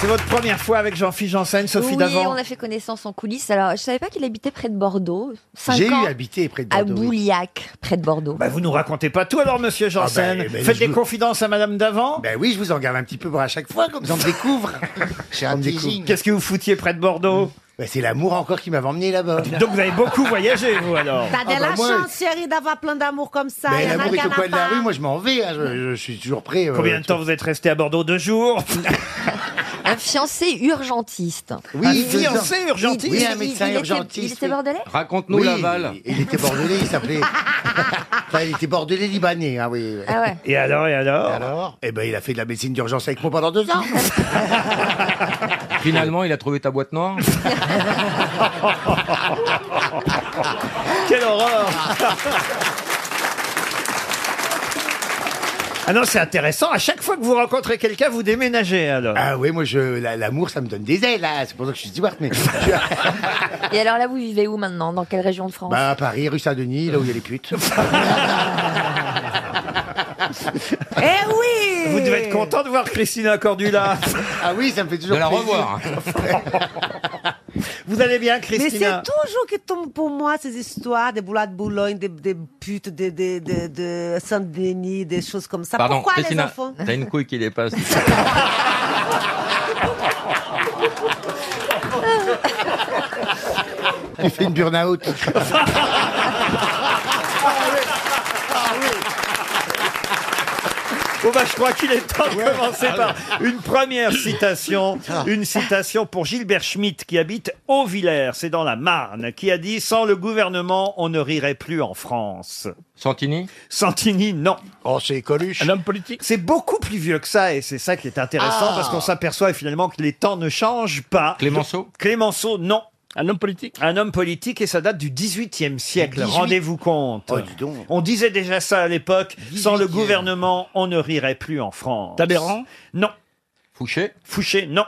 C'est votre première fois avec Jean-Philippe Janssen, Sophie oui, Davant on a fait connaissance en coulisses. Alors, je savais pas qu'il habitait près de Bordeaux. Cinq J'ai ans eu habité près de à Bordeaux. oui. Bouliac, près de Bordeaux. Bah, vous nous racontez pas tout alors, monsieur Janssen. ben, ben, Faites je des vous- confidences à madame Davant. Ben oui, je vous en garde un petit peu pour à chaque fois, comme ça on me découvre. C'est un teasing. Qu'est-ce que vous foutiez près de Bordeaux Ben, c'est l'amour encore qui m'avait emmené là-bas. Hmm. Ah, Donc vous avez beaucoup voyagé, vous alors. T'as de bah la moi- chance, chérie, d'avoir plein d'amour comme ça. Ben, Il y en a l'amour qui est au en a coin de la pas. rue, moi je m'en vais, hein, je, je suis toujours prêt. euh, Combien de tu- temps vous êtes resté à Bordeaux Deux jours Un fiancé urgentiste. Oui, Un deux ans. fiancé urgentiste Oui, un médecin était- urgentiste. il était oui. bordelais Raconte-nous Oui, Laval. Il, il était bordelais, il s'appelait. Enfin, il était bordelais libanais, ah oui. Ah ouais. Et alors, et alors, Alors Eh ben, il a fait de la médecine d'urgence avec moi pendant deux ans. Finalement, il a trouvé ta boîte noire. Quelle horreur Ah non, c'est intéressant. À chaque fois que vous rencontrez quelqu'un, vous déménagez alors. Ah oui, moi, je, la- l'amour, ça me donne des ailes, là. C'est pour ça que je suis steward, mais. Et alors là, vous vivez où maintenant Dans quelle région de France Bah, à Paris, rue Saint-Denis, là où il y a les putes. Eh oui Vous devez être content de voir Christina Cordula. Ah oui, ça me fait De toujours la plaisir. revoir. hein. vous allez bien, Mais c'est Christina toujours qui tombe pour moi ces histoires des boulas de Boulogne, des, des putes, des, des, des- de Saint-Denis, des choses comme ça. Pardon, Pourquoi les Christina, enfants t'as une couille qui dépasse. Il fait une burn-out. Oh bah, je crois qu'il est temps de commencer Ah, par une première citation. Une citation pour Gilbert Schmitt qui habite Haut-Villers, c'est dans la Marne, qui a dit « Sans le gouvernement, on ne rirait plus en France Santini ». Santini, non. Oh, c'est Coluche. homme politique C'est beaucoup plus vieux que ça et c'est ça qui est intéressant Ah. parce qu'on s'aperçoit finalement que les temps ne changent pas. Clémenceau Clémenceau, non. Un homme politique Un homme politique et ça date du 18e siècle, 18e. rendez-vous compte. Oh, dis donc. On disait déjà ça à l'époque, sans le 18e. gouvernement, on ne rirait plus en France. Tabéran Non. Fouché Fouché, non.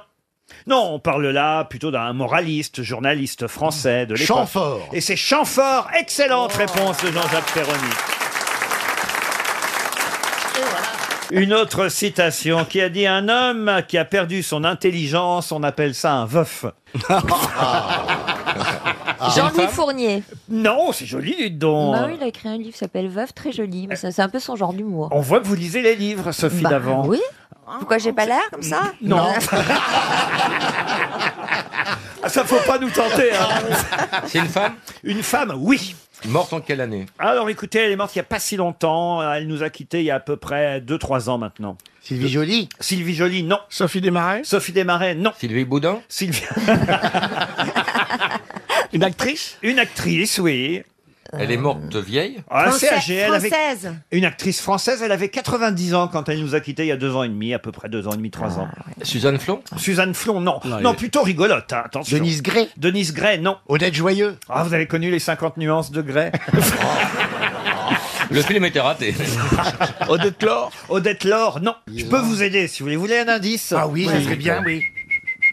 Non, on parle là plutôt d'un moraliste, journaliste français de l'époque. Chamfort. Et c'est Chamfort, excellente réponse de Jean-Jacques Perroni. Une autre citation qui a dit un homme qui a perdu son intelligence, on appelle ça un veuf. Ah. Jean-Louis Fournier. Non, c'est joli, dites donc. Bah oui, il a écrit un livre qui s'appelle Veuve, très joli, mais ça, c'est un peu son genre d'humour. On voit que vous lisez les livres, Sophie Bah, Davant. oui. Ah, Pourquoi j'ai pas l'air comme ça Non. Ah, ça faut pas nous tenter. hein. C'est une femme Une femme, oui. Morte en quelle année Alors Ah écoutez, elle est morte il y a pas si longtemps. Elle nous a quittés il y a à peu près 2-3 ans maintenant. Euh, Sylvie Joly. Sylvie Joly, non. Sophie Desmarais, Sophie Desmarais, non. Sylvie Boudin Sylvie... une actrice Une actrice, oui. Elle est morte vieille Assez Français- âgée. Elle avait... Française. Une actrice française, elle avait 90 ans quand elle nous a quittés il y a deux ans et demi, à peu près deux ans et demi, trois ans. Suzanne Flon Suzanne Flon, non. Non, Non, il est- plutôt rigolote, hein, attention. Denise Gray. Denise Gray, non. Odette Joyeux. Ah, vous avez connu les 50 nuances de Gray Le film était raté. Odette Laure, Odette Laure, non. Je peux vous aider si vous voulez. Vous voulez un indice Ah oui, ça serait bien, oui.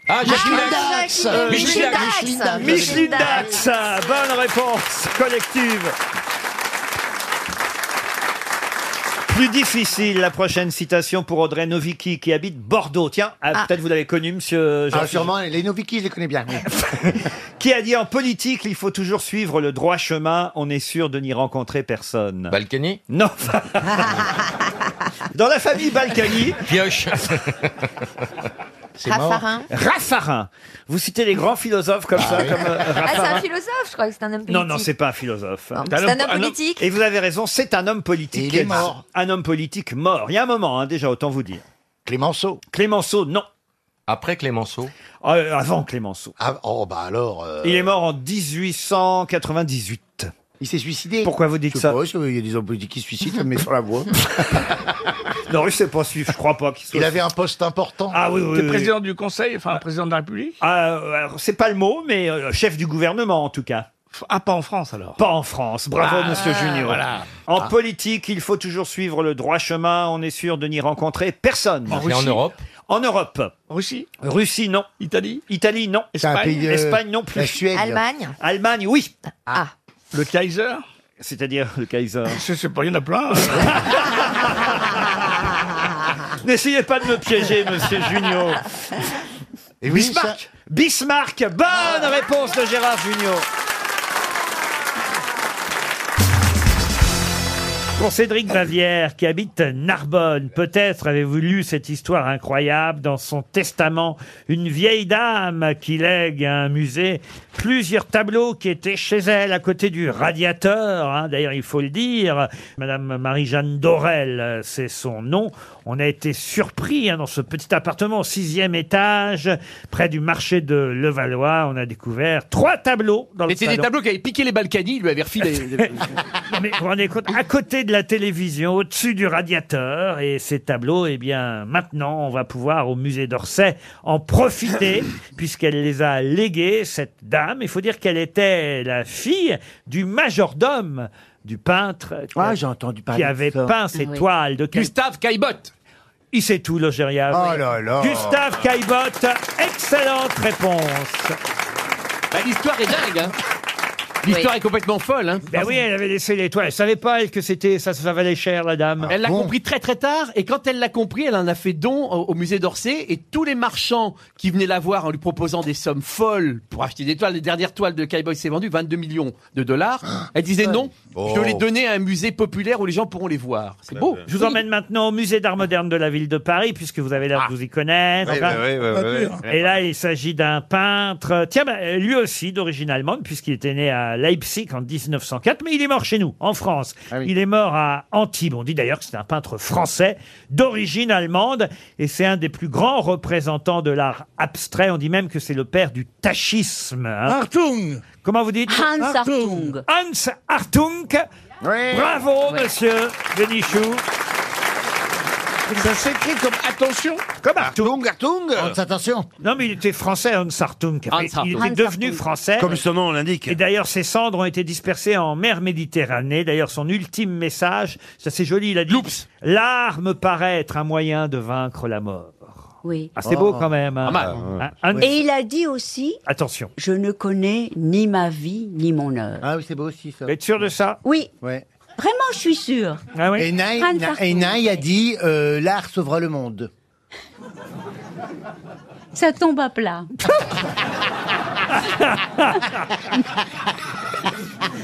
Ah, Jacques Chirac Euh, Micheline Dax. Micheline Dax, bonne réponse collective. Plus difficile, la prochaine citation pour Audrey Novicki qui habite Bordeaux. Tiens, ah, peut-être vous l'avez connu, monsieur Ah, Jean- sûrement, les Noviki, je les connais bien. oui. Qui a dit en politique, il faut toujours suivre le droit chemin, on est sûr de n'y rencontrer personne. Balkany Non. Dans la famille Balkany, Pioche C'est mort. Raffarin. Raffarin. Vous citez les grands philosophes comme ça, comme euh, Ah, c'est Raffarin. un philosophe, je crois que c'est un homme politique. non, non, c'est pas un philosophe. Non, C'est un homme politique. Et vous avez raison, c'est un homme politique. Et il qui est a dit- mort. Un homme politique mort. Il y a un moment, hein, déjà, autant vous dire. Clémenceau. Clémenceau, non. Après Clémenceau Euh, avant Clémenceau. Ah, oh, bah alors. euh, Il est mort en 1898. il s'est suicidé. Pourquoi vous dites Je ça sais pas, parce qu'il y a des hommes politiques qui se suicident, ça me met sur la voie. Non, je sais pas si je crois pas qu'il soit. Il avait un poste important. Ah oui, oui. t'es oui. président du Conseil, enfin président de la République Ah, euh, alors, c'est pas le mot, mais euh, chef du gouvernement en tout cas. Ah, pas en France alors. Pas en France. Bravo, Ah, monsieur Junior. voilà. Ah. En politique, il faut toujours suivre le droit chemin. On est sûr de n'y rencontrer personne. En C'est en Russie. Europe En Europe, Russie, Russie, non. Italie, Italie, non. C'est un Espagne, pays. euh, Espagne, non La plus. Suède. Allemagne. Allemagne, oui. Ah. le Kaiser, C'est-à-dire le Kaiser. je sais pas, il y en a plein. hein. N'essayez pas de me piéger, monsieur Junio. Et oui, Bismarck Bismarck Bonne réponse de Gérard Junior Pour Cédric Bavière, qui habite Narbonne, peut-être avez-vous lu cette histoire incroyable dans son testament. Une vieille dame qui lègue à un musée plusieurs tableaux qui étaient chez elle à côté du radiateur. hein. D'ailleurs, il faut le dire, Madame Marie-Jeanne Dorel, euh, c'est son nom. On a été surpris hein, dans ce petit appartement au sixième étage, près du marché de Levallois. On a découvert trois tableaux dans le Mais c'est des salon. tableaux qui avaient piqué les Balkany, il lui avait refilé. Non, mais vous vous rendez compte, à côté de la télévision, au-dessus du radiateur, et ces tableaux, eh bien, maintenant, on va pouvoir au musée d'Orsay en profiter, puisqu'elle les a légués, cette dame. Il faut dire qu'elle était la fille du majordome du peintre qui, Ah, j'ai entendu parler qui avait de ça. peint ses Oui. toiles. De quel... Gustave Caillebotte. Il sait tout, l'Ogéria. Oh là là. Gustave Caillebotte, excellente réponse. Bah, L'histoire est dingue, hein. L'histoire est complètement folle, hein. Ben oui, elle avait laissé les toiles. Elle savait pas, elle, que c'était, ça, ça valait cher, la dame. Ah Elle l'a bon compris très très tard et quand elle l'a compris, elle en a fait don au, au musée d'Orsay et tous les marchands qui venaient la voir en lui proposant des sommes folles pour acheter des toiles, les dernières toiles de Cowboy s'est vendues 22 millions de Ah. dollars. Elle disait non, je vais les donner à un musée populaire où les gens pourront les voir. C'est beau. Je vous emmène maintenant au musée d'art moderne de la ville de Paris, puisque vous avez Ah. l'air de vous y connaître. Enfin, Et là, il s'agit d'un peintre, tiens, bah, lui aussi d'origine allemande, puisqu'il était né à Leipzig en 1904, mais il est mort chez nous, en France. Ah Il est mort à Antibes. On dit d'ailleurs que c'est un peintre français d'origine allemande, et c'est un des plus grands représentants de l'art abstrait. On dit même que c'est le père du tachisme. Ah, hein. Artung Comment vous dites Hans Hartung. Hartung. Hans Hartung. Oui. Bravo, Ouais. monsieur Benichou. Ça s'écrit comme attention. Comme Hartung. Attention. Non, mais il était français, Hans Hartung. Hans Il Hartung. était devenu français. Comme son nom l'indique. Et d'ailleurs, ses cendres ont été dispersées en mer Méditerranée. D'ailleurs, son ultime message, ça c'est joli, il a dit Loups. L'art me paraît être un moyen de vaincre la mort. Oui. Ah, Oh. c'est Oh. beau quand même. hein. mal. Hein, Hans- Et il a dit aussi, Attention. je ne connais ni ma vie ni mon œuvre. Ah oui, c'est beau aussi ça. Vous êtes sûr de ça Oui, Ouais. vraiment, je suis sûre. Ah oui Et Naï, Anne Na- Partout. et Naï a dit euh, l'art sauvera le monde. Ça tombe à plat.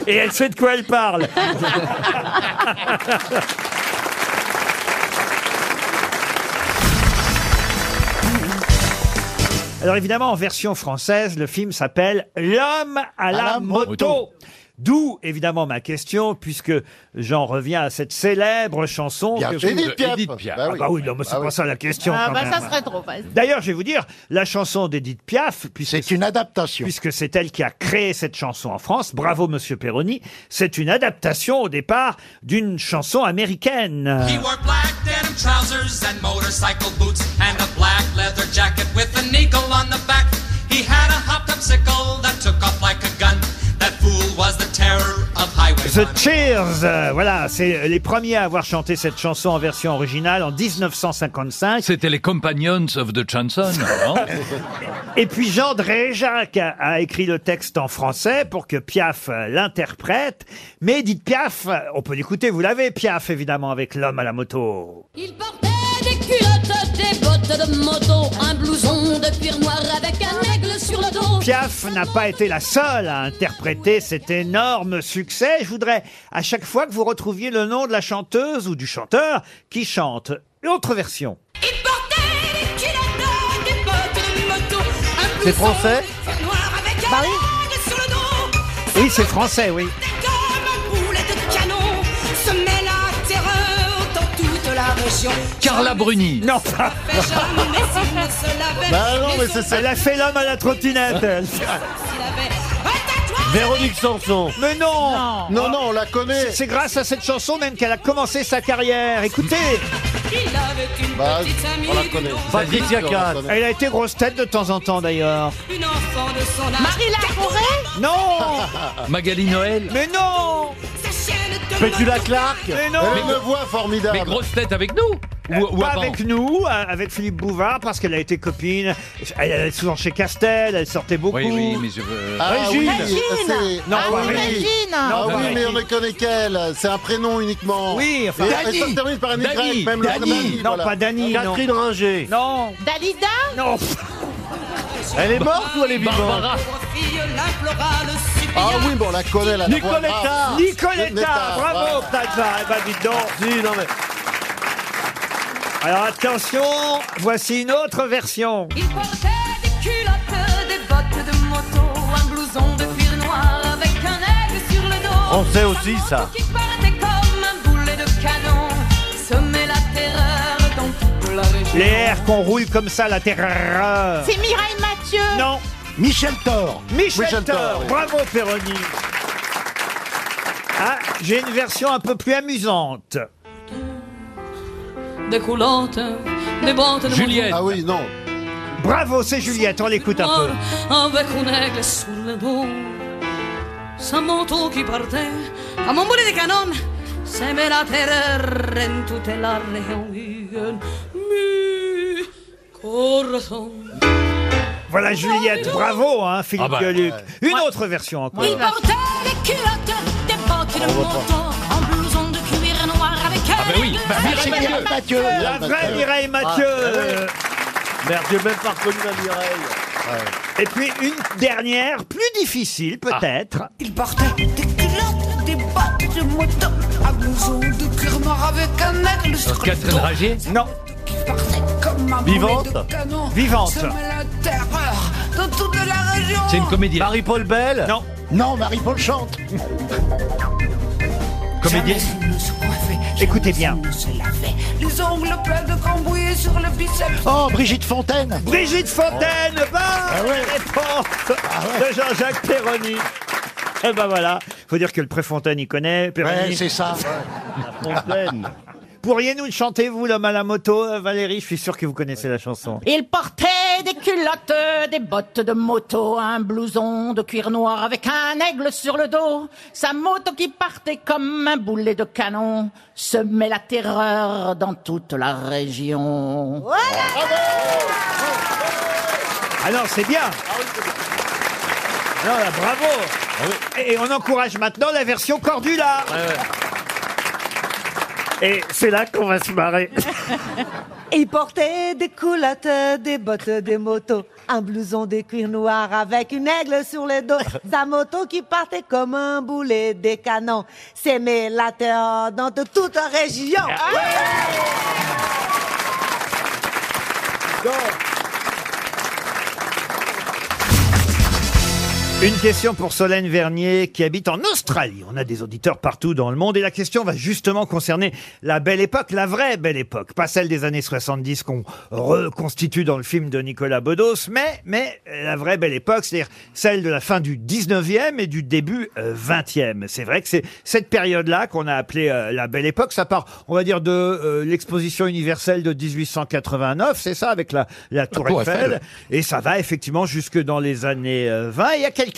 Et elle sait de quoi elle parle. Alors évidemment, en version française, le film s'appelle L'homme à la, la moto. D'où évidemment ma question, puisque j'en reviens à cette célèbre chanson. que vous- Edith Piaf. Ah bah oui, non, mais c'est pas ça la question. Ah quand bah même. ça serait trop facile. D'ailleurs, je vais vous dire, la chanson d'Edith Piaf, puisque C'est une adaptation. puisque c'est elle qui a créé cette chanson en France. Bravo, monsieur Perroni. C'est une adaptation au départ d'une chanson américaine. He wore black denim trousers and motorcycle boots and a black leather jacket with an eagle on the back. He had a hop popsicle that took off like a gun. That fool was the terror of highway. The Cheers, euh, voilà, c'est les premiers à avoir chanté cette chanson en version originale en 1955. C'était les Companions of the Chanson, non Et puis Jean Dréjac a, a écrit le texte en français pour que Piaf euh, l'interprète. Mais dites Piaf, euh, on peut l'écouter, vous l'avez Piaf évidemment avec l'homme à la moto. Il portait des culottes, des bottes de moto, un blouson de cuir noir avec un aigle sur le dos. Piaf n'a pas été la seule à interpréter cet énorme succès. Je voudrais à chaque fois que vous retrouviez le nom de la chanteuse ou du chanteur qui chante. Une autre version. Il portait des culottes, des bottes de moto, un blouson C'est français de cuir noir avec un aigle sur le dos. Oui, c'est français, oui. Comme un boulet de canon, se met la terreur dans toute la région. Carla Bruni. Non, Bah Mais jamais s'il ne se lavait, Bah non, mais les autres c'est ça. elle a fait l'homme à la trottinette. elle. s'y lavaient. Un tatouage Véronique Sanson. Mais non, Non, non, on la connaît. C'est grâce à cette chanson même qu'elle a commencé sa carrière. Écoutez, qu'il avait une Bah, petite amie on la du connaît. nom, Patrick Yacat. elle a été grosse tête de temps en temps d'ailleurs. une enfant de son âge. Marie Laforêt Non, Ah, Magali Noël. mais non, Sa chaîne de Petula moto. Clark. mais non. Elle a une voix Mais formidable. grosse tête avec nous Euh, ou, ou pas avant avec nous, euh, avec Philippe Bouvard, parce qu'elle a été copine. Elle allait souvent chez Castel, elle sortait beaucoup. Oui, oui, mais je veux... Ah oui, Régine. c'est- Non, ah pas oui. Ah Non, oui, pas mais on Régine. ne connaît qu'elle. C'est un prénom uniquement. Oui, enfin- Et- Dany. Et ça se termine hein. par un Dany. Y, même le Dany. Dany, Non, voilà. pas Dany, non. Ringer. Non, Dalida non. Elle est morte ou elle est vivante Barbara. Ah Ah oui, bon, on la connaît, la Nicoletta Ah, Nicoletta Bravo, Plaza Eh ben, dites donc Alors, attention, voici une autre version. Il portait des culottes, des bottes de moto, un blouson de cuir noir avec un aigle sur le dos. sait aussi ça. Qui partait comme un boulet de canon, semait la terreur dans toute la région. Les airs qu'on roule comme ça, la terreur. C'est Mireille Mathieu. Non. Michel Thor. Michel, Michel Thor. Thor, oui. Bravo, Perroni. Ah, j'ai une version un peu plus amusante. Des coulantes, des bandes de Juliette. moulin. Ah oui, non. Bravo, c'est Juliette, on l'écoute un peu. Avec un aigle sur le dos. Sa moto qui partait comme un boulet de canon semait la terreur en toute la région. Mi corazón. Voilà Juliette, bravo, hein, Philippe Ah bah, Gueluc. ouais. Une autre version encore. Il portait des culottes, des bottes de On reprend. moto, en blouson de cuir noir avec un Ah ben aigle. Bah, La vraie Mireille Ah, Mathieu. ah, Merde, j'ai même pas reconnu la Mireille. Et puis une dernière, plus difficile Ah. peut-être. Il portait des culottes, des bottes de moto, un blouson de cuir noir avec un aigle sur le dos. Non. Comme un Vivante boulet de canon, Vivante. semait la terreur dans toute la région. comédie. Marie-Paul Belle Non. Non, Marie-Paul chante. Comédienne. Écoutez bien. Les ongles pleins de cambouis sur le biceps. Oh, Brigitte Fontaine. Brigitte Fontaine, bonne réponse Oh, de Jean-Jacques Perroni. Eh ben voilà, faut dire que le Préfontaine y connaît. Perroni. Ouais, c'est ça. Fontaine. Pourriez nous le chanter, vous, l'homme à la moto, euh, Valérie Je suis sûr que vous connaissez la chanson. Il portait des culottes, des bottes de moto, un blouson de cuir noir avec un aigle sur le dos. Sa moto qui partait comme un boulet de canon semait la terreur dans toute la région. Ah non, c'est bien Non, là, bravo Ah Et on encourage maintenant la version Cordula Et c'est là qu'on va se marrer. Il portait des culottes, des bottes de moto, un blouson de cuir noir avec une aigle sur le dos. Sa moto qui partait comme un boulet des canons, s'aimait la terre dans de toute la région. Une question pour Solène Vernier qui habite en Australie. On a des auditeurs partout dans le monde et la question va justement concerner la belle époque, la vraie belle époque, pas celle des années 70 qu'on reconstitue dans le film de Nicolas Bedos, mais, mais la vraie belle époque, c'est-à-dire celle de la fin du 19e et du début euh, 20e. C'est vrai que c'est cette période-là qu'on a appelée euh, la belle époque. Ça part, on va dire, de euh, l'exposition universelle de 1889, c'est ça, avec la, la Tour, Tour Eiffel. Eiffel. Et ça va effectivement jusque dans les années euh, 20. Il y a quelqu'un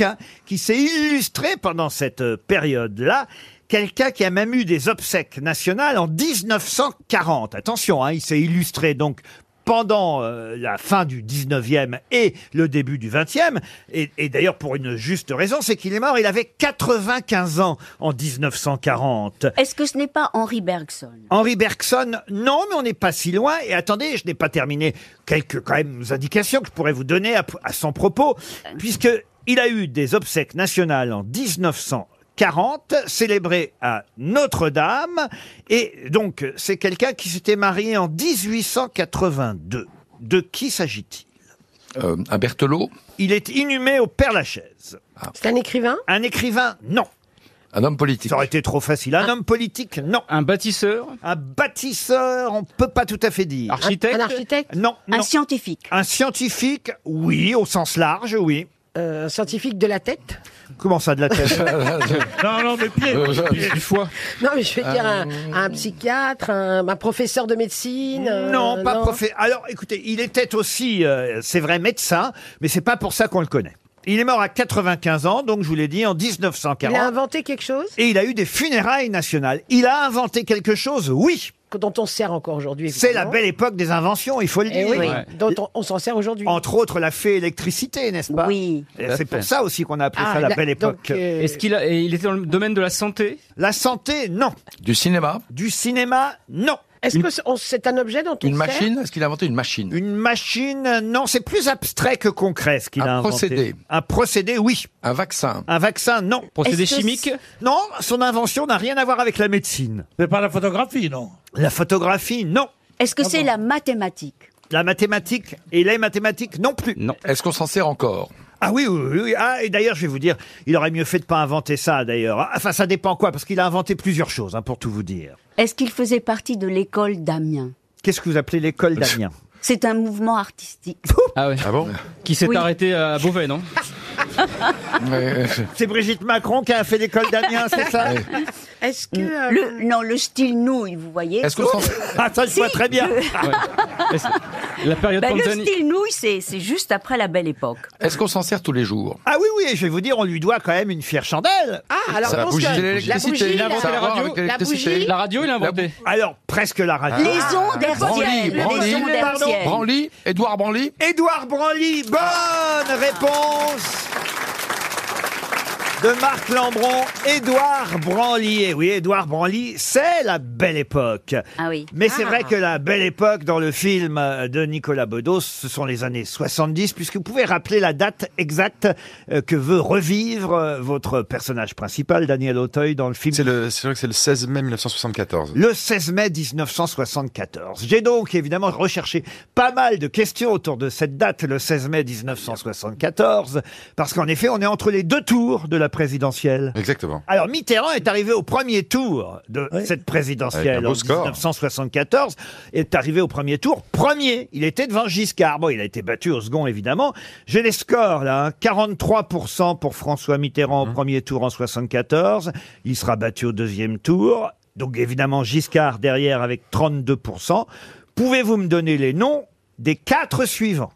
qui s'est illustré pendant cette euh, période-là. Quelqu'un qui a même eu des obsèques nationales en 1940. Attention, hein, il s'est illustré donc pendant euh, la fin du 19e et le début du 20e. Et, et d'ailleurs pour une juste raison, c'est qu'il est mort, il avait 95 ans en 1940. Est-ce que ce n'est pas Henri Bergson Henri Bergson, non, mais on n'est pas si loin. Et attendez, je n'ai pas terminé quelques quand même indications que je pourrais vous donner à, à son propos, puisque il a eu des obsèques nationales en 1940, célébrées à Notre-Dame, et donc c'est quelqu'un qui s'était marié en 1882. De qui s'agit-il un Berthelot, Il est inhumé au Père Lachaise. C'est un écrivain Un écrivain, non. un homme politique. Ça aurait été trop facile. Un homme politique, non. Un bâtisseur Un bâtisseur, on peut pas tout à fait dire. Architecte Un- un architecte Non. Un scientifique Un scientifique, oui, au sens large, oui. Euh, Un scientifique de la tête Comment ça, de la tête Non, non, mais pied, Euh, pied du foie. Non, mais je veux dire Euh, un, un psychiatre, un, un professeur de médecine. euh, Non, pas professeur. Alors, écoutez, il était aussi, euh, c'est vrai, médecin, mais c'est pas pour ça qu'on le connaît. Il est mort à 95 ans, donc je vous l'ai dit, en 1940. Il a inventé quelque chose Et il a eu des funérailles nationales. Il a inventé quelque chose, oui. dont on se sert encore aujourd'hui. C'est la évidemment. belle époque des inventions, il faut le Eh dire. oui, dont on, on s'en sert aujourd'hui. Entre autres, la fée électricité, n'est-ce pas Oui. Tout à C'est fait. pour ça aussi qu'on a appelé Ah, ça la la- belle époque. donc, euh, Est-ce qu'il il était dans le domaine de la santé La santé, non. Du cinéma Du cinéma, non. Est-ce que c'est on- c'est un objet dont on Une sait machine Est-ce qu'il a inventé une machine Une machine, non, c'est plus abstrait que concret ce qu'il a Un inventé. procédé. Un procédé, oui. Un vaccin. Un vaccin, non. Procédé Est-ce que chimique c'est- Non, son invention n'a rien à voir avec la médecine. C'est pas la photographie, non La photographie, non. Ah Est-ce que c'est la mathématique La mathématique et les mathématiques, non plus. Non. Est-ce qu'on s'en sert encore Ah oui, oui, oui, oui. Ah, et d'ailleurs, je vais vous dire, il aurait mieux fait de pas inventer ça, d'ailleurs. Ah, Enfin, ça dépend quoi, parce qu'il a inventé plusieurs choses, hein, pour tout vous dire. Est-ce qu'il faisait partie de l'école d'Amiens Qu'est-ce que vous appelez l'école d'Amiens C'est un mouvement artistique. Ah ouais. bon Qui s'est Oui. arrêté à Beauvais, non C'est Brigitte Macron qui a fait l'école d'Amiens, c'est ça Est-ce que... euh, Le- non, le style nouille, vous voyez. Est-ce qu'on s'en- Ah, ça, je vois très bien. La période Bah, Ben, le Tanzanie. style nouille, c'est c'est juste après la belle époque. Est-ce qu'on s'en sert tous les jours Ah oui, oui, et je vais vous dire, on lui doit quand même une fière chandelle. Ah, alors Ça, la dans ce bougie cas- de l'électricité, la bougie, il a inventé la- la radio, la l'électricité. bougie. La radio, il a inventé. bou- Alors, presque la radio. Les ondes hertziennes, les Branly, ondes hertziennes. Branly, Édouard Branly Édouard Branly, bonne réponse de Marc Lambron, Édouard Branly. Eh oui, Édouard Branly, c'est la belle époque. Ah oui. Mais c'est vrai que la belle époque dans le film de Nicolas Bedos, ce sont les années 70, puisque vous pouvez rappeler la date exacte euh, que veut revivre euh, votre personnage principal, Daniel Auteuil, dans le film. C'est le- c'est vrai que c'est le 16 mai 1974. Le 16 mai 1974. J'ai donc évidemment recherché pas mal de questions autour de cette date, le 16 mai 1974, parce qu'en effet, on est entre les deux tours de la présidentielle. Exactement. Alors Mitterrand est arrivé au premier tour de cette Avec présidentielle un beau en score. 1974. Est arrivé au premier tour premier. Il était devant Giscard. Bon, il a été battu au second évidemment. J'ai les scores là. hein. 43% pour François Mitterrand Hum. au premier tour en 74. Il sera battu au deuxième tour. Donc évidemment Giscard derrière avec 32%. Pouvez-vous me donner les noms des quatre suivants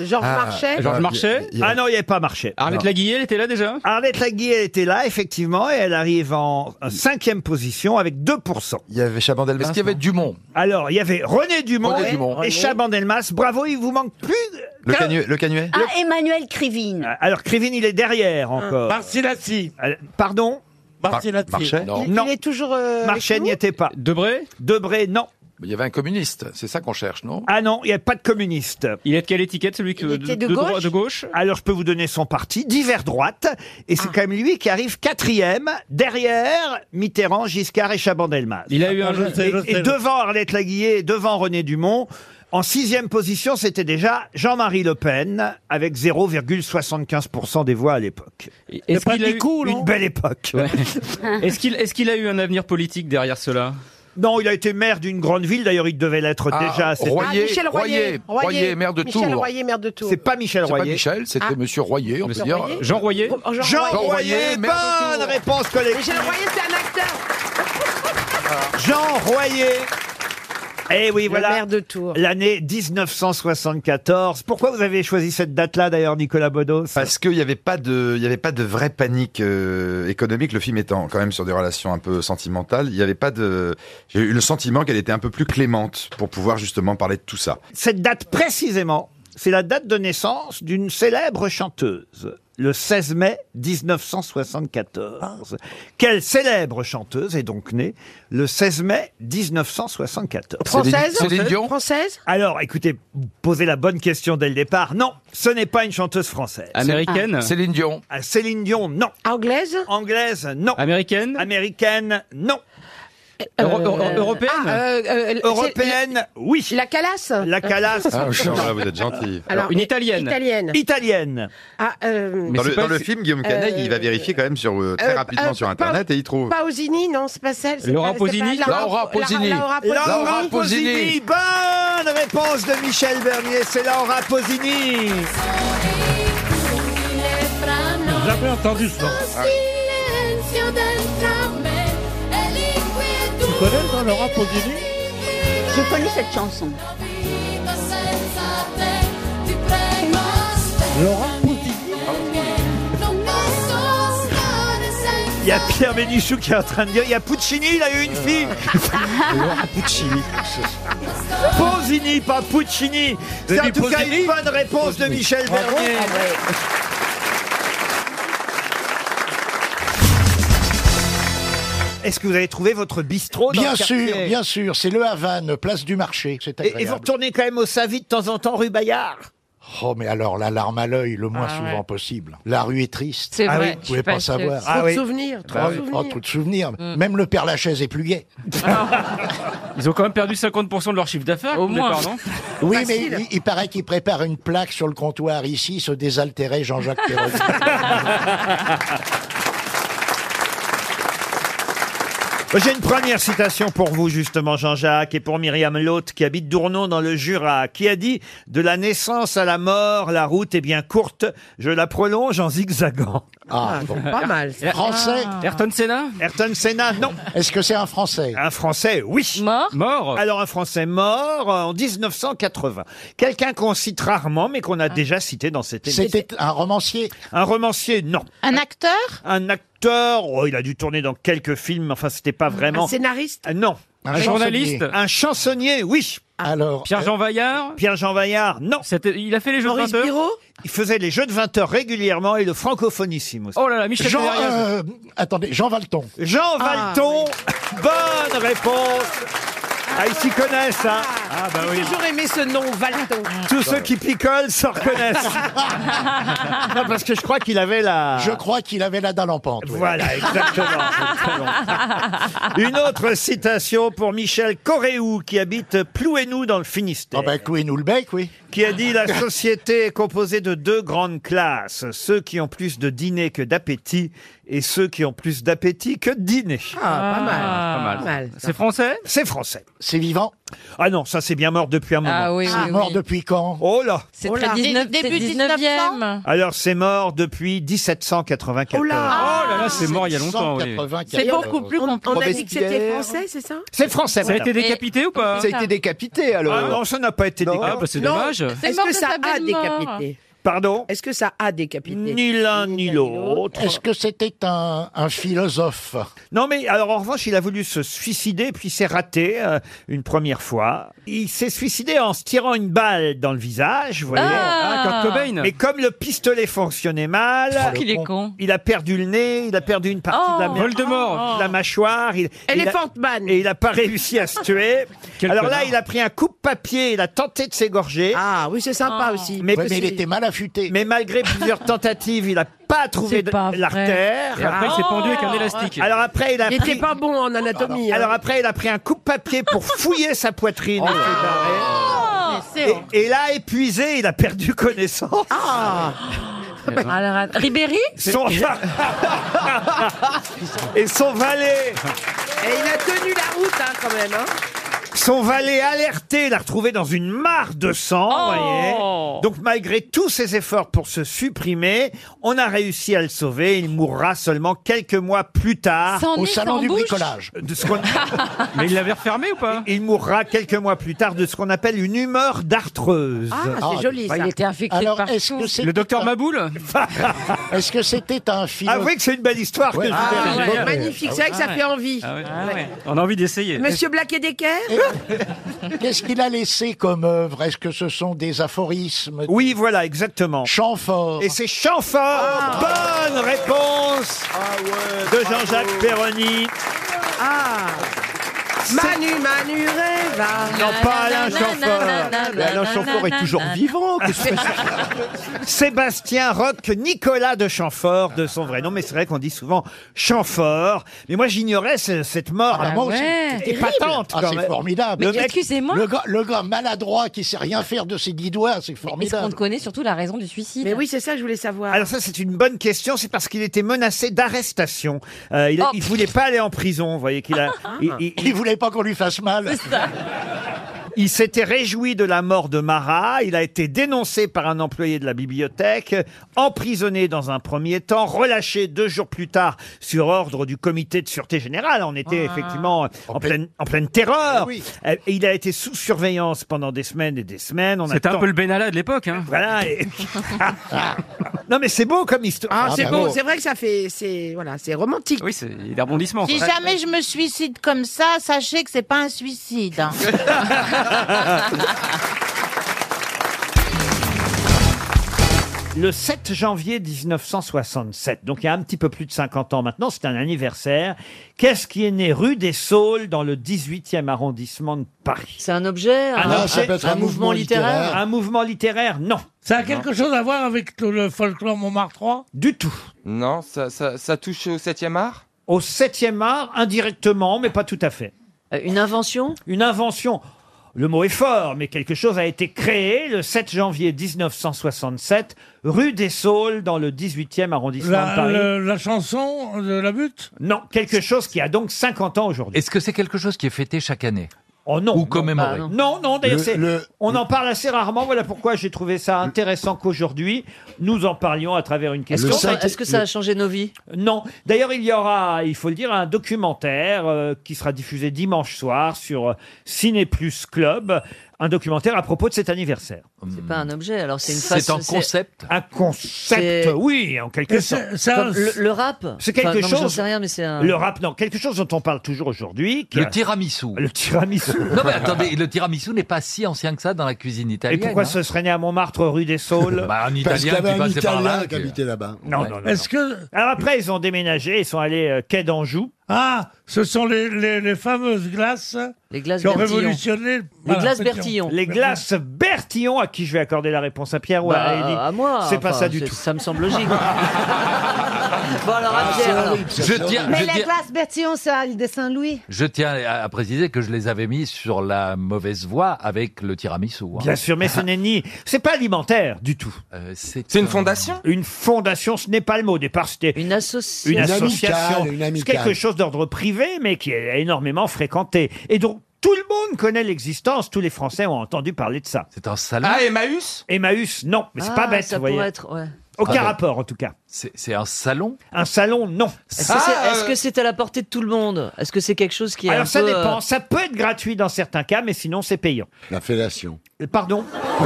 Georges Marchais Georges Marchais Ah non, il n'y avait pas Marchais. Arlette Non. Laguillet, elle était là déjà Arlette Laguier elle était là, effectivement, et elle arrive en en cinquième position avec 2%. Il y avait Chabandelmas. Est-ce qu'il y avait Dumont Alors, il y avait René Dumont, René et- Dumont. et Chabandelmas. Bravo, il vous manque plus. Ah, Le, canu- le canuet Ah, Emmanuel Krivine. Alors, Krivine, il est derrière encore. Ah. Marcinassi. Euh, Pardon Marcinassi. Marchais Non. Il est toujours... euh, Marchais avec n'y nous était pas. Debré Debré, non. Il y avait un communiste, c'est ça qu'on cherche, non Ah non, il n'y a pas de communiste. Il est de quelle étiquette, celui que, Il était de droite- gauche de gauche Alors, je peux vous donner son parti, divers droite, et Ah. c'est quand même lui qui arrive quatrième, derrière Mitterrand, Giscard et Chabandelmas. Il a eu un Ah, je jeu. sais, je Et sais. devant Arlette Laguillet, et devant René Dumont. En sixième position, c'était déjà Jean-Marie Le Pen, avec 0,75% des voix à l'époque. Est-ce qu'il a, eu... Une belle époque. Ah. est-ce qu'il- est-ce qu'il a eu un avenir politique derrière cela Non, il a été maire d'une grande ville, d'ailleurs il devait l'être Ah, déjà. à cette- Roy- Ah, Royer, Michel Royer. Royer, Royer, maire de Michel Tours. Royer, maire de Tours. C'est pas Michel C'est pas Royer. Michel, c'était Ah. Monsieur Royer, on peut Monsieur dire. Royer Jean Royer Oh, Jean, Jean Royer. Royer, maire de bonne Tours. réponse collective. Michel Royer, c'est un acteur. Jean Royer. Eh oui, Le voilà. maire de Tours. L'année 1974. Pourquoi vous avez choisi cette date-là, d'ailleurs, Nicolas Bodos Parce qu'il n'y avait pas de, il y avait pas de vraie panique euh, économique. Le film étant quand même sur des relations un peu sentimentales, il n'y avait pas de. J'ai eu le sentiment qu'elle était un peu plus clémente pour pouvoir justement parler de tout ça. Cette date précisément, c'est la date de naissance d'une célèbre chanteuse. Le 16 mai 1974. Quelle célèbre chanteuse est donc née le 16 mai 1974 Céline- Française Céline Dion Française Alors, écoutez, posez la bonne question dès le départ. Non, ce n'est pas une chanteuse française. Américaine Céline Dion. Ah, Céline Dion, non. Ah, Anglaise Anglaise, non. Américaine Américaine, non. Euro- euro- Européenne Ah, euh, euh, c'est- Européenne, oui. La Calas La Calas, Ah, vous êtes gentil. Alors, une Italienne. Italienne. italienne. Ah, euh, Dans c'est le, pas- dans le film, Guillaume Euh, Canet, il va vérifier quand même sur, euh, très euh, rapidement euh, sur pas- Internet et il trouve. Pausini, non, c'est pas celle. c'est Laura pas- c'est Pausini pas- Laura Pausini. Laura Pausini. Laura Laura Pausini. Pausini. Bonne réponse de Michel Bernier, c'est Laura Pausini. Jamais entendu ce nom. Tu connais le nom, Laurent Pausini Je connais cette chanson. Laurent Pausini Il y a Pierre Bénichou qui est en train de dire, il y a Puccini, il a eu une fille. Pausini, pas Puccini. C'est J'ai en dit tout cas Pausini une bonne réponse de Michel Bernier. Est-ce que vous avez trouvé votre bistrot dans Bien le quartier sûr, bien sûr, c'est le Havane, place du marché, c'est Et, et vous agréable. retournez quand même au Savi de temps en temps rue Bayard Oh mais alors la larme à l'œil le moins Ah souvent ouais. possible. La rue est triste. C'est vrai, oui, vous je pouvez suis pas, pas sûre. savoir. Trop de Ah oui. souvenirs, Mm. Bah trop de oui, souvenirs. oh, trop de souvenirs. Même le père Lachaise est plus gay. Ils ont quand même perdu 50% de leur chiffre d'affaires. Au moins. Départ, non Oui, Facile. mais il, il paraît qu'il prépare une plaque sur le comptoir ici, se désaltérer Jean-Jacques Perrault. J'ai une première citation pour vous, justement, Jean-Jacques, et pour Myriam Lotte, qui habite Dournon dans le Jura, qui a dit « De la naissance à la mort, la route est bien courte, je la prolonge en zigzagant. » Ah, bon. Pas mal. Français Ayrton Senna Ayrton Senna, non. Est-ce que c'est un Français Un Français, oui. Mort Mort. Alors, un Français mort euh, en 1980. Quelqu'un qu'on cite rarement, mais qu'on a déjà cité dans cette émission. C'était un romancier Un romancier, non. Un acteur Un acteur, oh, il a dû tourner dans quelques films, mais enfin, c'était pas vraiment... Un scénariste Euh, Non. Un Un journaliste euh, chansonnier Un chansonnier, oui. Ah. Alors, Pierre-Jean Vaillard Pierre-Jean Vaillard, non. Il a fait les jeux de 20 heures Il faisait les jeux de 20 heures régulièrement et le francophonissime aussi. Oh là là, Michel Jean, Ferrarias. euh, attendez, Jean Valton. Jean Ah, Valton, bonne réponse. Ah, ils s'y connaissent, hein. Ah, bah oui. J'aurais aimé ce nom, Valton. Tous ceux qui picolent s'en reconnaissent. non, parce que je crois qu'il avait la... Je crois qu'il avait la dalle en pente. oui. Voilà, exactement. Une autre citation pour Michel Coréou, qui habite Plouénou dans le Finistère. Ah ben, Plouénou le bec, oui. Qui a dit « La société est composée de deux grandes classes, ceux qui ont plus de dîner que d'appétit et ceux qui ont plus d'appétit que de dîner. » Ah, pas mal. Ah, pas mal. C'est français C'est français. C'est vivant Ah non, ça c'est bien mort depuis un moment. Ah oui, Ah, oui, mort oui. depuis quand Oh là C'est Oh là. très 19 Dé- c'est début 19e. Alors c'est mort depuis 1794. Ah, Oh là là, c'est mort il y a longtemps. oui. 1794. C'est beaucoup plus compliqué. On a dit que c'était Robespierre. français, c'est ça C'est français. Ça a madame. été décapité ou pas Ça a été décapité Ah non, ça n'a pas été décapité. Ah bah c'est dommage. C'est Est-ce mort que de ça sa a belle mort. décapité Pardon Est-ce que ça a décapité Ni l'un ni l'autre. Est-ce que c'était un, un philosophe Non mais alors en revanche, il a voulu se suicider puis s'est raté euh, une première fois. Il s'est suicidé en se tirant une balle dans le visage, vous voyez. Ah, Ah, Kurt Cobain. Mais comme le pistolet fonctionnait mal, Oh, qu'il est con. Il a perdu le nez, il a perdu une partie de la Voldemort. de la mâchoire, il, il a- Elephant Man. et il n'a pas réussi à se tuer. Quel alors là, connard. il a pris un coupe-papier, il a tenté de s'égorger. Ah oui, c'est sympa aussi. Ouais, mais il était mal affûté. Mais malgré plusieurs tentatives, il n'a pas trouvé de- l'artère. Et Ah. après, il s'est pendu avec un élastique. Alors après, il a Il pris... était pas bon en anatomie. hein. Alors après, il a pris un coupe-papier pour fouiller sa poitrine. il s'est barré. et, et là, épuisé, il a perdu connaissance. Alors, Ribéry Son- et son valet, Et il a tenu la route, hein, quand même. Hein. son valet alerté, l'a retrouvé dans une mare de sang. Oh. voyez. Donc malgré tous ses efforts pour se supprimer, on a réussi à le sauver. Il mourra seulement quelques mois plus tard Au salon du bricolage. de ce qu'on- Mais il l'avait refermé ou pas Il mourra quelques mois plus tard de ce qu'on appelle une humeur d'arthreuse. Ah, joli, ça. Il était infecté Ah, Alors, est-ce que c'est- Le docteur Maboul Est-ce que c'était un philosophe Avouez que c'est une belle histoire que je vous ai Ah, racontée. ouais, génial. magnifique, c'est vrai que ça Ah fait envie. On a envie d'essayer. Monsieur Blaquet Decker Qu'est-ce qu'il a laissé comme œuvre Est-ce que ce sont des aphorismes Oui, voilà, exactement. Chamfort. Et c'est Chamfort. Ah. Bonne réponse de Jean-Jacques Perroni. Ah Manu, Manu rêva. Non, pas Alain Chamfort. Mais Alain Chamfort est toujours vivant. Sébastien Roch Nicolas de Chamfort, de son vrai nom. Mais c'est vrai qu'on dit souvent Chamfort. Mais moi, j'ignorais ce- cette mort. Bah Ah, moi aussi. C'était patente, Ah, quand c'est même. formidable. Le mec- excusez-moi. Le gars, le gars maladroit qui sait rien faire de ses dix doigts, c'est Est-ce qu'on formidable. connaît surtout la raison du suicide Mais oui, c'est ça que je voulais savoir. Alors ça, c'est une bonne question. C'est parce qu'il était menacé d'arrestation. Euh, Oh. il, il voulait pas aller en prison. Vous voyez qu'il a. Ah. il- il- Il voulait pas qu'on lui fasse mal. Il s'était réjoui de la mort de Marat, il a été dénoncé par un employé de la bibliothèque, emprisonné dans un premier temps, relâché deux jours plus tard sur ordre du comité de sûreté générale. On était Ah. effectivement en, pleine, en pleine terreur. Eh oui. Euh, et Il a été sous surveillance pendant des semaines et des semaines. On C'était un attend- peu le Benalla de l'époque. Hein. Voilà. et- non mais c'est beau comme histoire. Ah, c'est bah beau, bon. c'est vrai que ça fait. C'est voilà, c'est romantique. Oui, c'est des rebondissements. Si quoi. jamais je me suicide comme ça, sachez que c'est pas un suicide. hein. le 7 janvier 1967. Donc il y a un petit peu plus de 50 ans maintenant, c'est un anniversaire. Qu'est-ce qui est né rue des Saules dans le 18e arrondissement de Paris C'est un objet, un- Ah, ça peut être un mouvement littéraire. Un mouvement littéraire, non. Ça a quelque chose à voir avec le, le folklore Montmartre 3 Du tout. Non, ça, ça, ça touche au 7e art Au 7e art, indirectement, mais pas tout à fait. Euh, une invention Une invention. Le mot est fort, mais quelque chose a été créé le 7 janvier 1967, rue des Saules, dans le 18e arrondissement de la, Paris. le- la chanson de la butte Non, quelque chose qui a donc 50 ans aujourd'hui. Est-ce que c'est quelque chose qui est fêté chaque année Oh non. Ou commémoré Non, non, d'ailleurs, Le- c'est- le- on en parle assez rarement. Voilà pourquoi j'ai trouvé ça intéressant qu'aujourd'hui, nous en parlions à travers une question. Est-ce que, ça, est-ce que ça a changé nos vies Non. D'ailleurs, il y aura, il faut le dire, un documentaire euh, qui sera diffusé dimanche soir sur euh, Ciné Plus Club. Un documentaire à propos de cet anniversaire. C'est pas un objet, alors c'est une C'est face. un concept Un concept, oui, en quelque sorte. le, le rap C'est quelque Enfin, non, mais chose. J'en sais rien, mais c'est un. Le rap, non, quelque chose dont on parle toujours aujourd'hui. qui Le a- tiramisu. Le tiramisu. Non mais attendez, le tiramisu n'est pas si ancien que ça dans la cuisine Et italienne. pourquoi hein. ce serait né à Montmartre, rue des Saules Bah, un Parce Italien qu'il y avait qui un passait par là, Italien qui- qui habitait là-bas. Non, Ouais. non, non. Est-ce que. Alors après, ils ont déménagé, ils sont allés euh, quai d'Anjou. Ah, ce sont les, les, les fameuses glaces Les glaces qui ont Bertillon. révolutionné. voilà, Bertillon. Les glaces Bertillon, à qui je vais accorder la réponse à Pierre ou Bah, à Ellie. à moi, C'est pas enfin, ça du c'est- tout. Ça me semble logique. bon, alors Ah, Ah, à Pierre. alors. Mais je la tiens- glace Bertillon, c'est à l'île de Saint-Louis. Je tiens à à préciser que je les avais mis sur la mauvaise voie avec le tiramisu. hein. Bien sûr, mais ce n'est ni, c'est pas alimentaire du tout. Euh, c'est une fondation Une fondation, ce n'est pas le mot. Au départ, c'était une, association. une Une association. amicale, une C'est amicale. quelque chose d'ordre privé, mais qui est énormément fréquenté. Et donc, tout le monde connaît l'existence. Tous les Français ont entendu parler de ça. C'est un salon. Ah, Emmaüs Emmaüs, non, mais c'est pas Ah, bête, Ça vous voyez. pourrait être, ouais. Aucun Ah, rapport, en tout cas. C'est c'est un salon Un salon, non. Est-ce que Ah, c'est- euh, est-ce que c'est à la portée de tout le monde Est-ce que c'est quelque chose qui est un Alors ça peu, euh, dépend, ça peut être gratuit dans certains cas, mais sinon c'est payant. La fellation. Pardon Oh,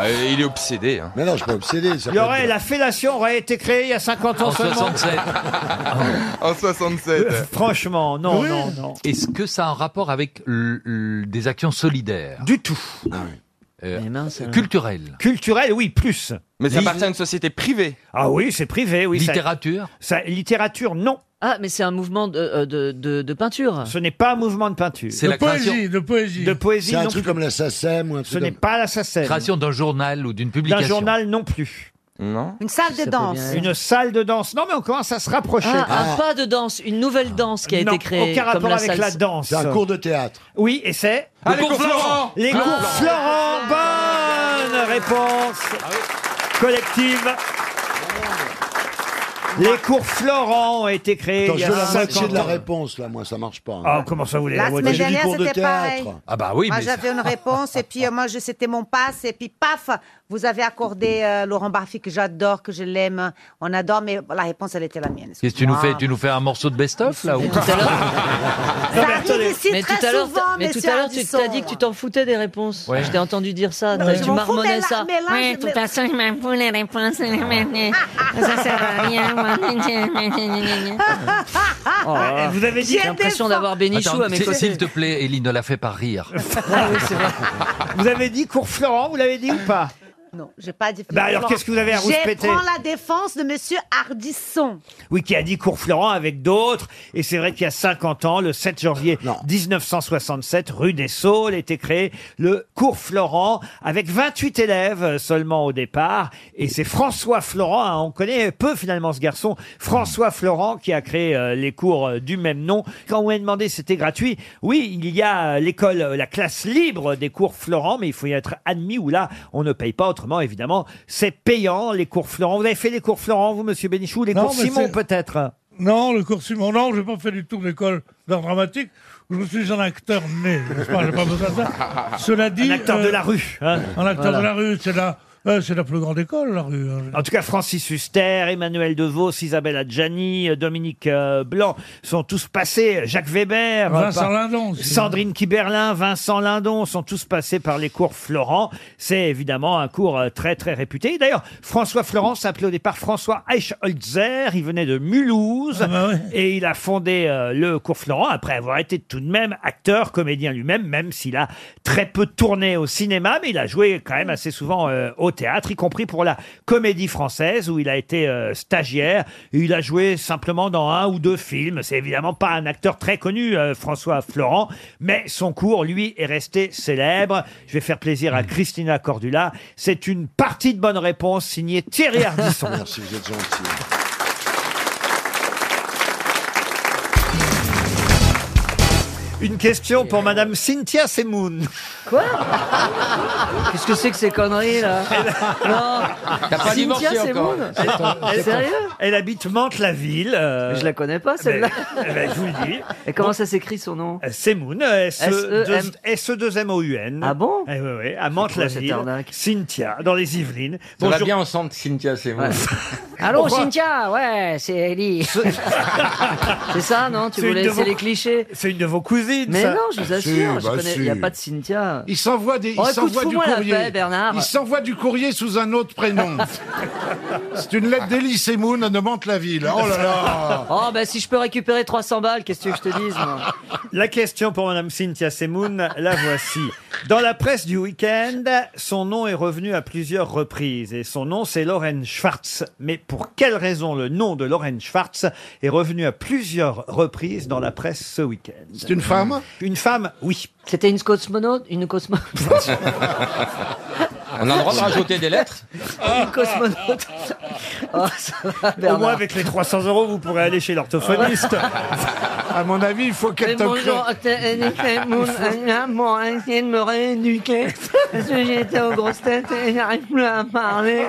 euh, il est obsédé. Hein. Mais non, je suis pas obsédé. Ça Il peut y être- aurait, la fellation aurait été créée il y a 50 ans seulement. bah. en 67. Franchement, non, non, non. Est-ce que ça a un rapport avec l- l- des actions solidaires Du tout. Euh, culturelles. Culturel, Ah oui, plus. Mais ça Livre- appartient à une société privée. Ah oui, c'est privé, oui. ça- Littérature ça, Littérature, non. Ah, mais c'est un mouvement de, euh, de, de, de peinture. Ce n'est pas un mouvement de peinture. C'est De la création- poésie, de poésie. De poésie, C'est un non truc plus. comme la SACEM ou un Ce truc n'est comme... pas la SACEM. Création d'un journal ou d'une D'un publication. journal non plus. Non. Une salle de danse. Une salle de danse. Non, mais on commence à se rapprocher. Ah. Ah, Un pas de danse, une nouvelle danse qui a Non, été créée. aucun comme rapport la avec salsa. la danse. de théâtre. Oui, et c'est Ah, les cours Florent. Les Ah. cours Florent. Bonne réponse collective. Les cours Florent ont été créés Attends, il y je a veux la 50 moitié de la ans. réponse, là, moi, ça marche pas. hein. Ah, comment ça, vous voulez la Moi, moitié j'ai semaine du cours de dernière, c'était théâtre. pareil. Ah bah oui, Moi, mais ça- j'avais une réponse, et puis euh, moi, je- c'était mon passe, et puis paf, vous avez accordé euh, Laurent Barfi, que j'adore, que je l'aime, on adore, mais la réponse, elle était la mienne. Qu'est-ce que tu nous fais Tu nous fais un morceau de best-of là ou... arrive ici mais très tout à l'heure, souvent, t'as- mais tout monsieur à l'heure, tu Ardisson. t'as dit que tu t'en foutais des réponses. Ouais. Je t'ai entendu dire Ah, ça. Non, t'as- je tu m'en fous, marmonnais mais là- ça. mais là, Oui, je- de toute façon, je m'en fous les réponses. les réponses. Ah. Ça sert à rien. Oh. Ah, Vous avez dit- J'ai l'impression d'avoir Bénichou Attends, à mes s'il- côtés. S'il te plaît, Ellie, ne la fais pas rire. Ah Vous avez dit cours Florent, Oh, vous l'avez dit ou pas Non, j'ai pas dit. Bah alors, qu'est-ce que vous avez à rouspéter Je prends la défense de monsieur Hardisson. Oui, qui a dit cours Florent avec d'autres. Et c'est vrai qu'il y a 50 ans, le 7 janvier 1967, rue des Saules était créé le cours Florent avec 28 élèves euh, seulement au départ. Et c'est François Florent, hein, on connaît peu finalement ce garçon, François Florent qui a créé euh, les cours euh, du même nom. Quand on m'a demandé si c'était gratuit, oui, il y a euh, l'école, euh, la classe libre des cours Florent, mais il faut y être admis ou là, on ne paye pas autrement, évidemment. C'est payant, les cours Florent. Vous avez fait les cours Florent, vous, monsieur Bénichou, les Non, cours mais Simon c'est- peut-être Non, le cours Simon, non, j'ai pas fait du tout l'école d'art dramatique. Je suis un acteur né, n'est-ce pas J'ai pas besoin de ça. Cela dit. euh, Un acteur de la rue, hein. Un acteur Voilà. de la rue, c'est la, euh, c'est la plus grande école, la rue. hein. En tout cas, Francis Huster, Emmanuel DeVos, Isabelle Adjani, euh, Dominique euh, Blanc sont tous passés. Jacques Weber, euh, Vincent Lindon aussi. Sandrine Kiberlin, Vincent Lindon sont tous passés par les cours Florent. C'est évidemment un cours euh, très très réputé. Et D'ailleurs, François Florent s'appelait au départ François Eichholzer. Il venait de Mulhouse Ah, bah et il a fondé euh, le cours Florent après avoir été tout de même acteur, Ah, comédien lui-même, même s'il a très peu tourné au cinéma, mais il a joué quand même assez souvent euh, au théâtre, y compris pour la comédie française où il a été euh, stagiaire. Et il a joué simplement dans un ou deux films. C'est évidemment pas un acteur très connu, euh, François Florent, mais son cours, lui, est resté célèbre. Je vais faire plaisir à Christina Cordula. C'est une partie de bonne réponse signée Thierry Ardisson. Merci, vous êtes gentil. Une question pour Madame Cynthia Semoun. Quoi Qu'est-ce que c'est que ces conneries là Non. T'as pas Cynthia, divorcé c'est encore, bon hein. Attends, attends. Sérieux Elle habite Mantes-la-Ville. Je la connais pas celle-là. Eh ben, ben, je vous le dis. euh, Et comment ça s'écrit son nom E Semoun, E S-E-M. S-E-2-M-O-U-N. Ah bon Oui, oui, à C'est Mantes-la-Ville. quoi cette arnaque Cynthia, dans les Yvelines. Ça va Bonjour. bien ensemble, Cynthia, c'est moi. Allô, Pourquoi Cynthia Ouais, c'est Ellie. c'est ça, non Tu C'est une voulais de vos- c'est les clichés. C'est une de vos cousines. Mais ça. non, je vous Ah, assure, je connais- il n'y a pas de Cynthia. bah, Il s'envoie des, il Oh, écoute, s'envoie du fous-moi la courrier. paix, Bernard. Il s'envoie du courrier sous un autre prénom. C'est une lettre d'Elie Semoun à Nemente-la-Ville. Oh là là Oh, bah si je peux récupérer 300 balles, qu'est-ce que tu veux que je te dise moi La question pour Madame Cynthia Semoun, la voici. Dans la presse du week-end, son nom est revenu à plusieurs reprises. Et son nom, c'est Lauren Schwartz. Mais pour quelle raison le nom de Lauren Schwartz est revenu à plusieurs reprises dans la presse ce week-end C'est une femme Une femme, oui. C'était une cosmonaute Une cosmo... On a le droit de rajouter des lettres une cosmonaute Oh, ça va, Au Bernard. moins, avec les 300 euros, vous pourrez aller chez l'orthophoniste. À mon avis, il faut Mais qu'elle te bonjour, crée- t'es- en effet, mon mon a essayé de me rééduquer parce que j'étais aux grosses têtes et j'arrive plus à parler.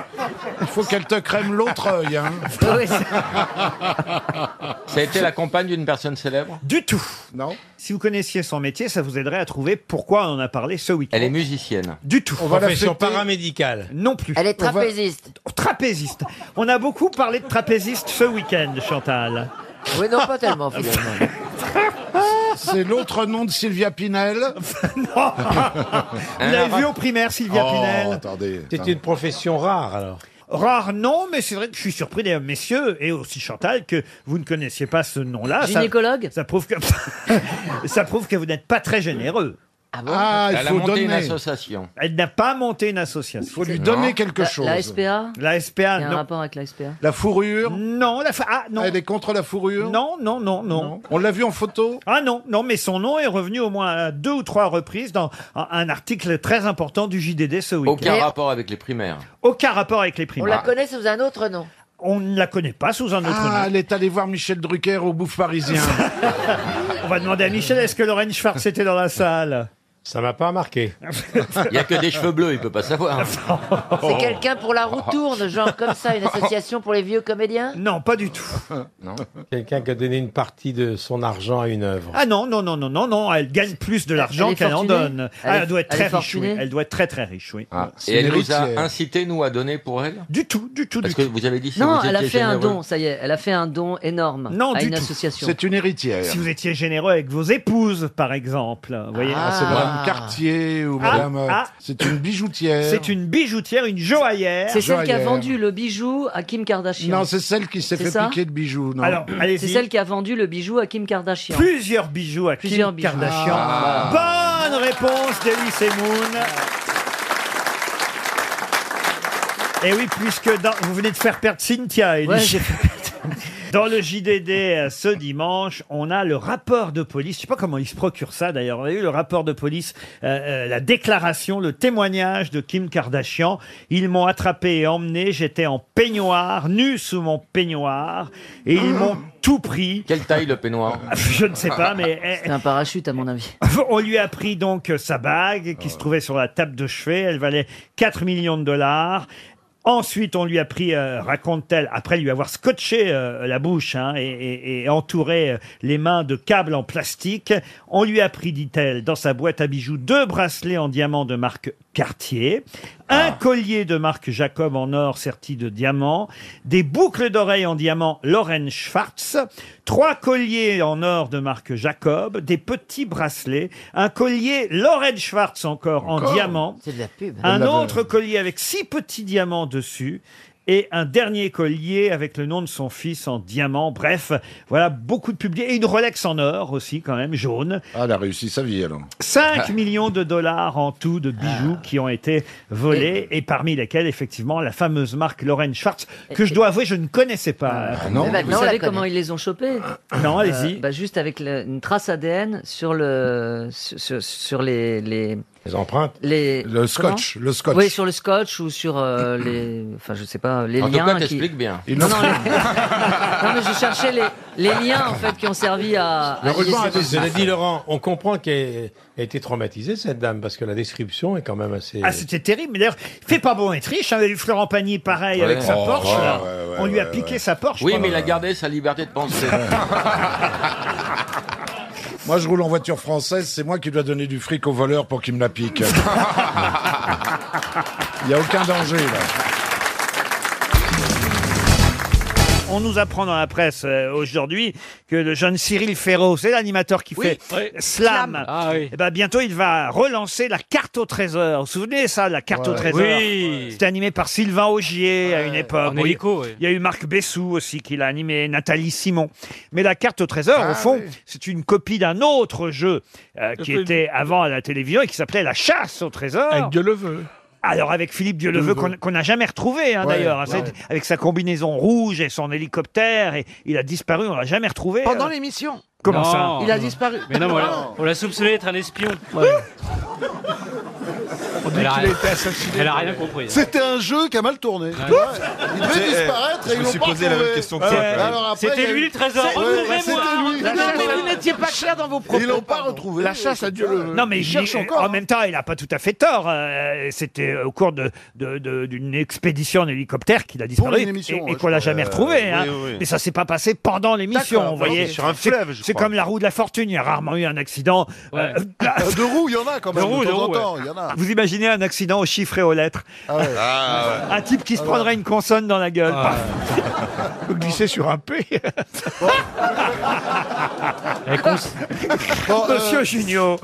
Il faut qu'elle te crème l'autre œil. Hein. Oui, ça- Ça a été la compagne d'une personne célèbre Du tout. Non. Si vous connaissiez son métier, ça vous aiderait à trouver pourquoi on en a parlé ce week-end. Elle est musicienne. Du tout. Profession paramédicale. Non plus. Elle est On va- Oh, trapéziste. Trapéziste. On a beaucoup parlé de trapéziste ce week-end, Chantal. Oui, non, pas tellement, finalement. C'est l'autre nom de Sylvia Pinel. non. Vous l'avez vu au primaire, Sylvia Oh, Pinel attendez. C'était une profession rare, alors. Rare non, mais c'est vrai que je suis surpris d'ailleurs, messieurs, et aussi Chantal, que vous ne connaissiez pas ce nom-là. Ça- Gynécologue ça, prouve que ça prouve que vous n'êtes pas très généreux. Ah, il Elle a faut monté donner. une association. Elle n'a pas monté une association. Il faut lui donner quelque La- chose. La SPA La SPA, Il y a un Ah, non. rapport avec la SPA. La fourrure. Non, la fa- ah, non. Elle est contre la fourrure. Non, non, non, non, On l'a vu en photo. Ah non, non, mais son nom est revenu au moins à deux ou trois reprises dans un- un article très important du JDD ce week-end. Aucun rapport avec les primaires. Aucun rapport avec les Ah. On la primaires. connaît sous un autre nom. On ne la connaît pas sous un autre Ah, elle est allée voir Michel Drucker au bouffe parisien. nom. On va demander à Michel, est-ce que Lorraine Schwartz était dans la salle Ça m'a pas marqué. Il y a que des cheveux Oh. bleus, il peut pas savoir. Oh. C'est quelqu'un pour la roue tourne, genre comme ça, une association pour les vieux comédiens Non, pas du tout. Quelqu'un qui a donné une partie de son argent à une œuvre. Ah non, non, non, non, non, non, elle gagne plus de l'argent est qu'elle en fortunée donne. Elle Ah, est- Elle, doit être elle très est riche, oui. fortunée Elle doit être très très riche, oui. Ah. Ah, Et elle nous a incité, nous, à donner pour elle Du tout, du tout, Parce du que tout. vous avez dit si Non, vous elle a fait étiez un généreux. don, ça y est, elle a fait un don énorme Non, à du une tout. association. C'est une héritière. Si vous étiez généreux avec vos épouses, par exemple, vous voyez. Ah, c'est Madame Cartier ou Madame. euh, ah. C'est une bijoutière. C'est une bijoutière, une joaillère. C'est celle qui a Joyeuse. vendu le bijou à Kim Kardashian. Non, c'est celle qui s'est C'est fait ça piquer de bijoux. Non. Alors, allez-y. C'est celle qui a vendu le bijou à Kim Kardashian. Plusieurs bijoux à Plusieurs Kim bijoux. Kardashian. Bonne réponse d'Elie Semoun. Et oui, puisque dans- vous venez de faire perdre Cynthia, Elie. Ouais, j'ai Dans le JDD euh, ce dimanche, on a le rapport de police. Je sais pas comment il se procure ça d'ailleurs. On a eu le rapport de police, euh, euh, la déclaration, le témoignage de Kim Kardashian. Ils m'ont attrapé et emmené. J'étais en peignoir, nu sous mon peignoir, et ils Ah. m'ont tout pris. Quelle taille le peignoir Je ne sais pas, mais eh, C'est un parachute à mon avis. on lui a pris donc euh, sa bague qui se trouvait sur la table de chevet. Elle valait 4 millions de dollars. Ensuite, on lui a pris, euh, raconte-t-elle, après lui avoir scotché euh, la bouche hein, et, et- et entouré euh, les mains de câbles en plastique, on lui a pris, dit-elle, dans sa boîte à bijoux, deux bracelets en diamant de marque Cartier, un collier de marque Jacob en or serti de diamant, des boucles d'oreilles en diamant Lauren Schwartz, trois colliers en or de marque Jacob, des petits bracelets, un collier Lauren Schwartz encore en diamant, C'est de la pub. Bah, un autre collier avec six petits diamants dessus. et un dernier collier avec le nom de son fils en diamant. Bref, voilà beaucoup de publiés. Et une Rolex en or aussi, quand même, jaune. Ah, elle a réussi sa vie alors. 5 millions de dollars en tout de bijoux qui ont été volés et parmi lesquels effectivement la fameuse marque Lauren Schwartz que je dois avouer je ne connaissais pas. Ah Eh Mais ben, maintenant, vous savez comment ils les ont chopés Non, allez-y. bah, juste avec le- une trace ADN sur le sur, sur- sur les, les les empreintes les Le comment scotch, le scotch. oui sur le scotch ou sur euh, les enfin je sais pas les En tout liens cas, qui- t'expliques bien. non, non, les- non, mais je cherchais les, les liens en fait qui ont servi à, à Heureusement, lier ces- cela dit, Laurent, on comprend qu'elle a été traumatisée, cette dame, parce que la description est quand même assez. Ah, c'était terrible. Mais D'ailleurs, fait pas bon être riche. Hein. Florent Pagny, pareil, Ouais. avec sa Oh, Porsche. ouais, là. ouais, ouais, on lui a ouais, piqué ouais. sa Porsche. Oui, pendant- mais il a gardé sa liberté de penser. Moi, je roule en voiture française, c'est moi qui dois donner du fric au voleur pour qu'il me la pique. Il n'y a aucun danger, là. On nous apprend dans la presse euh, aujourd'hui que le jeune Cyril Ferraud, c'est l'animateur qui Oui. fait Oui. Ah, Slam. Slam. Eh ben, bientôt, il va relancer la carte au trésor. Vous vous souvenez ça, la carte au Ouais. trésor Oui. C'était animé par Sylvain Augier à une époque. en Bon, il- hélico, oui. Il y a eu Marc Bessou aussi qui l'a animé, Nathalie Simon. Mais la carte au trésor, Ah au fond, c'est une copie d'un autre jeu euh, qui peux- était avant à la télévision et qui s'appelait La chasse au trésor. Avec Dieu le veut. Alors avec Philippe Dieu-le-veut qu'on qu'on n'a jamais retrouvé hein, Ouais, d'ailleurs, hein, ouais. c'est- avec sa combinaison rouge et son hélicoptère, et il a disparu, on l'a jamais retrouvé. Pendant euh. l'émission Comment ça Il a disparu. Mais non, mais on l'a- on l'a soupçonné d'être un espion. dit elle, a qu'il rien- a été assassiné. elle a rien compris. C'était un jeu qui a mal tourné. Ah, Il devait C'est- disparaître et je me ils l'ont suis pas posé la même retrouvé. question que toi, quand même. Alors après, C'était il y a lui eu- le trésor. Ouais, Retrouvez-moi. ouais, C'était lui. La Non, chasse mais à- vous n'étiez pas clair dans vos Ils l'ont pas retrouvé. La chasse à Dieu le Non mais Ils il- cherchent encore. en même temps, il n'a pas tout à fait tort. euh, C'était au cours de- de- de- d'une expédition en hélicoptère qu'il a disparu une émission, et- et, ouais, qu'on l'a je crois. jamais retrouvé. Euh, hein. oui, oui. Mais ça s'est pas passé pendant l'émission, D'accord, vous voyez. ok. Sur un C'est- fleuve, je C'est crois. comme la roue de la fortune. Il y a rarement eu un accident. euh, Euh, de roue, il y en a quand même. De De, roue, de temps en roue, temps, ouais. il y en a. Ah Vous imaginez un accident aux chiffres et aux lettres Un type qui se prendrait une consonne dans la gueule. Vous glissez sur un P. euh, Monsieur Junio,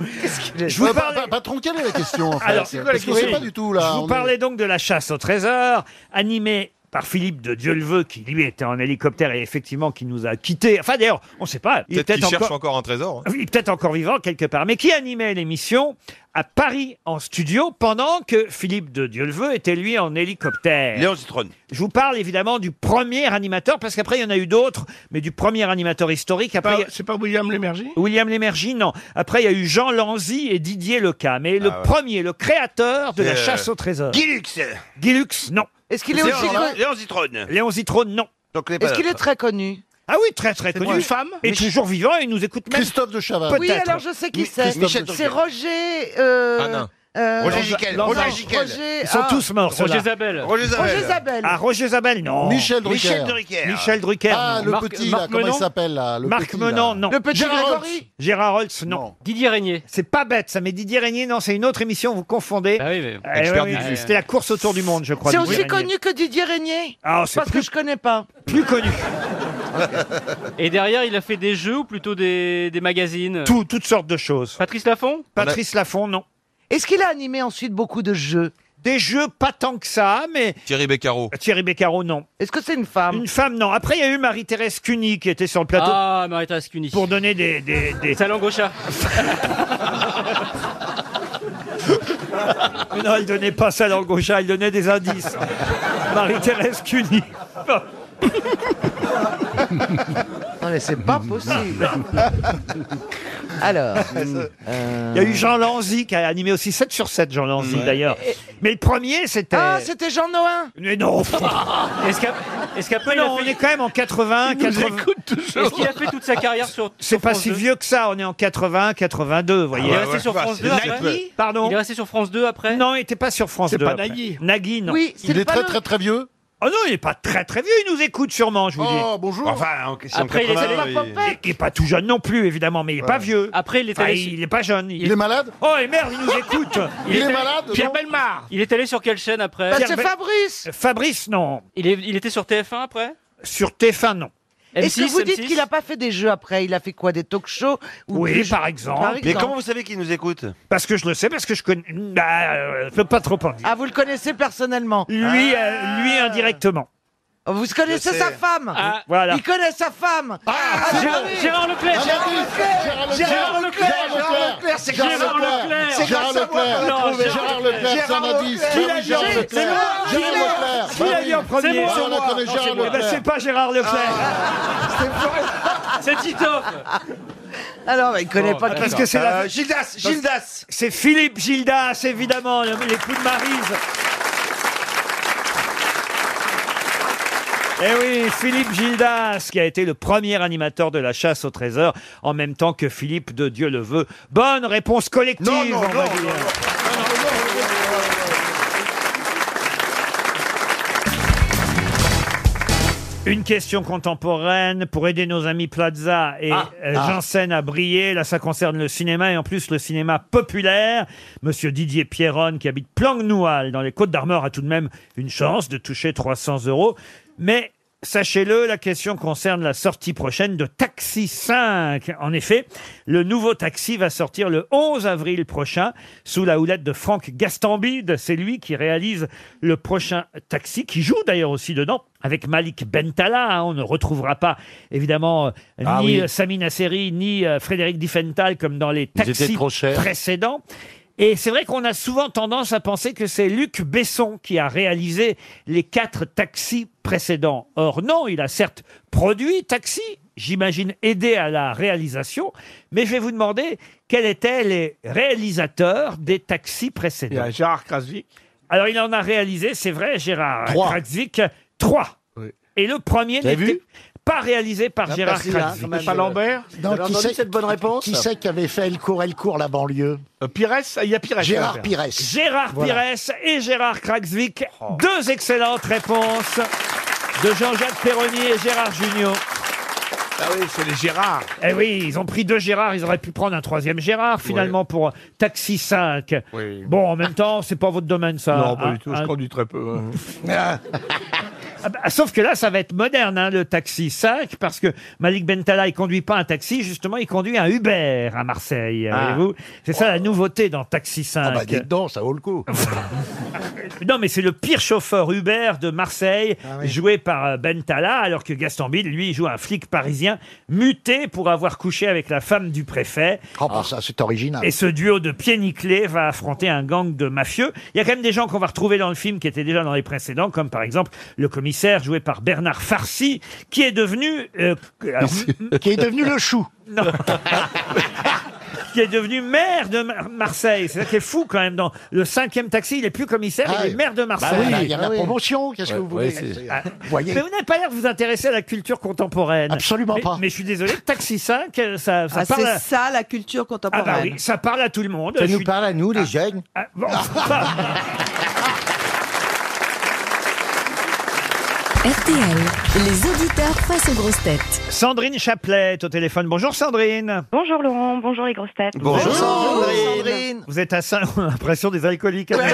je vous Ouais, parle. pas, pas, pas tronquer la question. En fait. Alors, Parce qu'on sait pas du tout là. Je vous on est- parlais donc de la chasse au trésor, animée par Philippe de Dieuleveux, qui lui était en hélicoptère et effectivement qui nous a quittés. Enfin d'ailleurs, on ne sait pas. est Peut-être qu'il cherche encore un trésor. hein. il est peut-être encore vivant quelque part, mais qui animait l'émission à Paris en studio pendant que Philippe de Dieuleveux était lui en hélicoptère. Léon Zitrone. Je vous parle évidemment du premier animateur, parce qu'après il y en a eu d'autres, mais du premier animateur historique. Après, c'est pas William Lémergie William Lémergie, non. Après il y a eu Jean Lanzy et Didier Leca, mais le Ah ouais. premier, le créateur de la C'est, euh, chasse au trésor. Guy Lux. Guy Lux, non. Est-ce Léon Zitrone. Léon Zitrone. Léon Zitrone, non. pas Est-ce là. qu'il est très connu Ah oui, très très C'est connu. une femme Et Mich- toujours vivant, et il nous écoute même. Christophe de Chavannes. Peut-être. Oui, alors je sais qui Mi- c'est. Christophe Michel de C'est Drucker. Roger. euh, Ah non. euh, Roger Giquel, non, Roger non, Giquel. Roger- Ils sont ah. tous morts, ceux-là. Roger Zabel. Roger Zabel. Ah, Roger Zabel, non. Michel Drucker. Michel Drucker. Michel Drucker, Ah, non. le petit, là, comment il s'appelle, là, le Marc petit, là. Menant, non. Le petit Gérard Grégory. Holtz. Gérard Holtz, non. Didier Régnier. C'est pas bête, ça, mais Didier Régnier, non, c'est une autre émission, vous confondez. Ah oui, Expert du jeu. C'était la course autour du monde, je crois. C'est Didier aussi Régnier. connu que Didier Régnier Ah, c'est Parce que plus- je connais pas. Plus connu. Et derrière, il a fait des jeux ou plutôt des, des magazines Tout- toutes sortes de choses. Patrice Laffont Patrice Laffont, non. Est-ce qu'il a animé ensuite beaucoup de jeux Oh. Des jeux pas tant que ça, mais... Thierry Beccaro. Thierry Beccaro, non. Est-ce que c'est une femme Une femme, non. Après, il y a eu Marie-Thérèse Cuny qui était sur le plateau. Ah, Marie-Thérèse Cuny. Pour donner des... des, des... Sa langue au chat. Mais non, elle donnait pas sa langue au chat, elle donnait des indices. Marie-Thérèse Cuny. Non, mais c'est pas possible. Alors. euh, Il y a eu Jean Lanzy qui a animé aussi 7 sur 7, Jean Lanzy d'ailleurs. Mais le premier, c'était. Ah, c'était Jean Noël Mais non Est-ce qu'ap- est-ce qu'après, il a Non, fait- on est quand même en 80. Il nous 80. écoute toujours. Est-ce qu'il a fait toute sa carrière sur- C'est sur pas France si 2? vieux que ça, on est en 80, 82, vous voyez. Ah, Il est resté sur France 2 après Nagui Pardon Il est resté sur France 2 après Non, il n'était pas sur France C'est 2. pas après. Nagui. Nagui, non. Oui, c'est Il le est très, fameux- très, vieux Oh non, il n'est pas très très vieux, il nous écoute sûrement, je vous dis. Oh, bonjour. Enfin, en, si en Après, il est 80, allé- il- il n'est pas tout jeune non plus, évidemment, mais il n'est pas vieux. Après, il est Enfin, allé- il n'est pas jeune. Il est malade Oh, et merde, il nous écoute allé- Pierre Belmar Il est allé sur quelle chaîne après Bah, c'est Pierre Be- Fabrice. Fabrice, non. Il, est- il était sur TF1 après Sur TF1, non. Est-ce que M6, vous dites M6? qu'il n'a pas fait des jeux après Il a fait quoi Des talk shows ou Oui, des jeux- par exemple. exemple. savez qu'il nous écoute Parce que je le sais, parce que je connais. Bah, euh, je peux pas trop en dire. Ah, vous le connaissez personnellement Lui, euh, lui indirectement. Vous connaissez sais. sa femme Ah. Voilà. Il connaît sa femme ah, c'est Gérard- vrai. Gérard Leclerc. Gérard Gérard Leclerc Leclerc. Gérard Leclerc Gérard Gérard Leclerc. Leclerc C'est grâce à Gérard moi Leclerc. C'est Gérard grâce à moi Leclerc. qu'on l'a Non, trouvé. Gérard Leclerc, c'est un Gérard indice. Leclerc. Qui l'a dit Gérard en Leclerc. premier Gérard Gérard Leclerc. Leclerc. Qui l'a dit en premier C'est moi. Ah, on la connaît, Non, Gérard c'est moi. Leclerc. Eh ben, c'est pas Gérard Leclerc. C'est Titoff. Ah. Alors, bah, il connaît Bon, pas d'accord. qui- Parce que c'est la- Euh, Gildas, Gildas. C'est Philippe Gildas, évidemment, le- l'époux de Marise. Eh oui, Philippe Gildas, qui a été le premier animateur de la chasse au trésor, en même temps que Philippe de Dieu le veut. Bonne réponse collective, on va dire. Une question contemporaine pour aider nos amis Plaza et Ah. euh, Ah. Janssen à briller. Là, ça concerne le cinéma et en plus le cinéma populaire. Monsieur Didier Pierron, qui habite Plangnoual dans les Côtes-d'Armor, a tout de même une chance de toucher 300 euros. Mais sachez-le, la question concerne la sortie prochaine de Taxi 5. En effet, le nouveau Taxi va sortir le 11 avril prochain sous la houlette de Franck Gastambide. C'est lui qui réalise le prochain Taxi, qui joue d'ailleurs aussi dedans avec Malik Bentala. hein. on ne retrouvera pas, évidemment, euh, Ah ni oui. euh, Sami Nasseri, ni euh, Frédéric Diffental comme dans les Ils étaient taxis trop chers. précédents. Et c'est vrai qu'on a souvent tendance à penser que c'est Luc Besson qui a réalisé les quatre taxis précédents. Or non, il a certes produit Taxi, j'imagine aidé à la réalisation, mais je vais vous demander quels étaient les réalisateurs des taxis précédents. Il y a Gérard Krasvik. Alors il en a réalisé, c'est vrai, Gérard Trois. Krasvik, trois. Et le premier T'as vu n'était pas réalisé par Ah, Gérard parce qu'il a Krasvik. quand même- Pas Lambert Non, Vous avez qui entendu c'est- cette bonne réponse Euh, Qui c'est qui avait fait Elle court, elle court, la banlieue Pires, il y a Pires. Oh. Gérard Pires. Gérard Voilà. Pires et Gérard Krasvik. Deux excellentes réponses de Jean-Jacques Perroni et Gérard Junior. Ah oui, c'est les Gérard. Eh oui, ils ont pris deux Gérard, ils auraient pu prendre un troisième Gérard finalement pour Taxi 5. Oui. Bon, en même temps, c'est pas votre domaine ça. Non, pas Un- du tout, un- je conduis très peu. hein. euh, Ah bah, sauf que là, ça va être moderne, hein, le taxi 5, parce que Malik Bentala, il conduit pas un taxi, justement, il conduit un Uber à Marseille, Ah. voyez-vous. C'est ça la nouveauté dans Taxi 5. Ah bah dites donc, ça vaut le coup. Non, mais c'est le pire chauffeur Uber de Marseille, Ah joué par euh, Bentala, alors que Gaston Bide, lui, joue un flic parisien muté pour avoir couché avec la femme du préfet. Ah, Oh, bah, ça, c'est original. Et ce duo de pieds nickelés va affronter un gang de mafieux. Il y a quand même des gens qu'on va retrouver dans le film qui étaient déjà dans les précédents, comme par exemple le commissaire joué par Bernard Farcy, qui est devenu... euh, alors, Qui est devenu le chou. non. qui est devenu maire de Mar- Marseille. C'est ça qui est fou quand même. Dans le cinquième taxi, il est plus commissaire, Ah il oui. est maire de Marseille. Bah oui, il y a la promotion, qu'est-ce que vous voulez Ah, voyez. Mais vous n'avez pas l'air de vous intéresser à la culture contemporaine. Absolument pas. Mais je suis désolé, Taxi 5, euh, ça, ça Ah, parle. c'est à- ça la culture Ah contemporaine. bah oui, ça parle à tout le monde. Ça Oh, Je nous suis- parle à nous, les jeunes. Ah, bon. RTL, les auditeurs face aux grosses têtes. Sandrine Chaplet est au téléphone. Bonjour Sandrine. Bonjour Laurent, bonjour les grosses têtes. Vous êtes à ça, on a l'impression des alcooliques. Alors,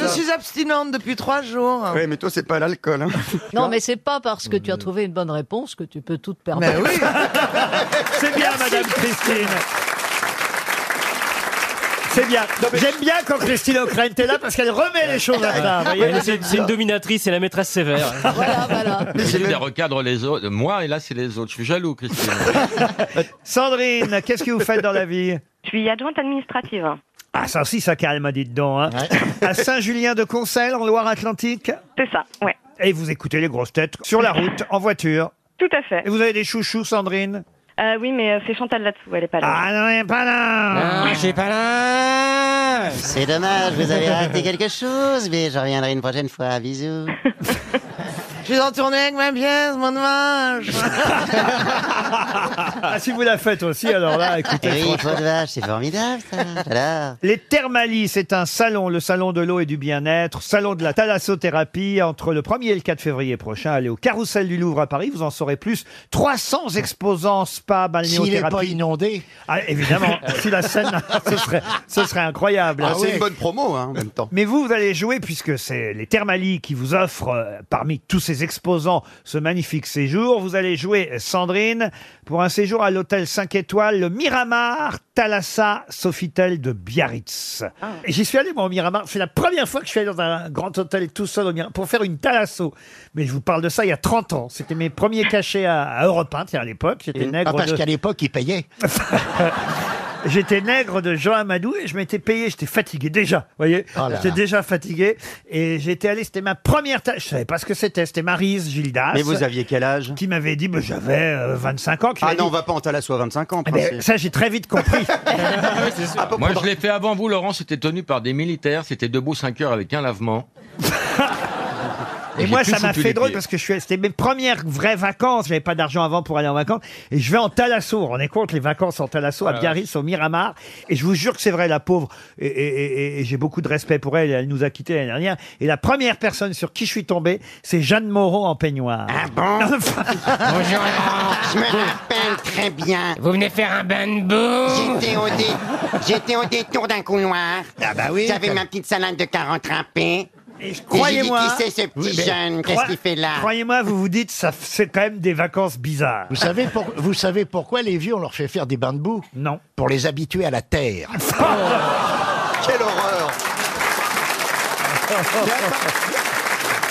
je suis abstinente depuis trois jours. Oui, mais toi, c'est pas l'alcool. hein. Non, mais c'est pas parce que tu as trouvé une bonne réponse que tu peux tout te permettre. Mais oui. C'est bien, Madame Christine. C'est bien. J'aime bien quand Christine O'Krent est là parce qu'elle remet les choses à plat. vous voyez. Ouais, C'est c'est une dominatrice, c'est la maîtresse sévère. Christine, elle recadre les autres. Moi, et là, c'est les autres. Je suis jaloux, Christine. Sandrine, qu'est-ce que vous faites dans la vie Je suis adjointe administrative. Ah, ça aussi, ça calme, dites donc. hein. À Saint-Julien-de-Concel, en Loire-Atlantique C'est ça, ouais. Et vous écoutez les grosses têtes sur la route, en voiture. Tout à fait. Et vous avez des chouchous, Sandrine Euh, oui, mais euh, c'est Chantal là-dessous, elle est pas là. Ah non, elle est pas Ah, là je suis pas Ah, là C'est dommage, Ah, vous avez raté quelque chose, mais je reviendrai une prochaine fois. Bisous. Je suis en tournée avec ma pièce, mon dimanche. Ah, si vous la faites aussi, alors là, écoutez. Eh oui, franchement. peau de vache, c'est formidable ça. Alors. Les Thermalis, c'est un salon, le salon de l'eau et du bien-être, salon de la thalassothérapie, entre le 1er et le 4 février prochain. Allez au Carrousel du Louvre à Paris, vous en saurez plus. 300 exposants spa, balnéothérapie. S'il est pas inondé. Ah, évidemment, si la scène, ce serait, ce serait incroyable. Ah, c'est oui. une bonne promo, hein, en même temps. Mais vous, vous allez jouer, puisque c'est les Thermalis qui vous offrent, euh, parmi tous ces ses exposants ce magnifique séjour. Vous allez jouer euh, Sandrine pour un séjour à l'hôtel 5 étoiles, le Miramar Thalassa Sofitel de Biarritz. Et J'y suis allé, moi, au Miramar. C'est la première fois que je suis allé dans un grand hôtel tout seul au Miramar pour faire une Thalasso. Mais je vous parle de ça il y a 30 ans. C'était mes premiers cachets à, à Europe 1, tiens, à l'époque. J'étais Et- nègre. Ah, parce de- qu'à l'époque, il payait. J'étais nègre de Jean Amadou et je m'étais payé, j'étais fatigué déjà, vous voyez Oh là J'étais là. déjà fatigué et j'étais allé, c'était ma première tâche, je savais pas ce que c'était, c'était Marise Gildas. Mais vous aviez quel âge Ah, Qui m'avait dit, bah, j'avais euh, 25 ans. qui Ah m'a non, on dit- va pas en Talasso à 25 ans. Eh ben, ça j'ai très vite compris. Moi, je l'ai fait avant vous, Laurent. C'était tenu par des militaires. C'était debout 5 heures avec un lavement. Et J'ai moi, plus ça m'a foutu fait les drôle pieds. parce que je suis, c'était mes premières vraies vacances. J'avais pas d'argent avant pour aller en vacances. Et je vais en Thalasso. Vous vous rendez compte, les vacances en Thalasso, à Ah Ouais, Biarritz, au Miramar. Et je vous jure que c'est vrai, la pauvre. Et, et- et- et j'ai beaucoup de respect pour elle. Elle nous a quittés l'année dernière. Et la première personne sur qui je suis tombé, c'est Jeanne Moreau en peignoir. Ah bon? Bonjour Laurent, je me rappelle très bien. Vous venez faire un bain de boue J'étais au, dé- j'étais au détour d'un couloir. Ah bah oui, J'avais t'as- ma petite salade de carottes râpées. Et j'ai dit, Croyez-moi. Qui c'est ce petit Oui, mais- jeune Croi- Qu'est-ce qu'il fait là Croyez-moi, vous vous dites, ça, f- c'est quand même des vacances bizarres. Vous savez, pour- vous savez pourquoi les vieux, on leur fait faire des bains de boue Non. Ah, Pour les habituer à la terre. Ah. Quelle horreur Mais attends-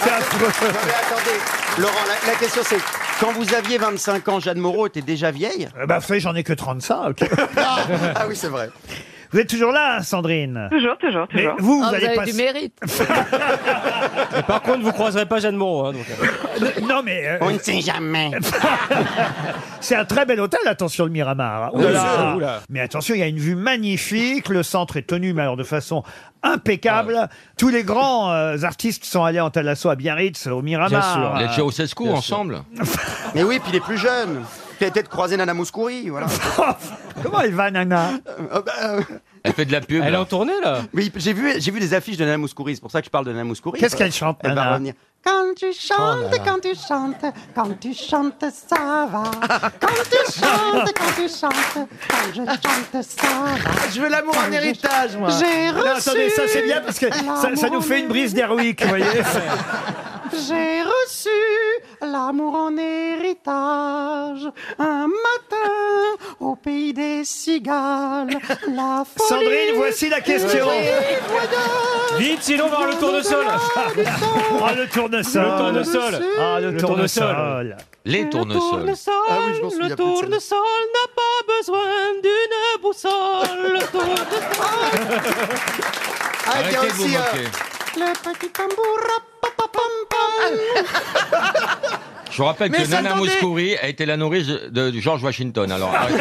Non, mais attendez, Laurent, la, la question c'est quand vous aviez 25 ans, Jeanne Moreau était déjà vieille Eh ben, vous savez, j'en ai que 35. Ah oui, c'est vrai. Vous êtes toujours là, hein, Sandrine? Toujours, toujours, Mais toujours. vous, vous Ah, allez pas- mérite. par contre, vous croiserez pas Jeanne Moreau. hein, euh. non, mais. On ne sait jamais. C'est un très bel hôtel, attention, le Miramar. hein. Oula, Oula. oula. Mais attention, il y a une vue magnifique. Le centre est tenu, mais alors de façon impeccable. Tous les grands euh, artistes sont allés en Talasso à Biarritz, au Ah bah. Miramar. Les Euh, Ceausescu ensemble. Mais oui, puis il est plus jeune. Il a peut-être croisé Nana Mouskouri, voilà. Oh. Comment elle va, Nana Elle fait de la pub. Elle est en tournée, là Euh, bah, Oui, j'ai vu, j'ai vu des affiches de Nana Mouskouri, c'est pour ça que je parle de Nana Mouskouri. Qu'est-ce qu'elle chante, Elle Nana va revenir. Quand tu chantes, Oh là là. quand tu chantes, quand tu chantes, ça va. Quand tu chantes, quand tu chantes, quand je chante, ça va. Je veux l'amour en héritage, moi. J'ai Non, reçu. attendez, ça c'est bien parce que ça, ça nous fait une brise d'Erwick, vous voyez. J'ai reçu l'amour en héritage un matin au pays des cigales. La folie Sandrine, voici la question. du voyage. Vite, sinon on va le tournesol. Ah, le tournesol. Le tournesol. Ah, le, Le tournesol. tournesol. Les tournesols. tournesol, Ah le tournesol n'a pas besoin d'une boussole. Le tournesol. Ah, il y a Arrêtez de vous aussi, euh, moquer. Le petit tambour, Ah, rapapapam-pam. Je vous rappelle Mais que Nana attendez. Mouskouri a été la nourrice de de George Washington. Alors, arrêtez.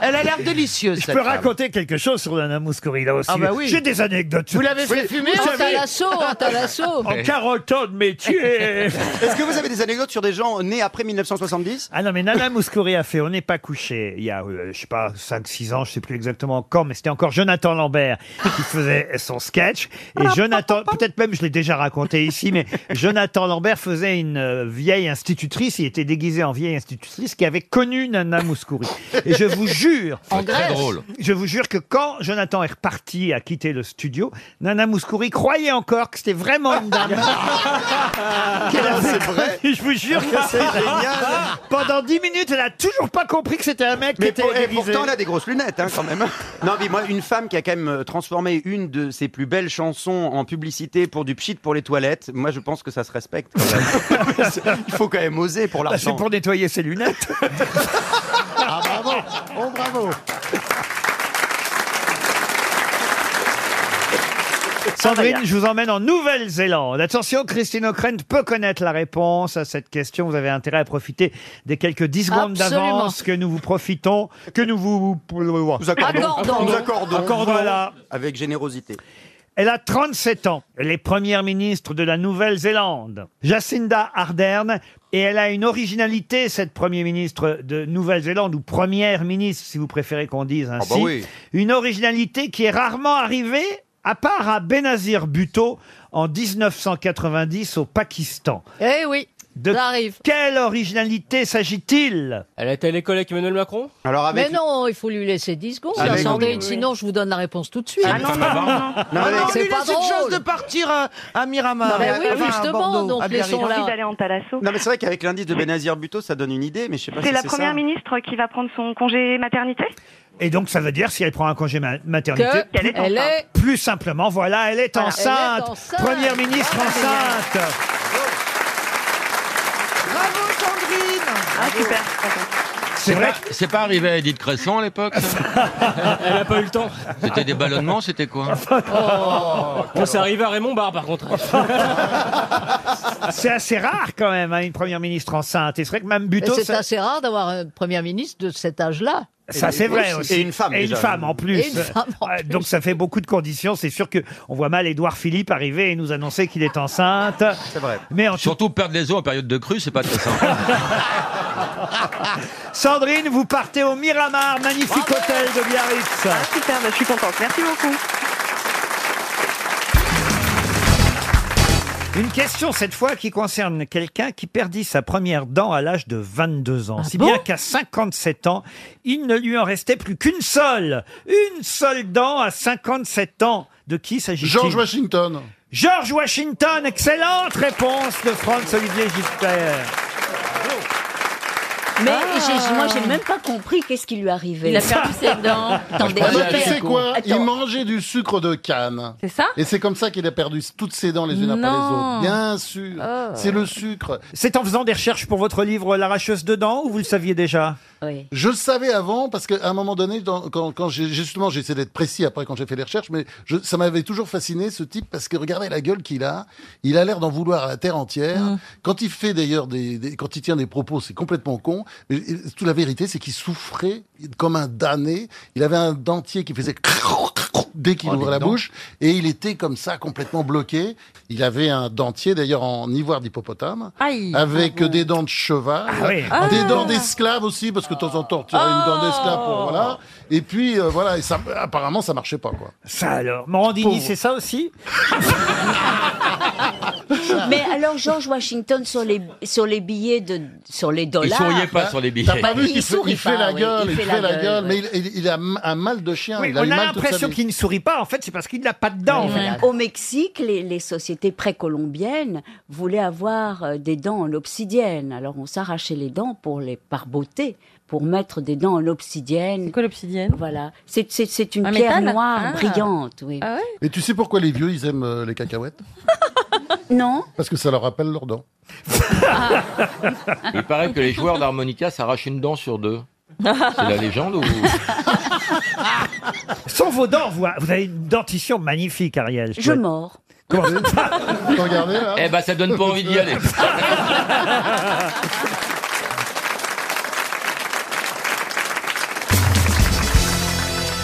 Elle a l'air délicieuse. Je cette peux femme. raconter quelque chose sur Nana Mouskouri là aussi. Ah bah oui. J'ai des anecdotes. Vous l'avez fait fumer hein, vous en savez- Talasso, en Talasso. En 40 ans de métier. Est-ce que vous avez des anecdotes sur des gens nés après 1970 Ah non, mais Nana Mouskouri a fait On n'est pas couché il y a, euh, je sais pas, 5-6 ans, je sais plus exactement quand, mais c'était encore Jonathan Lambert qui faisait son sketch. Et Jonathan, peut-être même je l'ai déjà raconté ici, mais Jonathan Lambert faisait une euh, vieille institutrice, il était déguisé en vieille institutrice qui avait connu Nana Mouskouri. Et je vous jure, En Très Grèce. drôle. je vous jure que quand Jonathan est reparti à quitter le studio, Nana Mouskouri croyait encore que c'était vraiment une dame. Qu'elle avait connu. Je vous jure que Ah, c'est génial. Pendant 10 minutes, elle a toujours pas compris que c'était un mec qui Mais était pour- et déguisé. pourtant, elle a des grosses lunettes, hein, quand même. non, mais moi, une femme qui a quand même euh, transformé une de ses plus belles chansons en publicité pour du pchit pour les toilettes, moi, je pense que ça se respecte. quand même. Il faut quand même oser pour Bah, c'est l'argent. pour nettoyer ses lunettes. Ah bravo Oh bravo Sandrine, je vous emmène en Nouvelle-Zélande. Attention, Christine O'Krent peut connaître la réponse à cette question. Vous avez intérêt à profiter des quelques 10 secondes Absolument. d'avance que nous vous profitons, que nous vous... Nous accordons. Accordons. Nous accordons. Accordons. Voilà. Avec générosité. Elle a 37 ans. Elle est première ministre de la Nouvelle-Zélande, Jacinda Ardern. Et elle a une originalité, cette première ministre de Nouvelle-Zélande, ou première ministre, si vous préférez qu'on dise ainsi. bah oui. Une originalité qui est rarement arrivée, à part à Benazir Bhutto, en 1990 au Pakistan. Eh oui, De quelle originalité s'agit-il Elle a été à l'école avec Emmanuel Macron Alors Mais non, il faut lui laisser 10 secondes, Avec- attendez, Ah, Oui. sinon je vous donne la réponse tout de suite. Ah non, non, non, non. non, non, c'est lui pas laisse une drôle. chance de partir à, à Miramar. Non, mais Bah, oui, Enfin, à justement, Bordeaux, donc, à Biarritz. laissons-la. J'ai envie d'aller en Bah, Talasso. Non, mais c'est vrai qu'avec l'indice de Benazir Buteau, ça donne une idée, mais je sais pas si C'est la ça. première ministre qui va prendre son congé maternité Et donc, ça veut dire, si elle prend un congé ma- maternité, Que- qu'elle est plus- enceinte. Elle plus simplement, voilà, elle est, Voilà, elle est enceinte. enceinte. Première ministre Ah, enceinte. Bravo Sandrine Ah super C'est pas, c'est pas arrivé à Edith Cresson à l'époque Elle n'a pas eu le temps. C'était des ballonnements, c'était quoi Oh, Oh. Bon, c'est arrivé à Raymond Barre, Ah, par contre. c'est assez rare, quand même, hein, une première ministre enceinte. Et c'est vrai que Mme Mais Buteau... C'est ça- assez rare d'avoir un Premier ministre de cet âge-là. Ça, c'est vrai aussi. Et une femme en plus. Et une femme en Euh, plus. Donc, ça fait beaucoup de conditions. C'est sûr que on voit mal Édouard Philippe arriver et nous annoncer qu'il est enceinte. C'est vrai. Mais en tout- Surtout perdre les os en période de crue, c'est pas très simple. Sandrine, vous partez au Miramar, magnifique hôtel de Biarritz. Ah, super, bah, je suis contente. Merci beaucoup. Une question cette fois qui concerne quelqu'un qui perdit sa première dent à l'âge de 22 ans. si bon bien qu'à 57 ans, il ne lui en restait plus qu'une seule. Une seule dent à 57 ans. De qui s'agit-il George Washington. George Washington, excellente réponse de Franz-Olivier Gisbert. Mais Ah. j'ai- moi, j'ai même pas compris qu'est-ce qui lui arrivait. Il a perdu ses dents. Attendez, Ah bah, attendez. tu sais quoi Attends. Il mangeait du sucre de canne. C'est ça Et c'est comme ça qu'il a perdu toutes ses dents les unes après les Non. autres. Bien sûr. Oh. C'est le sucre. C'est en faisant des recherches pour votre livre L'arracheuse de dents ou vous le saviez déjà Je le savais avant parce qu'à un moment donné, dans- quand, quand j'ai justement j'ai essayé d'être précis après quand j'ai fait les recherches, mais je- ça m'avait toujours fasciné ce type parce que regardez la gueule qu'il a, il a l'air d'en vouloir à la terre entière. Quand il fait d'ailleurs des, des- quand il tient des propos, c'est complètement con. Mais euh, toute la vérité, c'est qu'il souffrait comme un damné. Il avait un dentier qui faisait dès qu'il Oh, ouvrait les la dents. bouche et il était comme ça complètement bloqué. Il avait un dentier d'ailleurs en ivoire d'hippopotame Aïe. avec Ah bon. des dents de cheval, Ah oui. des Ah. dents d'esclave aussi parce que de temps en temps tu as une dent d'esclave pour Oh. voilà. Et puis euh, voilà, et ça, apparemment ça marchait pas quoi. Ça alors, Morandini, Pauvre. c'est ça aussi Mais alors, George Washington, sur les, sur les billets, de, sur les dollars... souriait pas sur les billets. T'as pas vu Il qu'il fait, sourit Ah il fait pas, la oui, gueule, il fait, la gueule, mais ouais. il, il- il a m- un mal de chien. Oui, il a on eu a mal toute sa l'impression vie. qu'il ne sourit pas. En fait, c'est parce qu'il n'a pas de dents. en fait. Au Mexique, les, les sociétés précolombiennes voulaient avoir euh, des dents en obsidienne. Alors on s'arrachait les dents pour les par beauté, pour mettre des dents en obsidienne. C'est quoi l'obsidienne Voilà, c'est c'est- c'est une Un pierre métal noire Ah. brillante, oui. Ah ouais Et tu sais pourquoi les vieux ils aiment euh, les cacahuètes Non. Parce que ça leur rappelle leurs dents. Il paraît que les joueurs d'harmonica s'arrachent une dent sur deux. C'est la légende ou Sans vos dents, vous, vous avez une dentition magnifique, Ariel. Je mords. Comment Regardez là. Eh ben ça donne pas envie d'y aller.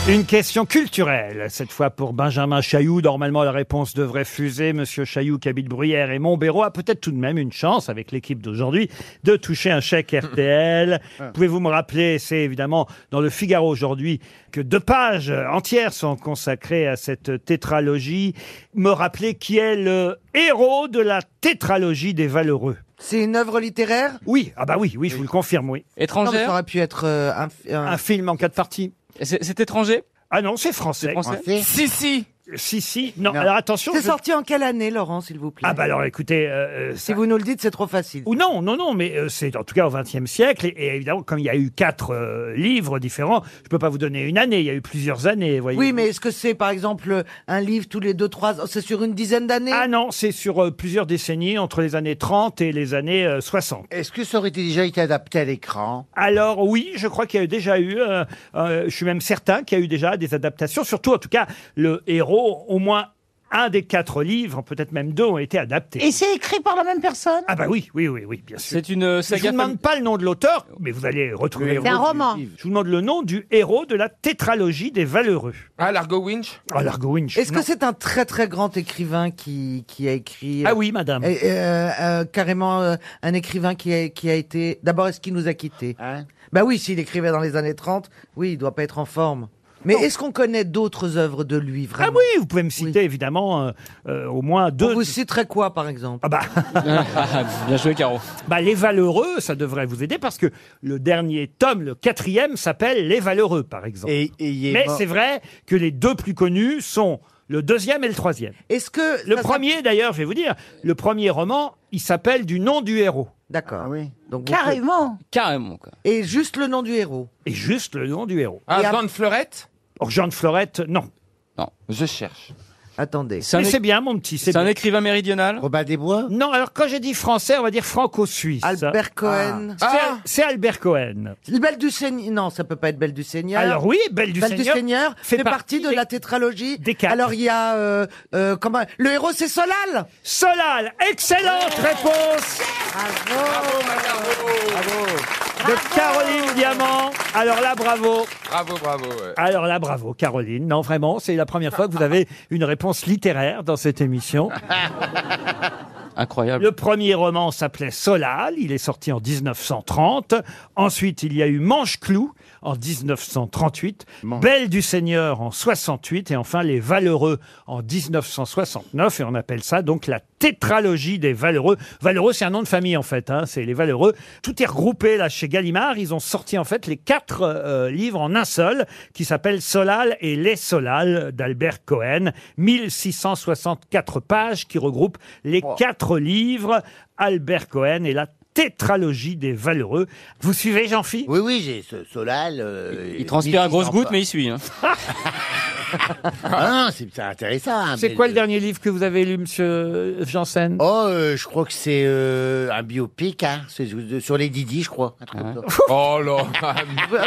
Une question culturelle, cette fois pour Benjamin Chailloux. Normalement, la réponse devrait fuser. Monsieur Chailloux, qui habite Bruyères et Montbéraud, a peut-être tout de même une chance, avec l'équipe d'aujourd'hui, de toucher un chèque RTL. Pouvez-vous me rappeler, c'est évidemment dans le Figaro aujourd'hui, que deux pages entières sont consacrées à cette tétralogie. Me rappeler qui est le héros de la tétralogie des valeureux. C'est une œuvre littéraire Oui, ah bah oui, oui, je vous le confirme, oui. Étrangère Non, mais ça aurait pu être euh, un, fi- un- Un film en quatre parties. C'est étranger Ah non, c'est français. C'est français Français Si, si. Si, si. Non, alors attention. C'est je- sorti en quelle année, Laurent, s'il vous plaît Ah bah alors écoutez... Si vous nous le dites, c'est trop facile. Ou non, non, non, mais euh, c'est en tout cas au XXe siècle. Et, et évidemment, comme il y a eu quatre euh, livres différents, je peux pas vous donner une année, il y a eu plusieurs années, voyez Oui, mais est-ce que c'est, par exemple, un livre tous les deux, trois ans C'est sur une dizaine d'années Ah non, c'est sur euh, plusieurs décennies, entre les années 30 et les années euh, 60. Est-ce que ça aurait déjà été adapté à l'écran Alors oui, je crois qu'il y a déjà eu, euh, euh, je suis même certain qu'il y a eu déjà des adaptations, surtout en tout cas le héros, au moins un des quatre livres, peut-être même deux, ont été adaptés. Et c'est écrit par la même personne Ah bah oui, oui, oui, oui, bien sûr. C'est une, euh, Je saga vous demande pas le nom de l'auteur, mais vous allez retrouver. Le C'est un héros du roman. Je vous demande le nom du héros de la tétralogie des Valeureux. Ah, Largo Winch Ah, Largo Winch, Est-ce non. que c'est un très très grand écrivain qui, qui a écrit. Ah oui, madame. Et, euh, euh, carrément euh, un écrivain qui a, qui a été. D'abord, est-ce qu'il nous a quittés Bah oui, s'il écrivait dans les années 30, oui, il doit pas être en forme. Mais est-ce qu'on connaît d'autres œuvres de lui, vraiment Ah oui, vous pouvez me citer évidemment euh, euh, au moins deux. vous citerez quoi par exemple Ah bah. Bien joué, Caro. Bah, les Valeureux, ça devrait vous aider parce que le dernier tome, le quatrième, s'appelle Les Valeureux, par exemple. est Mais mort- c'est vrai que les deux plus connus sont le deuxième et le troisième. Est-ce que le premier, d'ailleurs, je vais vous dire, le premier roman, il s'appelle Du nom du héros. D'accord. oui. Donc vous- Carrément. Carrément, quoi. Et juste le nom du héros. Et juste le nom du héros. Ah, Et à- Jean de Fleurette Jean de Fleurette, non. Non, je cherche. Attendez. C'est un Mais éc- c'est bien, mon petit. C'est un écrivain méridional Robin Desbois Non, alors quand j'ai dit français, on va dire franco-suisse. Albert Cohen. Ah. C'est- C'est Albert Cohen. Belle du Seigneur. Non, ça peut pas être Belle du Seigneur. Alors oui, Belle du Seigneur fait, fait partie partie de des- la tétralogie. des quatre. Alors il y a euh, euh, comment le héros c'est Solal. Solal, excellente réponse. Bravo, De Caroline Diamant. Alors là, bravo. Bravo, bravo. ouais. Alors là, bravo, Caroline. Non, vraiment, c'est la première fois que vous avez une réponse littéraire dans cette émission. Incroyable. Le premier roman s'appelait Solal, il est sorti en 1930. Ensuite, il y a eu Manche-Clou en 1938, Belle du Seigneur en 68 et enfin Les Valeureux en 1969 et on appelle ça donc la tétralogie des Valeureux. Valeureux, c'est un nom de famille en fait, hein, c'est les Valeureux. Tout est regroupé là chez Gallimard, ils ont sorti en fait les quatre euh, livres en un seul qui s'appelle Solal et Les Solal d'Albert Cohen, 1664 pages qui regroupent les quatre livres Albert Cohen et la tétralogie des valeureux. Vous suivez, Jean-Philippe Oui, oui, j'ai ce Solal. euh. Euh, Il transpire à grosses gouttes, mais il suit. hein. Ah, non, c'est c'est intéressant. hein, C'est mais quoi le dernier livre que vous avez lu, monsieur Janssen Oh, euh, je crois que c'est euh, un biopic, hein, c'est sur- sur les Didi, je crois. un truc comme ça. Oh là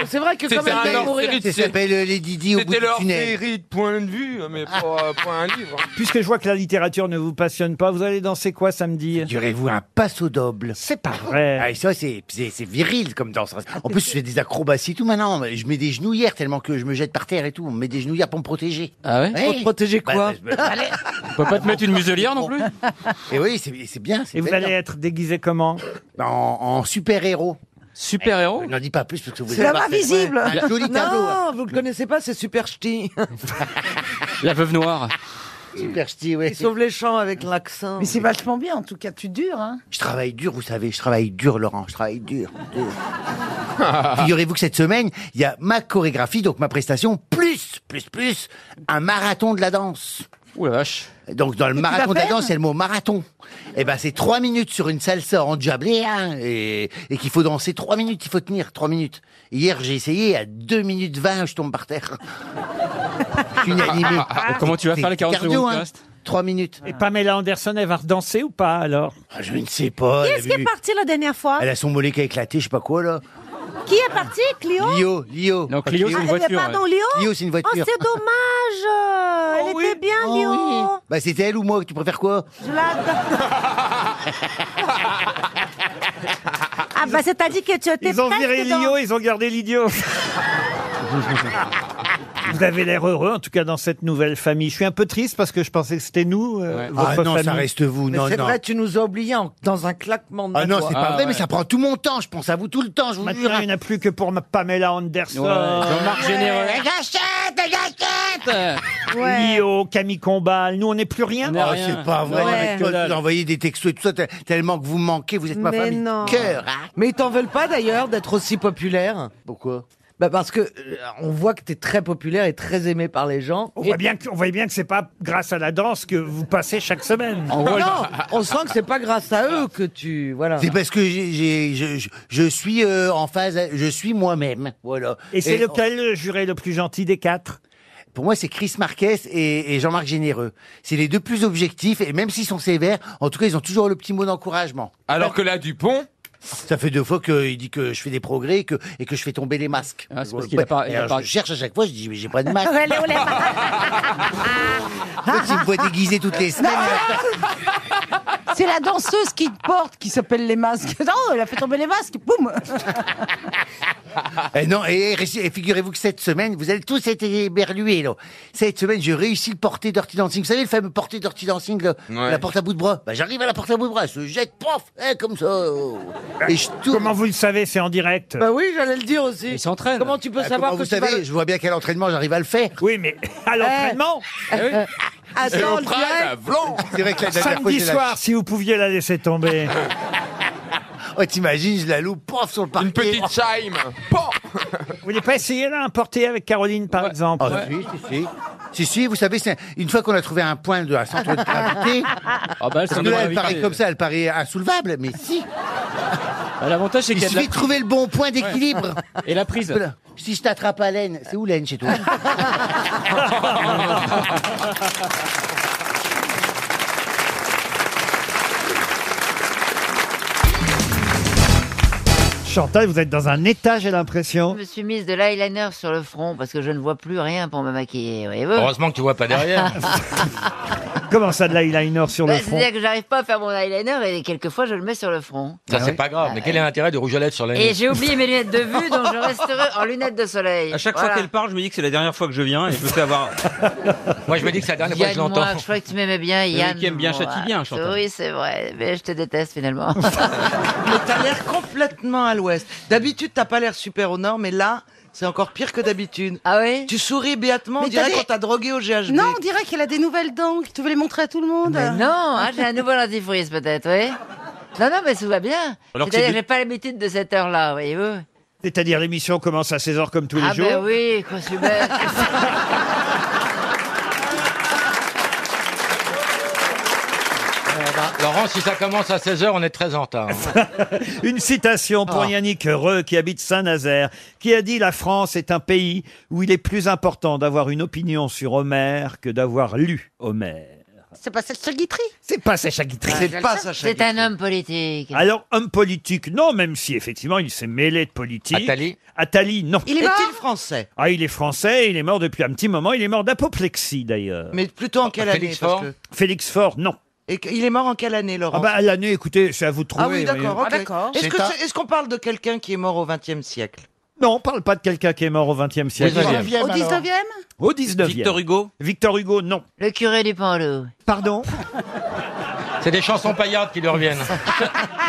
C'est vrai que C'était comme elle un va hors mourir, série de- ça s'appelle, euh, Les Didi au bout C'était du leur tunnel. Ah. série de points de vue, mais pas, euh, pas un livre. Puisque je vois que la littérature ne vous passionne pas, vous allez danser quoi samedi Durez-vous un passo doble. C'est pas vrai. Ah, et ça, c'est c'est- c'est viril comme danse. En plus, je fais des acrobaties et tout maintenant. Je mets des genouillères tellement que je me jette par terre et tout. On met des genouillères pour me protéger. Bah, Ah ouais Pour te protéger Bah, quoi On peut pas te mettre une muselière non plus Et oui, c'est c'est bien. Et vous allez être déguisé comment En, en super-héros. Euh, Super-héros N'en dis pas plus parce que vous C'est allez l'homme voir, c'est- invisible. ouais, Un joli tableau. hein. Non, vous le connaissez pas, c'est Super Ch'ti. La veuve noire. Super Ch'ti, oui. Il sauve les champs avec l'accent. Mais c'est vachement bien, en tout cas, tu dures. Hein. Je travaille dur, vous savez, je travaille dur, Laurent, je travaille dur. dur. Ah. Figurez-vous que cette semaine, il y a ma chorégraphie, donc ma prestation, plus, plus, plus, un marathon de la danse. Ouh la vache. Donc dans le tu marathon vas de la faire danse, c'est le mot marathon. Et ben c'est trois minutes sur une salsa endiablée hein, et, et qu'il faut danser trois minutes, il faut tenir trois minutes. Hier j'ai essayé à deux minutes 20, je tombe par terre. Je suis inanimé. Et comment tu vas faire les 40 Cardio, secondes qui hein. restent Trois minutes. Ah, Et Pamela Anderson, elle va redanser ou pas alors Je ne sais pas. Qui elle a est-ce qui vu- est parti hein la dernière fois Elle a son mollet qui a éclaté, je sais pas quoi là. Qui est parti Clio Lio, Lio. Non, Clio, Ah, mais Pardon, Lio Lio, c'est une Oh, voiture. c'est dommage Oh euh, Elle était bien, Lio Bah, c'était elle ou moi Tu préfères quoi Je l'adore Ah, bah, c'est-à-dire que tu étais Ils ont presque viré dans- Eh, l'idiot, ils ont gardé l'idiot. Vous avez l'air heureux, en tout cas dans cette nouvelle famille. Je suis un peu triste parce que je pensais que c'était nous, euh, votre Ah non, famille. ça reste vous. Mais Non, c'est non. vrai, tu nous as oubliés en- dans un claquement de Ah non, doigts. c'est pas vrai, mais ça prend tout mon temps. Je pense à vous tout le temps, je vous Maintenant, jure. il n'y en a plus que pour ma Pamela Anderson. Ouais, Jean-Marc Généreux. Les gâchettes, les gâchettes Ouais. Lio, Camille Combal, nous on n'est plus rien. Oh, c'est pas vrai. Non, avec que toi, dalle. vous envoyez des textos et tout ça, tel- tellement que vous me manquez, vous êtes ma Mais famille. non. de Cœur, hein. Mais ils t'en veulent pas d'ailleurs d'être aussi populaire. Pourquoi bah parce que euh, on voit que t'es très populaire et très aimé par les gens. On voit bien que, on voit bien que c'est pas grâce à la danse que vous passez chaque semaine. Ah non, on sent que c'est pas grâce à eux que tu voilà. C'est parce que j'ai- j'ai- je, je- je suis euh, en phase, je suis moi-même. Voilà. Et c'est lequel le juré le plus gentil des quatre Pour moi, c'est Chris Marquez et, et Jean-Marc Généreux. C'est les deux plus objectifs, et même s'ils sont sévères, en tout cas, ils ont toujours le petit mot d'encouragement. Alors que là, Dupont, Ça fait deux fois qu'il dit que je fais des progrès et que, et que je fais tomber les masques. Ah, c'est parce qu'il a pas- il Et a alors, pas- Je cherche à chaque fois, je dis, mais j'ai pas de masque. Ouais, Léo, les- Toi, tu me vois déguisé toutes les semaines. C'est la danseuse qui te porte qui s'appelle les masques. Non, elle a fait tomber les masques, boum Eh non, et, et figurez-vous que cette semaine, vous allez tous être éberlués. là. Cette semaine, j'ai réussi le porté Dirty Dancing. Vous savez, le fameux porté Dirty Dancing, là, la porte à bout de bras. Bah, j'arrive à la porte à bout de bras, elle se jette, pof, eh, comme ça. oh. Et je tourne. Bah, Comment vous le savez, c'est en direct Bah oui, j'allais le dire aussi. Il s'entraîne. Comment tu peux savoir Bah, Ah, que vous tu savez, vas le- je vois bien qu'à l'entraînement, j'arrive à le faire. Oui, mais Eh. à l'entraînement Eh oui. Attends, le direct. C'est vrai que la dernière fois, Samedi j'ai lâché. soir, si vous pouviez la laisser tomber. Oh, t'imagines, je la loupe, pof, sur le parquet. Une petite chime. Vous voulez pas essayer là, un porté avec Caroline, par exemple Ah, si, si, si. Si, si, vous savez, c'est- une fois qu'on a trouvé un point de un centre de gravité, Ah bah, elle, c'est parce un que là, nombre elle paraît invité. comme ça, elle paraît insoulevable, mais si. Bah, L'avantage, c'est Il qu'il y a de la suffit de trouver le bon point d'équilibre. Et la prise. Voilà. Si je t'attrape à laine, c'est où laine chez toi Chantal, vous êtes dans un état, j'ai l'impression. Je me suis mise de l'eyeliner sur le front parce que je ne vois plus rien pour me maquiller, voyez-vous. Heureusement que tu vois pas derrière. Comment ça, de l'eyeliner sur Bah, le front C'est-à-dire que j'arrive pas à faire mon eyeliner et quelquefois je le mets sur le front. Ah Ça, c'est pas grave. Mais quel est l'intérêt du rouge à lèvres sur la Et nuit j'ai oublié mes lunettes de vue, donc je resterai en lunettes de soleil. À chaque Voilà. fois qu'elle parle, je me dis que c'est la dernière fois que je viens et je me fais avoir. Moi, je me dis que c'est la dernière Yann, moi, je crois que tu m'aimais bien, Celui Yann. qui aime bien moi. châtie bien, Chantal. Oui, c'est vrai, mais je te déteste finalement. Mais t'as l'air complètement à l'ouest. D'habitude, t'as pas l'air super au nord, mais là, c'est encore pire que d'habitude. Ah oui Tu souris béatement, Mais on dirait t'as des- qu'on t'a drogué au GHB. Non, on dirait qu'il a des nouvelles dents, que tu veux les montrer à tout le monde. Ah, Mais non, hein, j'ai un nouveau dentifrice peut-être, oui. Non, non, mais tout va bien. Alors que C'est-à-dire c'est que de- j'ai pas l'habitude de cette heure-là, voyez-vous. C'est-à-dire, l'émission commence à 16h comme tous les Ah jours. ben oui, quoi, c'est bête. Laurent, si ça commence à 16h, on est très en retard. hein. Une citation pour Ah. Yannick Reux, qui habite Saint-Nazaire, qui a dit La France est un pays où il est plus important d'avoir une opinion sur Homère que d'avoir lu Homère. C'est pas celle de Guitry. C'est pas Sacha Guitry. Ah, C'est un homme politique. Alors, homme politique, non, même si effectivement il s'est mêlé de politique. Attali Attali, non. Il est Est-il mort français Ah, il est français, il est mort depuis un petit moment, il est mort d'apoplexie d'ailleurs. Mais plutôt en quelle année parce que- Ah, bah, Félix Faure, non. Et qu- il est mort en quelle année, Laurent Ah bah l'année, écoutez, c'est à vous de trouver. Ah oui, d'accord. voyez. ok. Est-ce que c'est- est-ce qu'on parle de quelqu'un qui est mort au XXe siècle Non, on parle pas de quelqu'un qui est mort au XXe siècle. Au 19 e Au 19e. Victor Hugo Victor Hugo, non. Le curé du Panlou. Pardon C'est des chansons paillardes qui lui reviennent.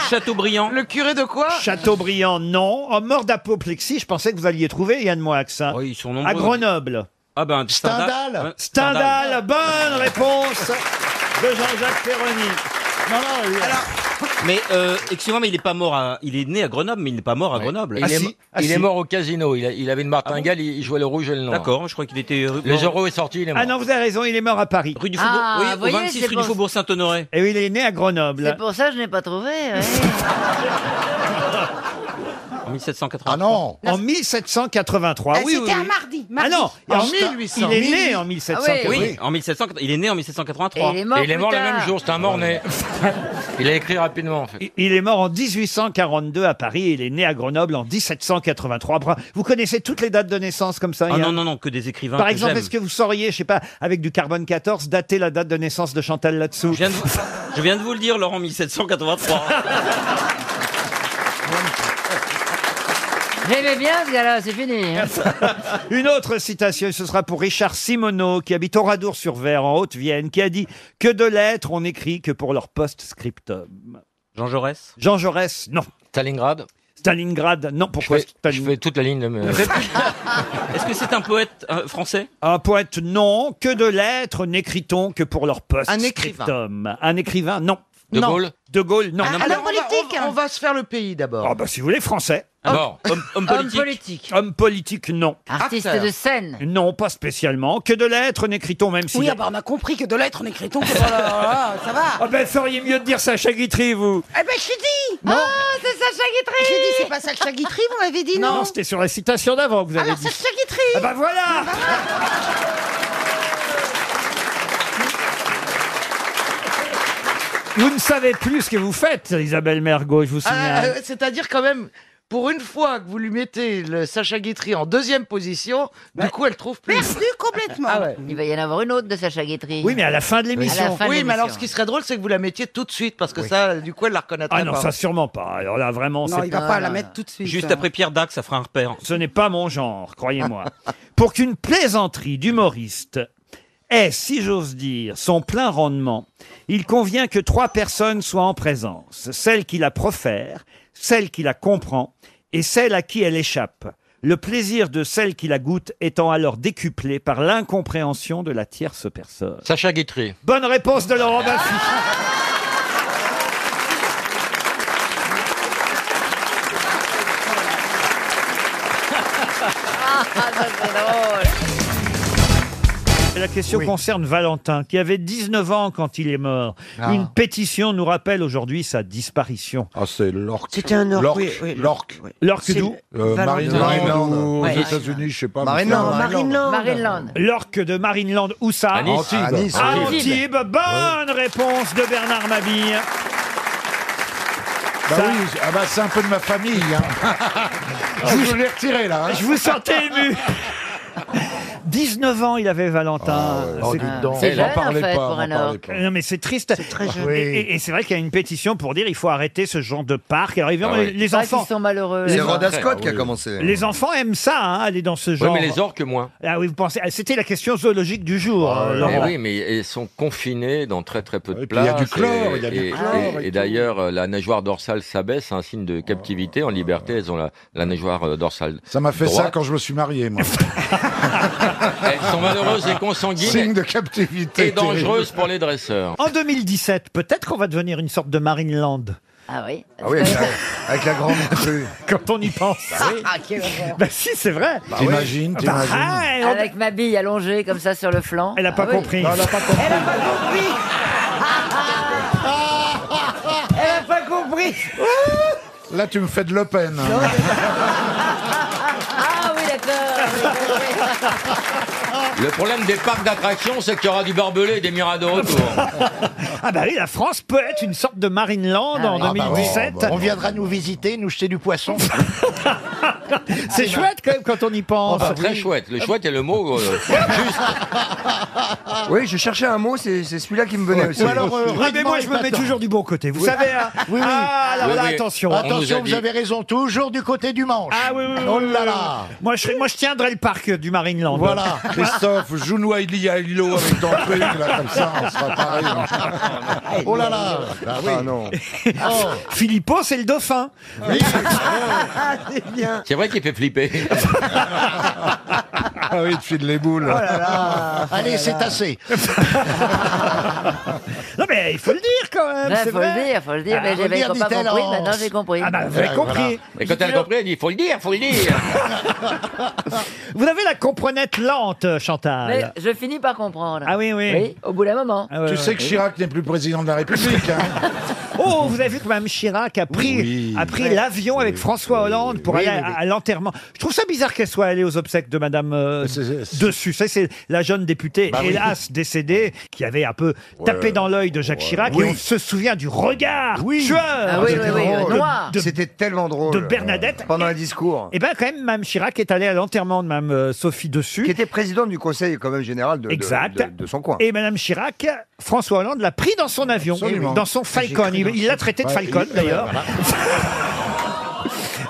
Chateaubriand. Ah Le curé de quoi Chateaubriand, non. En mort d'apoplexie, je pensais que vous alliez trouver Yann Moix. Oui, ils sont nombreux. À Grenoble. Ah ben, Stendhal. Euh, Stendhal, bonne réponse de Jean-Jacques Perroni. Non, non, Mais euh, excusez-moi, mais il est pas mort. À... Il est né à Grenoble, mais il n'est pas mort à Grenoble. Ah Ah Il, est, mo- il est mort au casino. Il, a- il avait une martingale, il il jouait le rouge et le noir. D'accord, je crois qu'il était. euh, Le mort- Zorro est sorti, il est mort. Ah non, vous avez raison, il est mort à Paris. Rue du Faubourg. Ah, oui, voyez, au 26 c'est rue pour- du Faubourg Saint-Honoré. Et Eh oui, il est né à Grenoble. C'est pour ça que je n'ai pas trouvé. oui. En 1780. Ah non En 1783. Ah, oui, C'était oui, un oui. mardi. Ah mardi. non En en 1800. Il est né en 1783. Oui, en 1780. Il est né en 1783. Et il est mort Et il est mort le même jour, c'est un mort-né. il a écrit rapidement, en fait. Il- Il est mort en 1842 à Paris et il est né à Grenoble en 1783. Bra- Vous connaissez toutes les dates de naissance comme ça Ah il y a- non, non, non, que des écrivains. Par que exemple, j'aime. est-ce que vous sauriez, je sais pas, avec du carbone 14, dater la date de naissance de Chantal là-dessous Je viens, de vous... je viens de vous le dire, Laurent, 1783. Ah, J'aimais bien ce gars-là, c'est fini. hein. Une autre citation, et ce sera pour Richard Simoneau, qui habite Oradour-sur-Ver, en Haute-Vienne, qui a dit « Que de lettres on écrit que pour leur post-scriptum Jean Jaurès ». Jean Jaurès, non. Stalingrad Stalingrad, non. Pourquoi Stalingrad Je fais toute la ligne de me... Est-ce que c'est un poète euh, français Un poète, non. Que de lettres n'écrit-on que pour leur Un post-scriptum Un écrivain, non. De Non. Gaulle De Gaulle, non. Ah, Alors, on va- on, va, on va se faire le pays d'abord. Ah bah si vous voulez, français. Alors, Ah homme, homme politique. Homme politique. Homme politique, non. Artiste Acteur. de scène. Non, pas spécialement. Que de lettres n'écrit-on même si... Oui, ah bah, on a compris que de lettres, on écrit ton. Voilà, ça va. Ah ben feriez mieux de dire Sacha Guitry, vous Eh ben, je t'ai dit Ah, c'est Sacha Guitry J'ai dit, c'est pas Sacha Guitry, vous m'avez dit non, Non, c'était sur la citation d'avant que vous avez Alors, dit. Sacha Guitry Ah bah voilà Vous ne savez plus ce que vous faites, Isabelle Mergot, je vous Ah, signale. Ah, euh, euh, Ah, C'est-à-dire quand même, pour une fois que vous lui mettez le Sacha Guitry en deuxième position, du coup, elle trouve plus. Ah Perdu complètement. Il va y en avoir une autre de Sacha Guitry. Oui, mais à la fin de l'émission. À la fin de oui, mais alors, l'émission. ce qui serait drôle, c'est que vous la mettiez tout de suite, parce que ça, du coup, elle la reconnaîtra Ah non, pas. hein. ça sûrement pas. Alors là, vraiment, Non, c'est il va pas la mettre tout de suite. Juste hein. après Pierre Dac, ça fera un repère. Ce n'est pas mon genre, croyez-moi. Pour qu'une plaisanterie d'humoriste ait, si j'ose dire, son plein rendement, il convient que trois personnes soient en présence. Celle qui la profère, celle qui la comprend et celle à qui elle échappe. Le plaisir de celle qui la goûte étant alors décuplé par l'incompréhension de la tierce personne. Sacha Guitry. Bonne réponse de Laurent Baffy. La question concerne Valentin, qui avait 19 ans quand il est mort. Ah. Une pétition nous rappelle aujourd'hui sa disparition. Ah, c'est l'orque. C'était un orque, L'orque, oui, oui, l'orque. L'orque C'est d'où le- Euh, Valentin. Marineland, ou aux Ouais. États-Unis, je sais pas. Marineland, mais c'est- Marineland. Marineland. L'orque de Marineland, où ça À Nice. À À Nice. À Antibes. Antibes. Bonne réponse de Bernard Mabille. Bah Ça- oui, ah bah c'est un peu de ma famille. hein. je vous l'ai retiré là. hein. Ah, Ah. Je vous sentais ému. 19 ans, il avait Valentin. Oh, C'est- dis donc. C'est J'en jeune, parlais en fait, pas, pour j'en un parlais orque. pas. Non, mais c'est triste. jeune. Et, et- et c'est vrai qu'il y a une pétition pour dire il faut arrêter ce genre de parc. Alors évidemment, Ah les, oui. les Ah, enfants. qu'ils sont malheureux. C'est Rhoda Scott qui a commencé. Les enfants aiment ça, hein, aller dans ce Ah Oui, genre. mais les orques, moins. Ah oui, vous pensez. ah, C'était la question zoologique du jour, euh, Eh Laurent. oui, mais ils sont confinés dans très très peu de puis il places. y a du chlore, et- il y a du et- chlore et et- Et, tout. d'ailleurs, euh, la nageoire dorsale s'abaisse, c'est un signe de captivité. En liberté, elles ont la, la nageoire euh, dorsale. Ça m'a fait ça droite. Ah, quand je me suis marié, moi. Elles sont malheureuses et consanguines. Signe de captivité. Et dangereuses terrible. pour les dresseurs. En 2017, peut-être qu'on va devenir une sorte de Marineland. Ah oui. Ah oui, avec la- avec la grande crue. Quand on y pense. Ah, quelle horreur. Bah si, c'est vrai. T'imagines, Bah, t'imagines. ah, et on- Avec ma bille allongée comme ça sur le flanc. Ah Elle a pas compris. Non, elle a pas compris. Elle a pas compris. Ah Elle a pas compris. Là, tu me fais de Le Pen. hein. Ah oui, d'accord. Le problème des parcs d'attractions, c'est qu'il y aura du barbelé et des mirades de retour. Ah bah oui, la France peut être une sorte de Marineland Ah en oui. Ah bah oui, 2017. ah bah oui. On viendra nous visiter, nous jeter du poisson. C'est chouette quand même quand on y Oh, pense. bah Ah, très chouette. Le chouette est le mot. euh, Oui, je cherchais un mot, c'est c'est celui-là qui me venait aussi. Ou alors, euh, ah, mais moi je me mets toujours du bon côté. Vous savez, hein Oui, oui. Ah, alors Oui, là, oui. attention. On nous a Attention, dit- vous avez raison, toujours du côté du manche. Ah oui, oui, oui, Oh oui, là oui, là. oui. Moi, je, serais- moi, je tiendrai le parc euh, du Marineland. Voilà. Christophe, joue-nous à Ili à Ilo avec ton truc, là, comme ça, on sera pareil. Oh là là Bah Ah, non. Filippo, c'est le dauphin. Ah, c'est bien. C'est vrai qu'il fait flipper. Ah oui, tu files les boules. Oh Ah, Ah, Allez, c'est assez. Non, mais il faut le dire quand même. Ouais, c'est faut vrai. le dire, faut le dire. Ah, mais faut j'avais le dire, pas dit-elle compris, en- maintenant j'ai compris. Ah bah, vous avez compris. Et quand elle a compris, elle dit faut le dire, faut le dire. Vous avez la comprenette lente, Chantal. Mais je finis par comprendre. Ah oui, oui. au bout d'un moment. Ah ouais, tu ouais, sais que ouais. Chirac n'est plus président de la République. Hein. Oh, vous avez vu que Mme Chirac a pris, a pris l'avion avec François Hollande pour Oui, aller oui, à, oui. à l'enterrement. Je trouve ça bizarre qu'elle soit allée aux obsèques de Madame euh, Dessus. Ça, C'est la jeune députée, Bah oui. hélas décédée, qui avait un peu tapé dans l'œil de Jacques Chirac. Oui. Et on se souvient du regard tueur Ah oui, oui, oui, de- euh, noir. de- C'était tellement drôle. de Bernadette. Pendant un discours. Eh bien, quand même, Mme Chirac est allée à l'enterrement de Mme euh, Sophie Dessus. Qui était président du conseil quand même général de, de- Exact. de- de son coin. Et Madame Chirac, François Hollande l'a pris dans son avion, Absolument. dans son Falcon. J'ai Il cru il l'a traité de Ouais, Falcon il- d'ailleurs. ouais,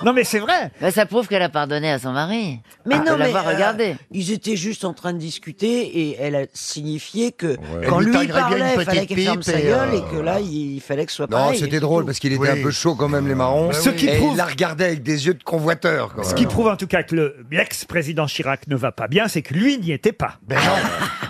Non, mais c'est vrai. Bah, ça prouve qu'elle a pardonné à son mari. Mais de non, mais l'avoir euh, regardé. ils étaient juste en train de discuter et elle a signifié que Elle quand lui lui taguerait bien parlait, une il fallait petite qu'elle ferme pipe sa et, gueule euh, et que là, il fallait que ce soit Non, pareil. c'était drôle parce qu'il était un peu chaud quand même, les marrons. Ce qui et prouve- il la regardait avec des yeux de convoiteur. Quand Ce même. qui prouve en tout cas que le- l'ex-président Chirac ne va pas bien, c'est que lui n'y était pas. Ben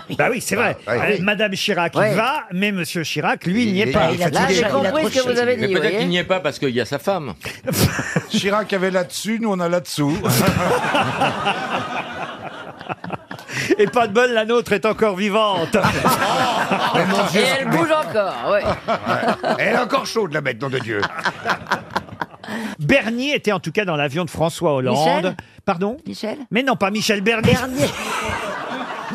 bah oui, c'est vrai. Euh, ouais. Madame Chirac y Ah, Ouais. va, mais Monsieur Chirac, lui, n'y est il- pas. il a Là, j'ai compris ce que vous avez dit, Mais vous peut-être voyez. qu'il n'y est pas parce qu'il y a sa femme. Chirac avait là-dessus, nous on a là-dessous. Et pas de bol, la nôtre est encore vivante. Oh, Et elle bouge encore, ouais. Elle est encore chaude, la bête, nom de Dieu. Bernier était en tout cas dans l'avion de François Hollande. Michel Pardon Michel Mais non, pas Michel Bernier.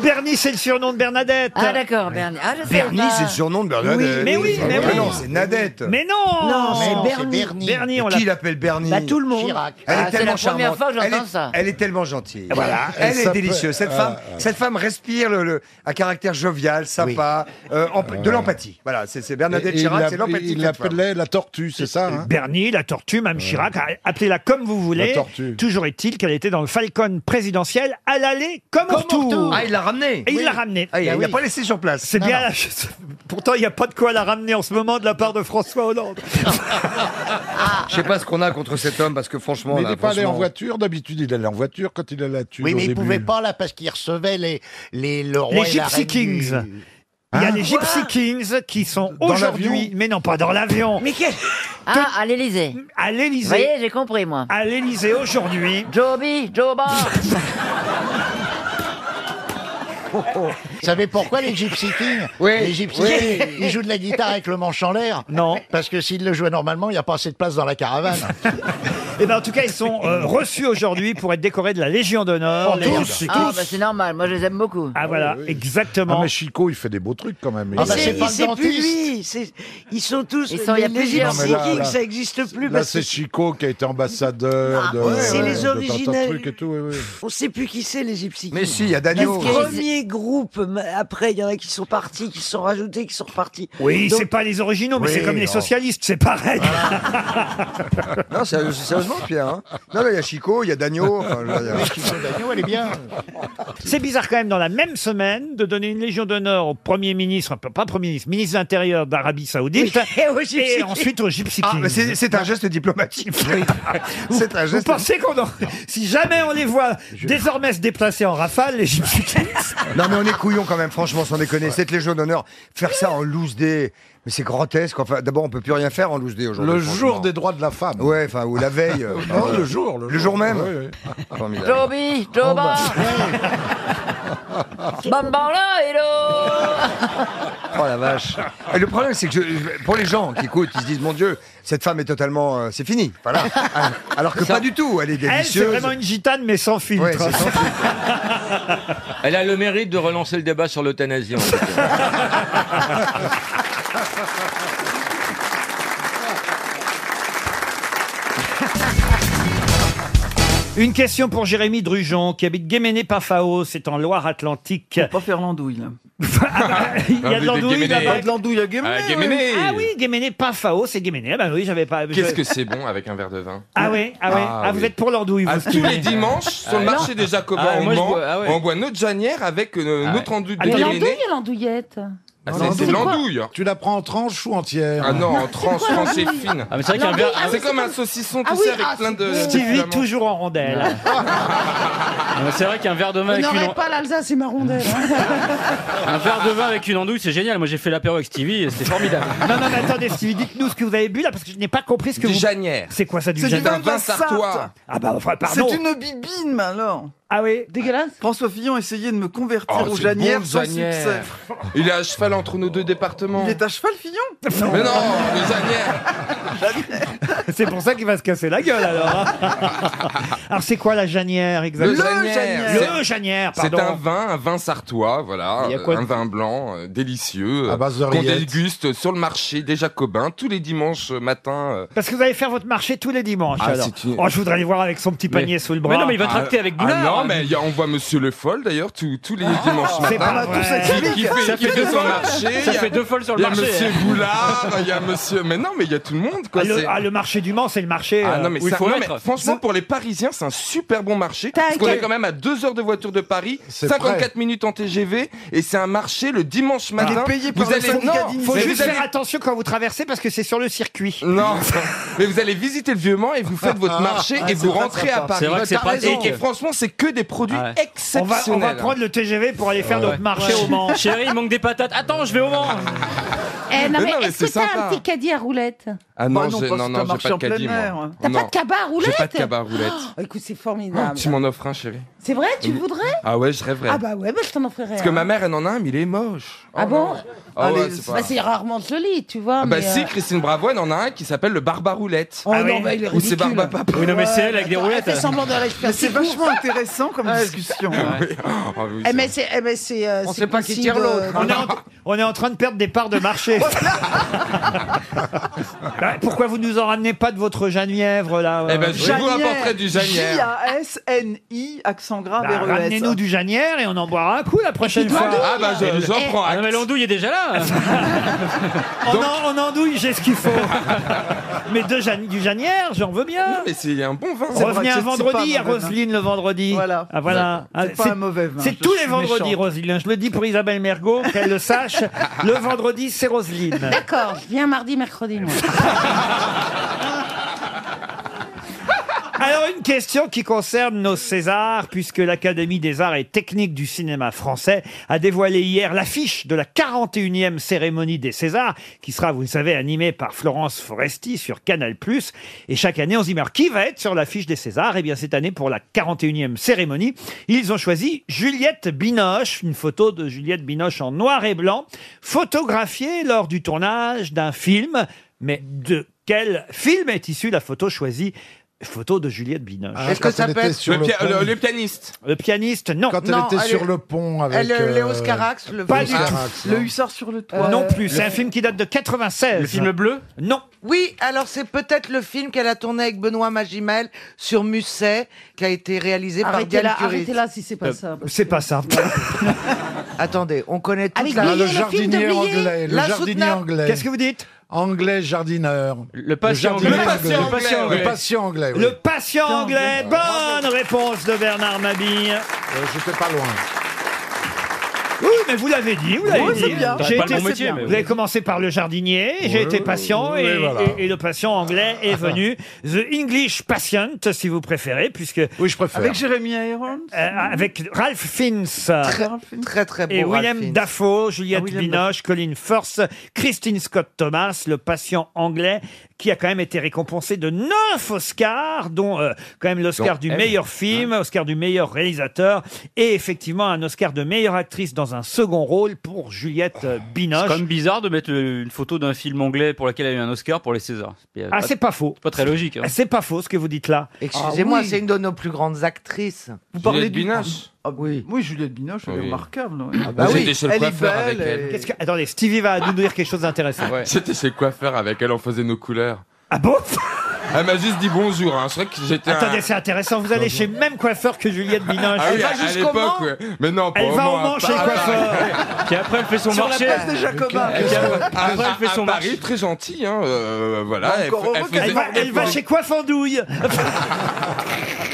Bernie, c'est le surnom de Bernadette. Ah d'accord, Bernie. Ah, je sais Bernie, pas. c'est le surnom de Bernadette. Oui, mais oui, mais Ah oui. Non, c'est Nadette. Mais non Non, Mais c'est non, Bernie. c'est Bernie. Bernie, on Qui l'appelle- l'appelle Bernie Bah, tout le monde. Chirac. Elle Ah, est c'est tellement la première charmante. fois que j'entends elle est, ça. Elle est tellement gentille. Voilà. Elle Et ça est peut- délicieuse. Cette Ah, femme, ah. cette femme respire le, le- un caractère jovial, sympa, euh, emp- de l'empathie. Voilà, c'est c'est Bernadette Et- et il Chirac, l'a- c'est l'empathie. Il de cette femme. l'appelait la tortue, c'est ça hein Bernie, la tortue, Mme Chirac, a- appelez-la comme vous voulez. La tortue. Toujours est-il qu'elle était dans le Falcon présidentiel à l'aller comme, au retour. Ah, il l'a ramenée. Et il Oui. l'a ramenée. Ah, il Bah l'a oui. pas laissée sur place. C'est Non, bien. non. Pourtant, il n'y a pas de quoi la ramener en ce moment de la part de François Hollande. Je sais pas ce qu'on a contre cet homme parce que franchement, Mais il là, n'est pas allé en franchement- voiture, d'habitude il allait en voiture quand il allait la tuer. Oui, au mais il début. pouvait pas là parce qu'il recevait les, les, le roi Les et la Gypsy reine Kings. du- Il y a Hein les Gypsy Kings qui sont aujourd'hui, l'avion mais non pas dans l'avion, Mais quel Ah, à l'Elysée. À l'Élysée. Vous voyez, j'ai compris, moi. à l'Élysée aujourd'hui. Joby, Joba. Vous savez pourquoi les Gypsy Kings Oui, Les Gypsy oui. Kings, ils jouent de la guitare avec le manche en l'air. Non. Parce que s'ils le jouaient normalement, il n'y a pas assez de place dans la caravane. Et ben en tout cas, ils sont euh, reçus aujourd'hui pour être décorés de la Légion d'honneur. Oh, Les- merde. tous, Ah, tous. bah c'est normal, moi je les aime beaucoup. Ah voilà, exactement. Ah, mais Chico, il fait des beaux trucs quand même. Ah, bah, c'est c'est pas le C'est plus dentiste. lui. c'est- Ils sont tous. Ils sont- il y a les- plusieurs. les Non, mais Gypsy là, Kings, là, ça n'existe plus. Là, parce c'est que Chico qui a été ambassadeur de. c'est ouais, les de tas de originels. trucs et tout, oui, oui. On sait plus qui c'est les Gypsy Kings. Mais si, il y a Daniel. Le premier groupe, ma- après, il y en a qui sont partis, qui sont rajoutés, qui sont repartis. Oui, Donc- c'est pas les originaux, mais Oui, c'est comme les non. socialistes, c'est pareil. Non, sérieux- sérieusement, Pierre. hein. Non, là, il y a Chico, il y a Dagno. enfin, là, il y a- elle est bien. C'est bizarre quand même dans la même semaine de donner une légion d'honneur au premier ministre, enfin, pas premier ministre, ministre de l'Intérieur d'Arabie Saoudite, et aux Gypsy et Kings. ensuite au Gypsy Ah, Kings. mais c'est c'est un geste diplomatique. c'est un Bah. Vous geste. pensez qu'on en- si jamais on les voit désormais se déplacer en rafale, les Gypsy Kings Non, mais on est couillons quand même, franchement, sans déconner. Cette Légion d'honneur, faire ça en loose day, mais c'est grotesque. Enfin, d'abord, on peut plus rien faire en loose day aujourd'hui. Le jour franchement. des droits de la femme. Ouais, enfin, ou la veille. euh, Non, euh, le jour. Le jour même Oui, Formidable. Joby, Joba. Oh, bah. Bambala, hello. Oh la vache. Et le problème, c'est que je- pour les gens qui écoutent, ils se disent Mon Dieu, cette femme est totalement. euh, c'est fini. Voilà. Alors que pas du tout. Elle est Elle, c'est délicieuse. vraiment une gitane, mais sans filtre. Ouais, c'est sans Elle a le mérite de relancer le débat sur l'euthanasie. en fait. Une question pour Jérémy Drujon, qui habite Guéméné-Pafao, c'est en Loire-Atlantique. Pas faire l'andouille, là. Ah, Il y a de l'andouille là-bas. Pas de l'andouille à Guémené. Ah, Guéméné. Ah oui, Guéméné-Pafao, c'est Guéméné. Ah ben oui, j'avais pas... Qu'est-ce je- que c'est bon avec un verre de vin Ah oui, ah oui. Ah, Ah vous oui. êtes pour l'andouille, Ah, vous. tous les dimanches, sur le Ah, marché non. des Jacobins, Ah, on, moi, je Mans, bois- ah ouais. on boit notre janière avec euh, Ah notre andouille de Mais Guéméné. l'andouille, l'andouillette. Ah, c'est- c'est de l'andouille. Tu la prends en tranche ou entière Ah non, en quoi, tranche, tranche et l'andouille fine. Ah, mais c'est vrai qu'un L'andouille, verre. ah, C'est euh, oui, comme c'est un ça. saucisson, Ah tu oui, sais, avec ah, plein de. Stevie, toujours en rondelle. Ah, mais C'est vrai qu'un verre de vin On avec une n'aurait an- pas l'Alsace et hein. ma rondelle. un verre de vin avec une andouille, c'est génial. Moi, j'ai fait l'apéro avec Stevie, et c'était formidable. Non, non, mais attendez, Stevie, dites-nous ce que vous avez bu là, parce que je n'ai pas compris ce que Du vous... janière. C'est quoi ça, du C'est du janier vin de la sartois. Sarthe. Ah bah, enfin, pardon. C'est une bibine, mais alors. Ah oui Dégueulasse. François Fillon essayait de me Oh, convertir c'est aux janières bon, sans janière. succès. Il est à cheval entre nos deux départements. Il est à cheval, Fillon Mais non, les janières. C'est pour ça qu'il va se casser la gueule, alors. hein. alors, c'est quoi la janière, Le exactement janière Le janière, C'est Ah, pardon. un vin, un vin sartois, voilà, Il y a quoi de- un vin blanc euh, délicieux À euh, base de qu'on rillettes. déguste sur le marché des Jacobins tous les dimanches matin. euh, Parce que vous allez faire votre marché tous les dimanches, Ah, alors. c'est une- Oh, je voudrais aller voir avec son petit panier sous le bras. Mais non, mais il va tracter avec hein. Boulard. Ah non, mais il y a- on voit Monsieur Le Foll d'ailleurs tous tous les dimanches C'est pas matin. vrai. Qui fait, Ça qui fait fait deux son fois- marché. ça il y a- fait deux folles sur le marché, Il y a Monsieur hein. Boulard, il y a Monsieur. Mais non, mais il y a tout le monde quoi. Ah, le, c'est- ah, le marché du Mans, c'est le marché. Ah euh, non, mais, où il ça- faut non, mettre. mais franchement, pour les Parisiens, c'est un super bon marché. Parce qu'on est quand même à 2 heures de voiture de Paris, C'est 54 prêt. minutes en TGV, et c'est un marché le dimanche est matin. payé vous par le allez... syndicat non, d'Initiative. Faut mais juste vous allez- faire attention quand vous traversez parce que c'est sur le circuit. Non, mais vous allez visiter le Vieux-Mans et vous faites votre marché Ah, et vous c'est pas rentrez à sympa. Paris. C'est vrai que c'est T'as raison. pratique. Et, et franchement, c'est que des produits Ah ouais. On va, exceptionnels. on va prendre le TGV pour aller faire Ouais. notre marché au Mans. Chérie, il manque des patates. Attends, je vais au Mans. Eh, non, Mais mais non, mais est-ce que c'est t'as sympa. un petit caddie à roulettes Ah Bah non, non, j'ai- parce non, que non, t'as j'ai pas marché en plein air. T'as pas de cabas à J'ai pas roulette de cabas à roulette. Oh, écoute, c'est Ah, formidable. tu m'en offres un, chérie. C'est vrai, tu le voudrais Ah ouais, je rêverais. Ah bah ouais, bah je t'en offrirai. Parce que un. ma mère, elle en a un, mais il est moche. Ah bon Ah Allez, ouais, c'est pas- bah, c'est rarement joli, tu vois. Ah bah mais, si, euh, Christine Bravo, elle en a un qui s'appelle le Barbaroulette. Oh Ah non, oui. bah, il est Ou c'est ridicule. Barbapapa. Oui, non, mais c'est elle avec des attends, roulettes. elle fait semblant de la faire Mais C'est ses cours. vachement intéressant Ah, comme Ah, discussion. hein. Oui. Oh, oui, Eh, c'est- mais c'est. eh, mais c'est, euh, c'est possible, hein. euh, On est, en, on est en train de perdre des parts de marché. Bah, Pourquoi vous nous en ramenez pas de votre Janièvre là euh, Eh ben, je vais vous Janièvre. apporterai du janière. J-A-S-N-I, accent hein, grave, Bah, et RES. Ramenez-nous du Janière et on en boira un coup la prochaine puis de fois. l'andouille. Ah, bah, je- Eh, Eh, j'en prends Ah, mais l'andouille est déjà là. on, en, on andouille, j'ai ce qu'il faut. mais de Jan- du Janière, j'en veux bien. Mais c'est un bon vin. C'est Revenez un vendredi à Roselyne le vendredi. Voilà. Ah, voilà. C'est Ah, pas un mauvais vin, C'est je tous les suis vendredis, méchant. Roselyne. Je le dis pour Isabelle Mergot, qu'elle le sache. le vendredi, c'est Roselyne. Ah, D'accord, je viens mardi, mercredi. moi. Alors une question qui concerne nos Césars, puisque l'Académie des arts et techniques du cinéma français a dévoilé hier l'affiche de la 41e cérémonie des Césars, qui sera, vous le savez, animée par Florence Foresti sur Canal+. Et chaque année, on se dit, mais alors, qui va être sur l'affiche des Césars Eh bien cette année, pour la 41e cérémonie, ils ont choisi Juliette Binoche, une photo de Juliette Binoche en noir et blanc, photographiée lors du tournage d'un film. Mais de quel film est issue la photo choisie Photo de Juliette Binoche. Ah, Est-ce que quand ça elle peut était être- sur le pont. pianiste. Le pianiste, non. Quand elle était sur le pont avec. euh, Pas du tout. Le hussard sur le Euh, toit. non plus, Le- c'est un film qui date de 96. Le film bleu Non. Oui, alors c'est peut-être le film qu'elle a tourné avec Benoît Magimel sur Musset, qui a été réalisé par Diane Arrêtez-la, Curie. Euh, arrêtez-la si c'est pas ça. C'est pas ça. Attendez, on connaît toute Avec la... Ah, le jardinier anglais. Le jardinier anglais. Qu'est-ce que vous dites Anglais jardineur. Le patient jardinier anglais. Le patient anglais. Le patient anglais. oui. Le patient anglais. Bonne réponse de Bernard Mabille. Euh, J'étais pas loin. Bah, Oui, mais vous l'avez dit, vous Oui, l'avez c'est dit. bien. J'ai Pas été- le bon métier, vous mais avez oui. commencé par le jardinier, j'ai été patient oui, et, voilà. et- et le patient anglais est venu. The English Patient, si vous préférez, puisque. Oui, je préfère. Avec Jérémy Irons. euh, avec Ralph Fiennes. Très, très, très beau. Et Ralph William Fiennes. Dafoe, Juliette Ah, William Binoche, Colin Firth, Christine Scott Thomas, le patient anglais qui a quand même été récompensé de neuf Oscars, dont euh, quand même l'Oscar Dont du elle. meilleur film, Oscar du meilleur réalisateur et effectivement un Oscar de meilleure actrice dans un second rôle pour Juliette euh, C'est Binoche. quand même bizarre de mettre euh, une photo d'un film anglais pour laquelle elle a eu un Oscar pour les Césars. Ah, c'est pas faux. C'est pas très logique. hein. C'est pas faux ce que vous dites là. Excusez-moi, Ah c'est une de nos plus grandes actrices. Vous parlez Juliette du- Binoche Ah, oui. oui, Juliette Binoche, elle Oui. est remarquable. ouais. Ah bah oui, J'étais chez le elle est coiffeur belle. avec elle. et- Qu'est-ce que- Attendez, Stevie va nous dire quelque chose d'intéressant. J'étais chez le coiffeur avec elle, on faisait nos couleurs. Ah bon Elle m'a juste dit bonjour. Hein. C'est vrai que j'étais. un- Attendez, c'est intéressant. Vous allez chez le même coiffeur que Juliette Binoche. Ah oui, à, à l'époque, ouais. mais non, pas Elle au va au Mans, Mans à chez Paris. coiffeur. Puis après, elle fait son Sur la marché. place des Jacobins. Et puis, Après, à- après, elle fait à- son à marché. Paris, très gentil, hein, euh, voilà. Elle, elle- elle faisait- va, elle va chez Coiffandouille.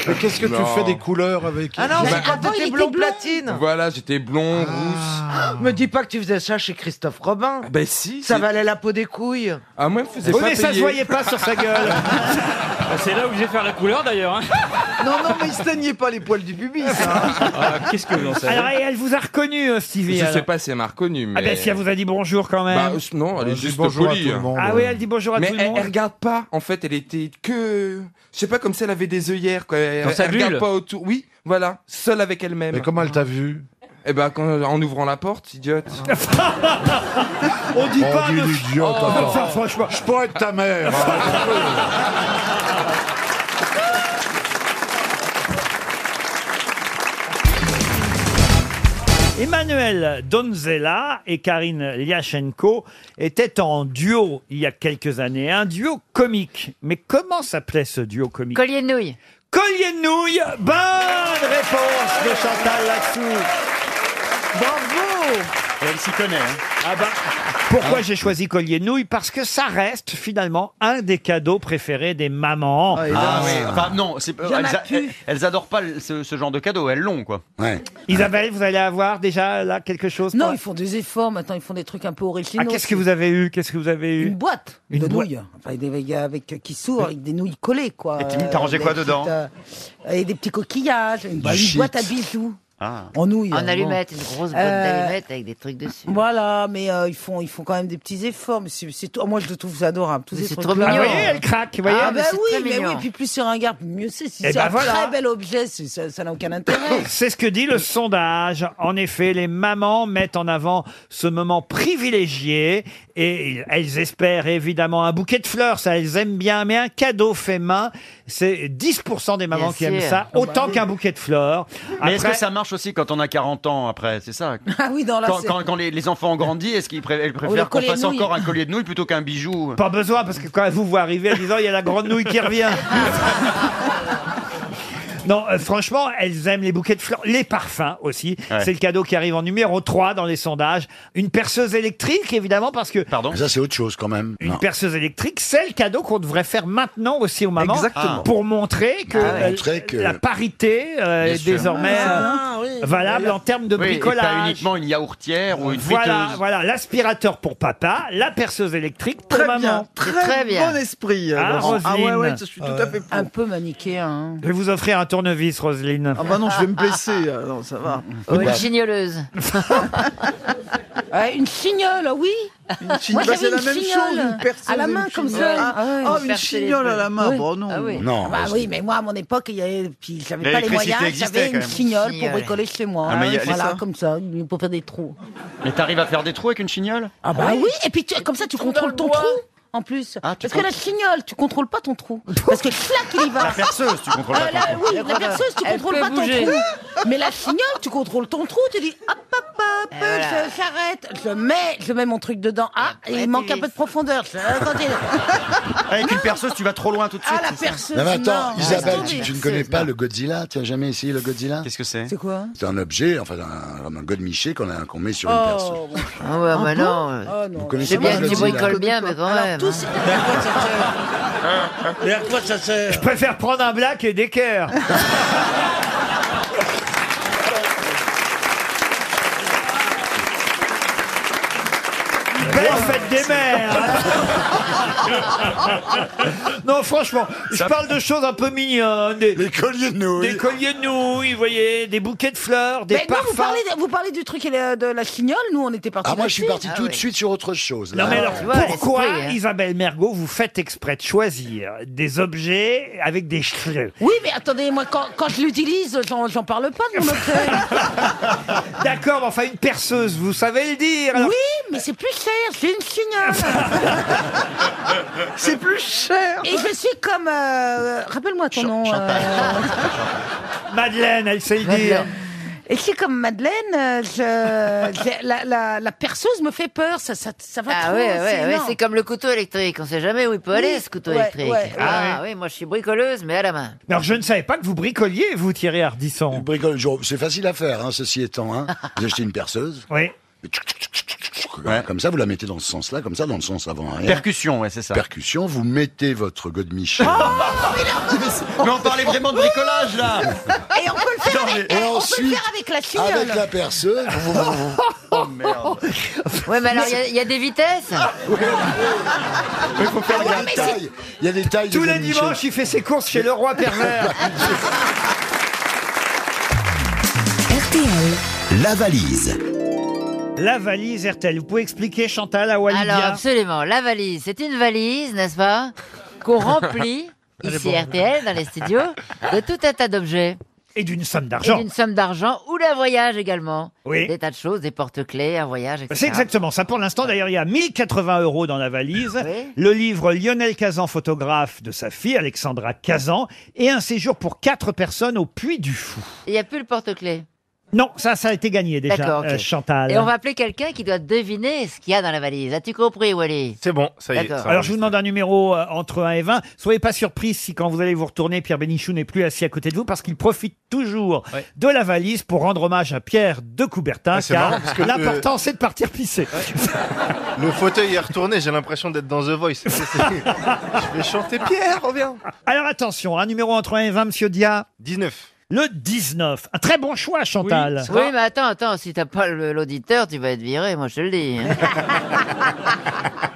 Mais Qu'est-ce que Non. tu fais des couleurs avec Ah non, Bah, c'est quand t'étais blond platine. Voilà, j'étais blond, rousse. Me dis pas que tu faisais ça chez Christophe Robin. Ah. Ben si. Ça valait la peau des couilles. Ah, moi, elle me faisait Oui, pas mais ça se payer. voyait pas sur sa gueule. Bah, c'est là où j'ai fait la couleur d'ailleurs. hein. Non, non, mais il se teignait pas les poils du pubis. hein. Ah, Qu'est-ce que vous en savez Alors, et elle vous a reconnu, euh, Stevie. Je sais alors. pas si elle m'a reconnu, mais. Ah ben, si elle vous a dit bonjour quand Bah, même. euh, non, elle est Elle dit juste bonjour à polie. tout le hein. monde. ah oui, elle dit bonjour à mais tout le elle, monde. elle regarde pas. En fait, elle était que. Je sais pas, comme si elle avait des œillères. Quoi. Elle, Dans sa elle regarde bulle. pas autour. Oui, voilà, seule avec elle-même. Mais comment elle t'a vu Eh ben, quand- en ouvrant la porte, idiote. On dit Oh, pas. dis monsieur- l'idiote, Oh, attends. enfin, franchement. Je pourrais être ta mère. hein. Emmanuel Donzella et Karine Liachenko étaient en duo il y a quelques années. Un duo comique. Mais comment s'appelait ce duo comique Collier de nouilles. Collier de nouilles. Bonne réponse de Chantal Latsou. Bravo Elle s'y connaît. hein. Ah bah, Ah. pourquoi j'ai choisi collier de nouilles Parce que ça reste finalement un des cadeaux préférés des mamans. Ah oui, enfin non, c'est- euh, y en a elles, a- plus. elles- elles adorent pas le- ce, ce genre de cadeau, elles l'ont quoi. Isabelle, vous allez avoir déjà là quelque chose Non, pour- ils font des efforts maintenant, ils font des trucs un peu originaux. Ah, qu'est-ce que vous avez eu Qu'est-ce que vous avez eu Une boîte Une de boi- nouilles. Enfin, des- avec, euh, qui s'ouvre avec des nouilles collées, quoi. Et Tim, t'as rangé des quoi dedans petites, euh, Et des petits coquillages, une, Du une shit. boîte à bijoux. En nouilles. En bon. allumettes, une grosse boîte Euh, d'allumettes avec des trucs dessus. Voilà, mais euh, ils, font, ils font quand même des petits efforts. mais c'est- c'est tout- Moi, je le trouve adorable. tous Mais ces c'est trucs-là. trop mignon. Ah, vous voyez, elle craque, vous voyez Ah, bah Mais c'est oui, très mais mignon. oui. Et puis, plus c'est ringard, mieux c'est. Si Eh c'est ben un voilà. très bel objet, c'est- ça ça n'a aucun intérêt. C'est ce que dit le sondage. En effet, les mamans mettent en avant ce moment privilégié et elles espèrent évidemment un bouquet de fleurs, ça elles aiment bien, mais un cadeau fait main, c'est 10% des mamans Bien qui sûr. Ah bah aiment ça, autant qu'un bouquet de fleurs. Mais est-ce que Après- ça marche aussi quand on a 40 ans après C'est ça Ah oui, dans la Quand, quand- quand les, les enfants ont grandi, est-ce qu'ils pré- elles le préfèrent qu'on collier de fasse nouilles. encore un collier de nouilles plutôt qu'un bijou Pas besoin, parce que quand elle vous voit arriver en disant il y a la grande nouille qui revient. Non, euh, franchement, elles aiment les bouquets de fleurs, les parfums aussi. Ouais. C'est le cadeau qui arrive en numéro 3 dans les sondages. Une perceuse électrique, évidemment, parce que... Pardon Ça, c'est autre chose quand même. Une perceuse électrique, c'est le cadeau qu'on devrait faire maintenant aussi aux mamans Exactement. pour montrer que, Ah ouais. euh, Montrer que- la parité euh, Bien est sûr. désormais Ah, euh, oui. valable en termes de Oui, et pas bricolage. uniquement une yaourtière ou une Voilà, friteuse. voilà, l'aspirateur pour papa, la perceuse électrique pour maman. très, bien. bon esprit. Ah, Laurent. Roselyne. Ah ouais, ouais, je suis tout Euh, à fait pour. Un peu manichéen. hein. Je vais vous offrir un tournevis, Roselyne. Ah bah non, je vais me blesser. Ah Non, ça va. Ou une chignoleuse. une chignole, ah oui. Bah, c'est la même chose, une perceuse à la et une main comme chignole. ça. Ah, ouais. ah, une chignole à la main, Oui. bon, non. Ah oui. Non, Ah bah je- oui, mais moi à mon époque, il y avait, puis j'avais pas les L'électricité moyens, existait, j'avais quand une même. chignole pour Chignole. bricoler chez moi. Ah, mais il y a- c'est voilà, ça. comme ça, pour faire des trous. Mais t'arrives à faire des trous avec une chignole Ah bah oui, et puis tu- comme ça tu contrôles ton trou en plus. Parce que la chignole, tu contrôles pas ton trou. Parce que clac, il y va. La perceuse, tu contrôles pas Euh, la- ton trou. Oui, la perceuse, tu Elle contrôles peut pas ton bouger. trou. Mais la chignole, tu contrôles ton trou, tu dis hop hop hop, je- j'arrête, je mets, je mets mon truc dedans. Ah, il manque un peu de profondeur. Je- attendez. Avec une perceuse, tu vas trop loin tout de suite. Ah, la c'est ça perceuse, Non, mais attends, non. Isabelle, Laisse tu, tomber. tu ne connais pas le Godzilla Tu as jamais essayé le Godzilla Qu'est-ce que c'est C'est quoi C'est un objet, enfin un, un godemiché qu'on a- qu'on met sur une perceuse. Oh, bon. Ah ouais, bah bon non. Oh, non. Vous connaissez C'est pas bien, le tu Godzilla bricoles bien, mais quand même. Tous- Mais à quoi ça sert Je préfère prendre un black et des cœurs. Belle fête des mères Non, franchement, je parle de choses un peu mignonnes. Des, colliers de nouilles. Des colliers de nouilles, vous voyez, des bouquets de fleurs, des Mais non, parfums. vous parlez, de- vous parlez du truc et le- de la chignole, nous on était partis. Ah, moi, je suis là-dessus. parti tout de suite sur autre chose. Non là. mais alors, pourquoi, l'esprit, hein. Isabelle Mergot, vous faites exprès de choisir des objets avec des cheveux Oui, mais attendez, moi quand, quand je l'utilise, j'en j'en parle pas de mon objet. D'accord, mais enfin une perceuse, vous savez le dire. alors- Oui, mais c'est plus cher, c'est une chignole. C'est plus cher. Et je suis comme. euh, Rappelle-moi ton nom. euh, Madeleine, elle sait le dire. Et c'est comme Madeleine, euh, je, j'ai- la, la- la perceuse me fait peur, ça, ça, ça va Ah trop. ouais, ouais, ouais, énorme. c'est comme le couteau électrique. On sait jamais où il peut Oui, aller, ce couteau ouais, électrique. ouais, ah oui, moi je suis bricoleuse, mais à la main. Alors je ne savais pas que vous bricoliez, vous Thierry Ardisson. Bricole- je- C'est facile à faire, hein, ceci étant. Hein. Vous achetez une perceuse. Oui. Comme ça, vous la mettez dans ce sens-là, comme ça, dans le sens avant arrière. Percussion, ouais, c'est ça. Percussion, vous mettez votre godemiché. Mais on parlait vraiment de bricolage là Et on peut le faire, Non, avec, mais- Oh, eh, et on peut le ensuite, faire avec la chignole. Avec la perceuse, vous- vous- vous- Oh merde. ouais, mais alors il y a- il y, a des vitesses. Ah Oh, Mais faut faire Ah ouais, des mais tailles. Il y a des tailles. Tous des les godemichés. dimanches, il fait ses courses chez le roi pervers. Ah, La valise. La valise RTL, vous pouvez expliquer Chantal à Walidia Alors absolument, la valise, c'est une valise, n'est-ce pas Qu'on remplit, Elle est ici bonne. RTL, dans les studios, de tout un tas d'objets. Et d'une somme Et d'argent. d'une somme d'argent ou d'un voyage également. Oui. Des tas de choses, des porte-clés, un voyage, etc. C'est exactement ça. Pour l'instant, d'ailleurs, il y a 1080 euros dans la valise. Le livre Lionel Kazan, photographe de sa fille, Alexandra Kazan, et un séjour pour quatre personnes au Puy du Fou. Il n'y a plus le porte-clés. Non, ça, ça a été gagné déjà, D'accord, ok. euh, Chantal. Et on va appeler quelqu'un qui doit deviner ce qu'il y a dans la valise. As-tu compris, Wally C'est bon, ça y est, D'accord. ça Alors, je vous demande un numéro euh, entre 1 et 20. Soyez pas surpris si, quand vous allez vous retourner, Pierre Bénichou n'est plus assis à côté de vous parce qu'il profite toujours de la valise pour rendre hommage à Pierre de Coubertin. Ah, c'est car marrant parce que le- l'important, c'est de partir pisser. Le fauteuil est retourné, j'ai l'impression d'être dans The Voice. C'est- c'est- Je vais chanter Pierre, reviens. Alors attention, un numéro entre 1 et 20, monsieur Dia 19. Le 19. Un très bon choix, Chantal. Oui, mais attends, attends, si t'as pas le- l'auditeur, tu vas être viré, moi je te le dis. hein.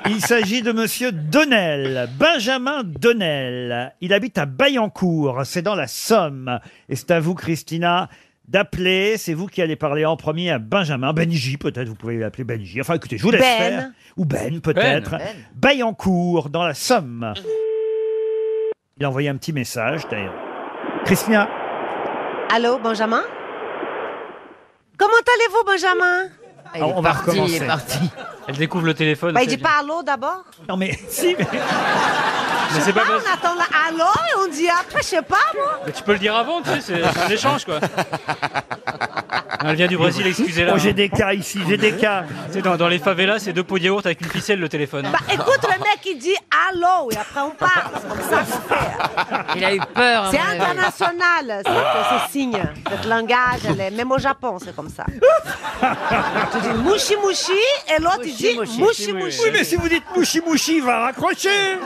Il s'agit de monsieur Donnel, Benjamin Donnel. Il habite à Bayancourt, c'est dans la Somme. Et c'est à vous, Christina, d'appeler. C'est vous qui allez parler en premier à Benjamin, Benji peut-être, vous pouvez l'appeler Benji. Enfin écoutez, je vous laisse Ben. faire. Ou Ben peut-être. Ben. Bayancourt dans la Somme. Il a envoyé un petit message d'ailleurs. Christina, Allô, Benjamin Comment allez-vous, Benjamin Ah, on va recommencer. Elle découvre le téléphone. bah, Il dit pas allô d'abord Non mais si, mais... Mais c'est pas Ah, possible. on attend la allô et on dit après, je sais pas, moi. Mais tu peux le dire avant, tu sais, c'est c'est un échange quoi. Elle vient du Brésil, excusez-la. Oh, j'ai des cas ici, j'ai des cas. C'est dans, dans les favelas, c'est deux pots de yaourt avec une ficelle le téléphone. hein. Bah, écoute, le mec, il dit allô et après, on parle. C'est comme ça qu'on fait. Il a eu peur. C'est international, ce, ce signe, ce langage. elle est- Même au Japon, c'est comme ça. tu dis mouchi mouchi et l'autre, il dit mouchi mouchi. Oui, mais si vous dites mouchi mouchi, il va raccrocher.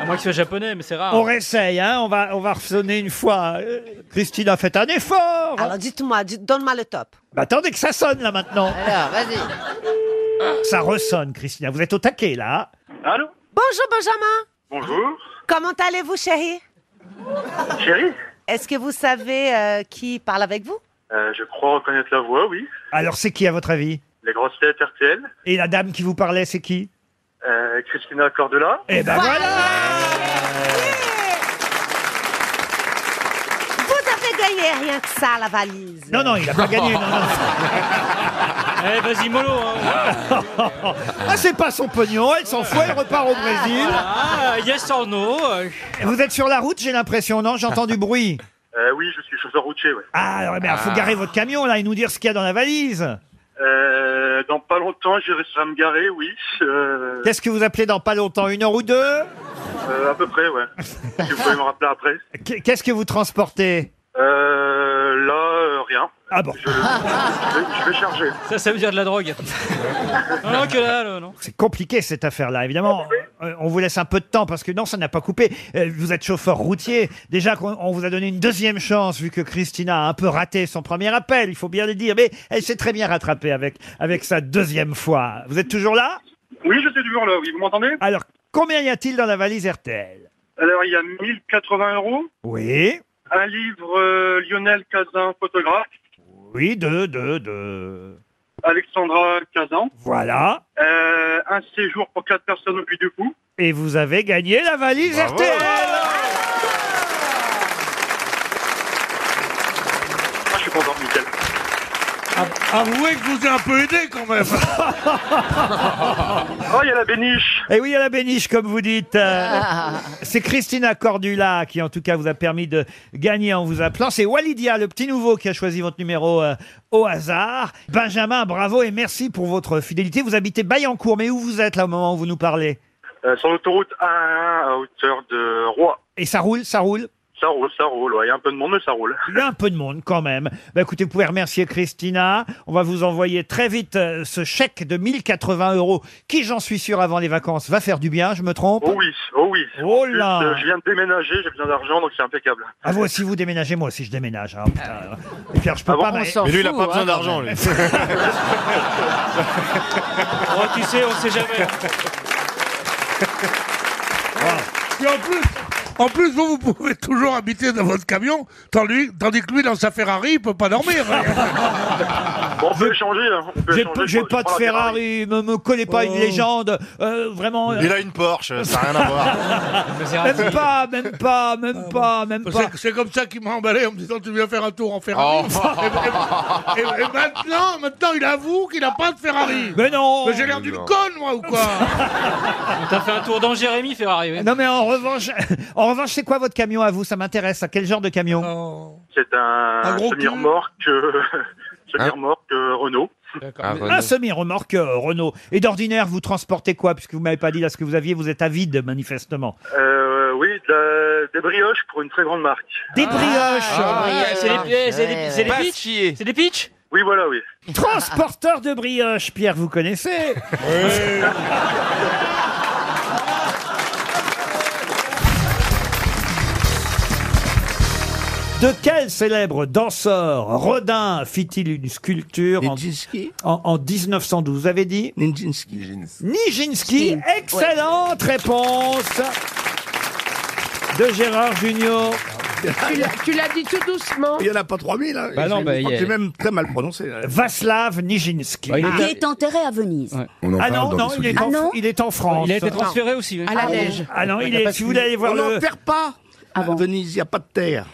À moins qu'il soit japonais, mais c'est rare. On réessaye, hein, on va, on va ressonner une fois. Euh, Christine a fait un effort. Alors dites-moi, dites- donne-moi le top. Bah, attendez que ça sonne là maintenant. Alors, euh, vas-y. Ça ressonne, Christina. Vous êtes au taquet là. Allô Bonjour Benjamin. Bonjour. Comment allez-vous, chérie Chérie, Est-ce que vous savez euh, qui parle avec vous euh, je crois reconnaître la voix, oui. Alors c'est qui à votre avis Les grosses têtes RTL, Et la dame qui vous parlait, c'est qui euh, Christina Cordula. Eh ben voilà, Vous avez gagné rien que ça, la valise. Non, non, il a pas gagné. Non, Eh, vas-y, mollo. hein. non. ah, c'est pas son pognon, elle s'en fout, elle repart au Brésil. Ah, yes or no euh. Vous êtes sur la route, j'ai l'impression, non J'entends du bruit. Euh, oui, je suis chauffeur routier, ouais. Ah, alors, mais alors, faut Ah. garer votre camion là et nous dire ce qu'il y a dans la valise. Euh, dans pas longtemps, je vais me garer, oui. Euh, Qu'est-ce que vous appelez dans pas longtemps Une heure ou deux euh, à peu près, ouais. si vous pouvez me rappeler après. Qu- Qu'est-ce que vous transportez Euh, là, euh, rien. Ah bon Je, je vais- je vais charger. Ça, ça veut dire de la drogue. non, non, que dalle, non. C'est compliqué cette affaire-là, évidemment. euh, On vous laisse un peu de temps parce que non, ça n'a pas coupé. Euh, Vous êtes chauffeur routier. Déjà qu'on on vous a donné une deuxième chance vu que Christina a un peu raté son premier appel, il faut bien le dire. Mais elle s'est très bien rattrapée avec, avec sa deuxième fois. Vous êtes toujours là Oui, je suis toujours là, oui. Vous m'entendez Alors, combien y a-t-il dans la valise RTL Alors, il y a 1080 euros, Oui, un livre euh, Lionel Cazin, photographe, oui, deux, deux, deux. Alexandra Cazin. Voilà. Euh, un séjour pour quatre personnes au Puy du Fou. Et vous avez gagné la valise RTL Ah, je suis content, nickel. Ah, Avouez que je vous ai un peu aidé quand même. oh, il y a la béniche. Ah. Et Eh oui, à la béniche, comme vous dites. Euh, C'est Christina Cordula qui, en tout cas, vous a permis de gagner en vous appelant. C'est Walidia, le petit nouveau, qui a choisi votre numéro euh, au hasard. Benjamin, bravo et merci pour votre fidélité. Vous habitez Bayancourt, mais où vous êtes là au moment où vous nous parlez Euh, sur l'autoroute 1 à hauteur de Roi. Et ça roule, ça roule Ça roule, ça roule. ouais. Il y a un peu de monde, mais ça roule. Il y a un peu de monde quand même. Bah, écoutez, vous pouvez remercier Christina. On va vous envoyer très vite euh, ce chèque de 1080 euros qui, j'en suis sûr, avant les vacances, va faire du bien. Je me trompe Oh oui, oh oui. Oh En plus, là. euh, je viens de déménager, j'ai besoin d'argent, donc c'est impeccable. Ah, vous aussi, vous déménagez, moi aussi, je déménage. hein, putain. Et puis, alors, je peux Ah bon pas. On s'en Mais lui, il a fout, pas besoin hein, d'argent, quand même. Oh, tu sais, on sait jamais. Et en plus, en plus, vous, vous pouvez toujours habiter dans votre camion, tandis, tandis que lui, dans sa Ferrari, il peut pas dormir. Bon, on peut échanger. hein. On peut J'ai échanger, j'ai je pas de prends la Ferrari, me, me collez pas une Oh. légende, euh, vraiment. euh, Il a une Porsche, ça n'a rien à voir. Même pas, même pas, même pas, même pas. Ah C'est- C'est comme ça qu'il m'a emballé en me disant tu viens faire un tour en Ferrari. Oh. Et, et- et- et maintenant, maintenant, il avoue qu'il n'a pas de Ferrari. Mais non Mais j'ai l'air d'une conne, moi, ou quoi On t'a fait un tour dans Jérémy Ferrari. oui. Non mais en revanche, en revanche, c'est quoi votre camion à vous Ça m'intéresse. À quel genre de camion Oh, C'est un, semi-remorque, euh, Hein semi-remorque euh, Renault. Ah, ah, Un semi-remorque euh, Renault. Et d'ordinaire, vous transportez quoi Puisque vous m'avez pas dit là ce que vous aviez, vous êtes avide manifestement. Euh, oui, de la- des brioches pour une très grande marque. Ah. Des brioches. c'est des, eh, c'est des, c'est des pitchs C'est des pitchs Oui, voilà, oui. Transporteur de brioches, Pierre, vous connaissez De quel célèbre danseur Rodin fit-il une sculpture en, en, en 1912 Vous avez dit Nijinsky. Nijinsky, excellente réponse de Gérard Junior. Tu l'as- Tu l'as dit tout doucement. Il n'y en a pas 3000. Hein. Bah non, bah, il y a- C'est même très mal prononcé. Vaslav Nijinsky. Qui Ah, est enterré à Venise. ah non, non, il est, en, il est en France. Il a été transféré aussi. À la Lège. Ah non, il Il a est, pas si vous fini. voulez aller voir On le... l'enterre pas Ah à Venise, il n'y a pas de terre.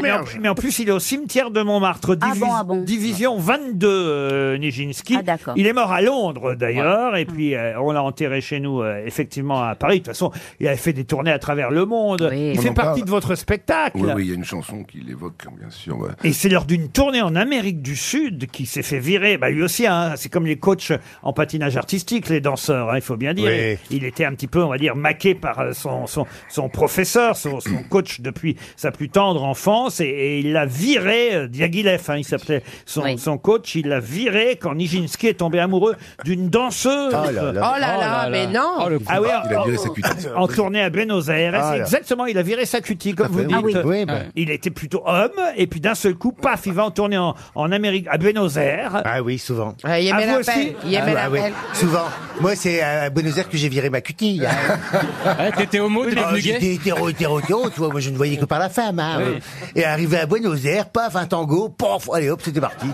mais, en, mais en plus, il est au cimetière de Montmartre, divi- division Ah. 22, euh, Nijinsky. il est mort à Londres, d'ailleurs, et puis euh, on l'a enterré chez nous, euh, effectivement, à Paris. De toute façon, il avait fait des tournées à travers le monde. Il On fait en partie parle. de votre spectacle. Oui, oui, il y a une chanson qui l'évoque, bien sûr. ouais. Et c'est lors d'une tournée en Amérique du Sud qui s'est fait virer. Bah lui aussi, hein, c'est comme les coachs en patinage artistique, les danseurs, hein, il faut bien dire. Oui. Il était un petit peu, on va dire, maqué par euh, son, son, son professeur, son, son coach depuis sa plus tendre enfance. Et, et il l'a viré, euh, Diaghilev, hein, il s'appelait son, son coach, il l'a viré quand Nijinsky est tombé amoureux d'une danseuse. Oh là là. Oh là là, mais non. Oh, le coup. ah ouais, Ah Il a en- viré sa cutis. En tournée à Buenos Aires, Ah là. exactement, il a viré sa cutie, comme Tout vous à fait, dites. oui. Ah oui. Oui, bah. Ouais. Il était plutôt homme, et puis d'un seul coup, paf, il va en tournée en, en Améri- à Buenos Aires. Ah oui, souvent. il aimait Ah, vous l'appel, aussi il aimait Ah ouais, l'appel. Souvent. Moi, c'est à Buenos Aires que j'ai viré ma cutie. T'étais homo, t'es Ah, devenu gay J'étais hétéro, hétéro, hétéro, tu vois, moi je ne voyais que par la femme. hein. Oui. Et arrivé à Buenos Aires, paf, un tango, pof, allez hop, c'était parti.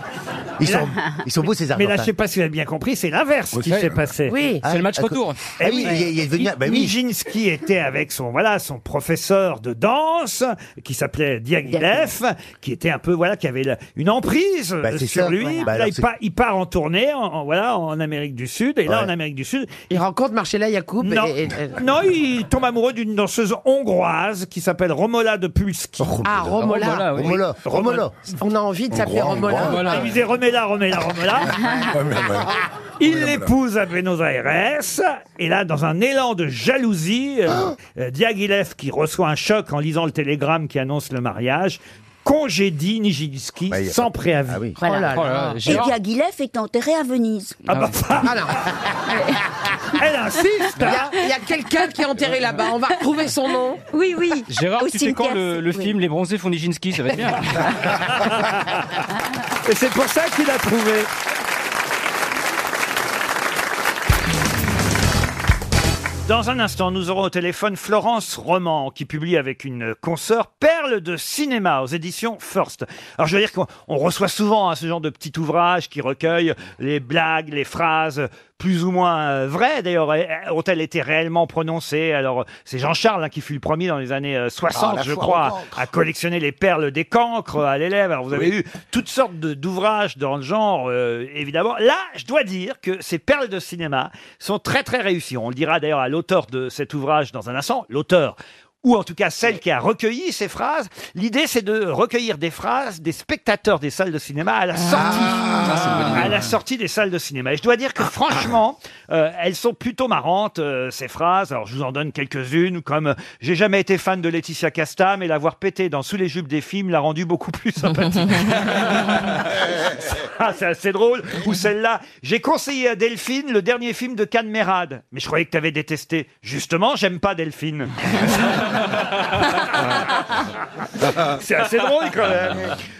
Ils Là- sont, ils sont beaux ces Mais là, Argentins. je sais pas si vous avez bien compris, c'est l'inverse qui Ouais. s'est passé. Oui. C'est le match Ah, retour. Eh Ah oui, il est- il est devenu- bah oui. Nijinsky était avec son voilà son professeur de danse qui s'appelait Diaghilev, qui était un peu voilà qui avait la- une emprise Bah, euh, c'est sur ça, lui. voilà. Puis Bah, là, alors, il, c'est- part, il part en tournée en, en- voilà en Amérique du Sud et là en Amérique du Sud, Il rencontre Marcella Yacoub. non, et- et- non, il tombe amoureux d'une danseuse hongroise qui s'appelle Romola de Oh, Pulski. Ah, Romola. Romola, oui. Romola, Romola. On a envie de s'appeler Romola. Ah, il disait Romola, Romola, Romola. Il l'épouse à Buenos Aires, et là, dans un élan de jalousie, euh, euh, Diaghilev, qui reçoit un choc en lisant le télégramme qui annonce le mariage, congédie Nijinsky y a sans pas- préavis. Ah oui. Voilà. Oh là là. Et J'ai- il y a- Diaghilev est enterré à Venise. Ah bah, Elle insiste hein. Il y a, il y a quelqu'un qui est enterré là-bas. On va retrouver son nom. Oui, oui. Gérard, tu sais quand le, le film Les Bronzés font Nijinsky, ça va être bien. Et c'est pour ça qu'il a trouvé. Dans un instant, nous aurons au téléphone Florence Roman, qui publie avec une consoeur Perle de cinéma aux éditions First. Alors, je veux dire qu'on on reçoit souvent hein, ce genre de petit ouvrage qui recueille les blagues, les phrases plus ou moins euh, vraies. D'ailleurs, euh, ont-elles été réellement prononcées Alors, c'est Jean-Charles hein, qui fut le premier dans les années euh, 60, Ah, la je foire crois, aux cancres. à collectionner les perles des cancres à l'élève. Alors vous avez eu toutes sortes de- d'ouvrages dans le genre, euh, évidemment. Là, je dois dire que ces perles de cinéma sont très très réussies. On le dira d'ailleurs à l'auteur de cet ouvrage dans un instant, l'auteur ou en tout cas celle qui a recueilli ces phrases. L'idée, c'est de recueillir des phrases des spectateurs des salles de cinéma à la sortie, à la sortie des salles de cinéma. Et je dois dire que franchement, euh, elles sont plutôt marrantes euh, ces phrases. Alors je vous en donne quelques-unes, comme euh, j'ai jamais été fan de Laetitia Casta, mais l'avoir pété dans sous les jupes des films l'a rendue beaucoup plus sympathique. Ah, c'est assez drôle. Ou celle-là. J'ai conseillé à Delphine le dernier film de Canmerade. Mais je croyais que t'avais détesté. Justement, j'aime pas Delphine. c'est assez Ah, drôle quand même.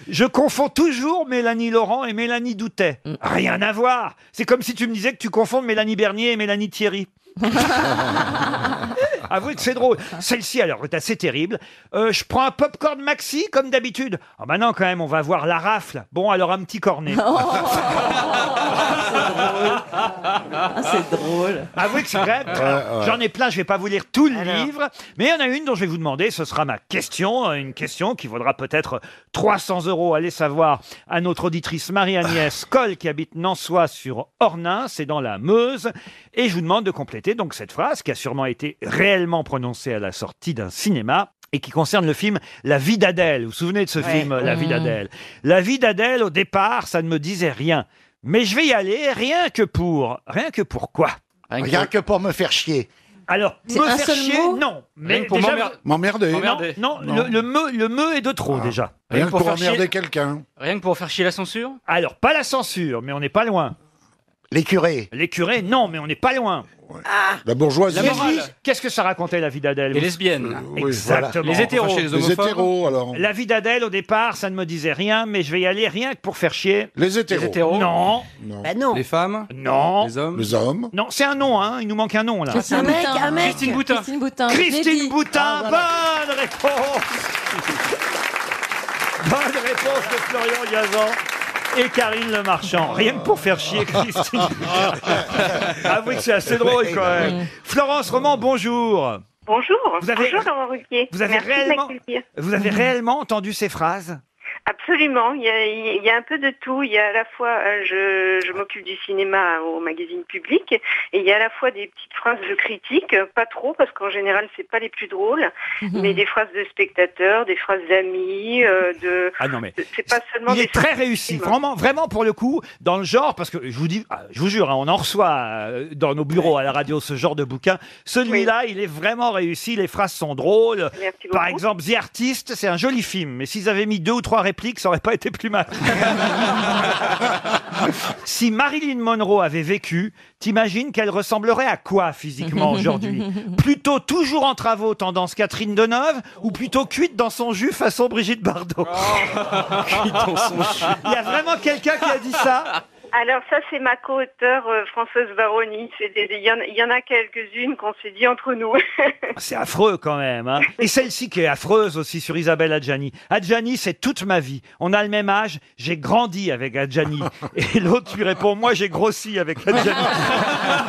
Je confonds toujours Mélanie Laurent et Mélanie Doutet. Rien à voir. C'est comme si tu me disais que tu confonds Mélanie Bernier et Mélanie Thierry. Avouez que c'est drôle. Celle-ci, alors, est assez terrible. Euh, je prends un popcorn maxi, comme d'habitude. Ah, bah non, quand même, on va voir la rafle. Bon, alors, un petit cornet. c'est drôle. Avouez que c'est vrai. Ouais, ouais. J'en ai plein, je vais pas vous lire tout le livre. Mais il y en a une dont je vais vous demander, ce sera ma question. euh, Une question qui vaudra peut-être 300 euros. Allez savoir à notre auditrice Marie-Agnès Coll, qui habite Nansois sur Ornain, c'est dans la Meuse. Et je vous demande de compléter donc cette phrase qui a sûrement été réellement prononcée à la sortie d'un cinéma et qui concerne le film La vie d'Adèle. Vous vous souvenez de ce Ouais. film, La vie Mhm. d'Adèle d'Adèle. La vie d'Adèle, au départ, ça ne me disait rien. Mais je vais y aller, rien que pour. Rien que pour quoi Rien, que pour me faire chier. Alors, C'est me un faire seul chier, mot non. Rien Mais que pour déjà, m'emmer- vous- M'emmerder. Non, M'emmerder. non, Non. Le, le me, le me est de trop, déjà. Rien que pour faire chier- emmerder quelqu'un. Rien que pour faire chier la censure Alors, pas la censure, mais on n'est pas loin. Les curés. Les curés, non, mais on n'est pas loin. La bourgeoisie. La Qu'est-ce morale. que- Qu'est-ce que ça racontait la vie d'Adèle Les vous lesbiennes. Oui, Exactement. voilà. Les hétéros. Enfin, chez les Les homophobes. hétéros, alors. La vie d'Adèle, au départ, ça ne me disait rien, mais je vais y aller rien que pour faire chier. Les hétéros. Les hétéros. Non. Non. Bah non. Les femmes Non. Les hommes Les hommes Non, c'est un nom, hein. Il nous manque un nom, là. Christine Un mec, Boutin. un mec. Christine Boutin. Christine Boutin. Christine Lady. Boutin. Ah, voilà. Bonne réponse. Bonne réponse de Florian Gazan. Et Karine Le Marchand. Rien que pour faire chier Christine. Avouez que Ah c'est assez Eh drôle, quand ben même. Florence Roman, bonjour. Bonjour. Vous avez- Bonjour Laurent Ruquier. vous avez Merci de réellement- m'accueillir. Vous avez réellement entendu ces phrases Absolument. Il y, a, il y a un peu de tout. Il y a à la fois, euh, je, je m'occupe du cinéma au magazine public, et il y a à la fois des petites phrases de critique, euh, pas trop parce qu'en général c'est pas les plus drôles, Mhm. mais des phrases de spectateurs, des phrases d'amis, euh, de. Ah non, mais- C'est pas seulement. Il des hein. est très phrases de réussi, films. vraiment, vraiment pour le coup, dans le genre, parce que je vous dis, ah, je vous jure, hein, on en reçoit euh, dans nos bureaux à la radio ce genre de bouquin. Celui-là, il est vraiment réussi, les phrases sont drôles. Merci Par beaucoup. exemple, The Artist, c'est un joli film, mais s'ils avaient mis deux ou trois répliques, ça aurait pas été plus mal. si Marilyn Monroe avait vécu, t'imagines qu'elle ressemblerait à quoi physiquement aujourd'hui Plutôt toujours en travaux, tendance Catherine Deneuve, ou plutôt cuite dans son jus façon Brigitte Bardot Oh. Il y a vraiment quelqu'un qui a dit ça Alors ça, c'est ma co-auteure euh, Françoise Baroni. C'est des- des- Il y, en- il y en a quelques-unes qu'on s'est dit entre nous. C'est affreux quand même. hein. Et celle-ci qui est affreuse aussi sur Isabelle Adjani. Adjani, c'est toute ma vie. On a le même âge. J'ai grandi avec Adjani. Et l'autre lui répond, moi j'ai grossi avec Adjani.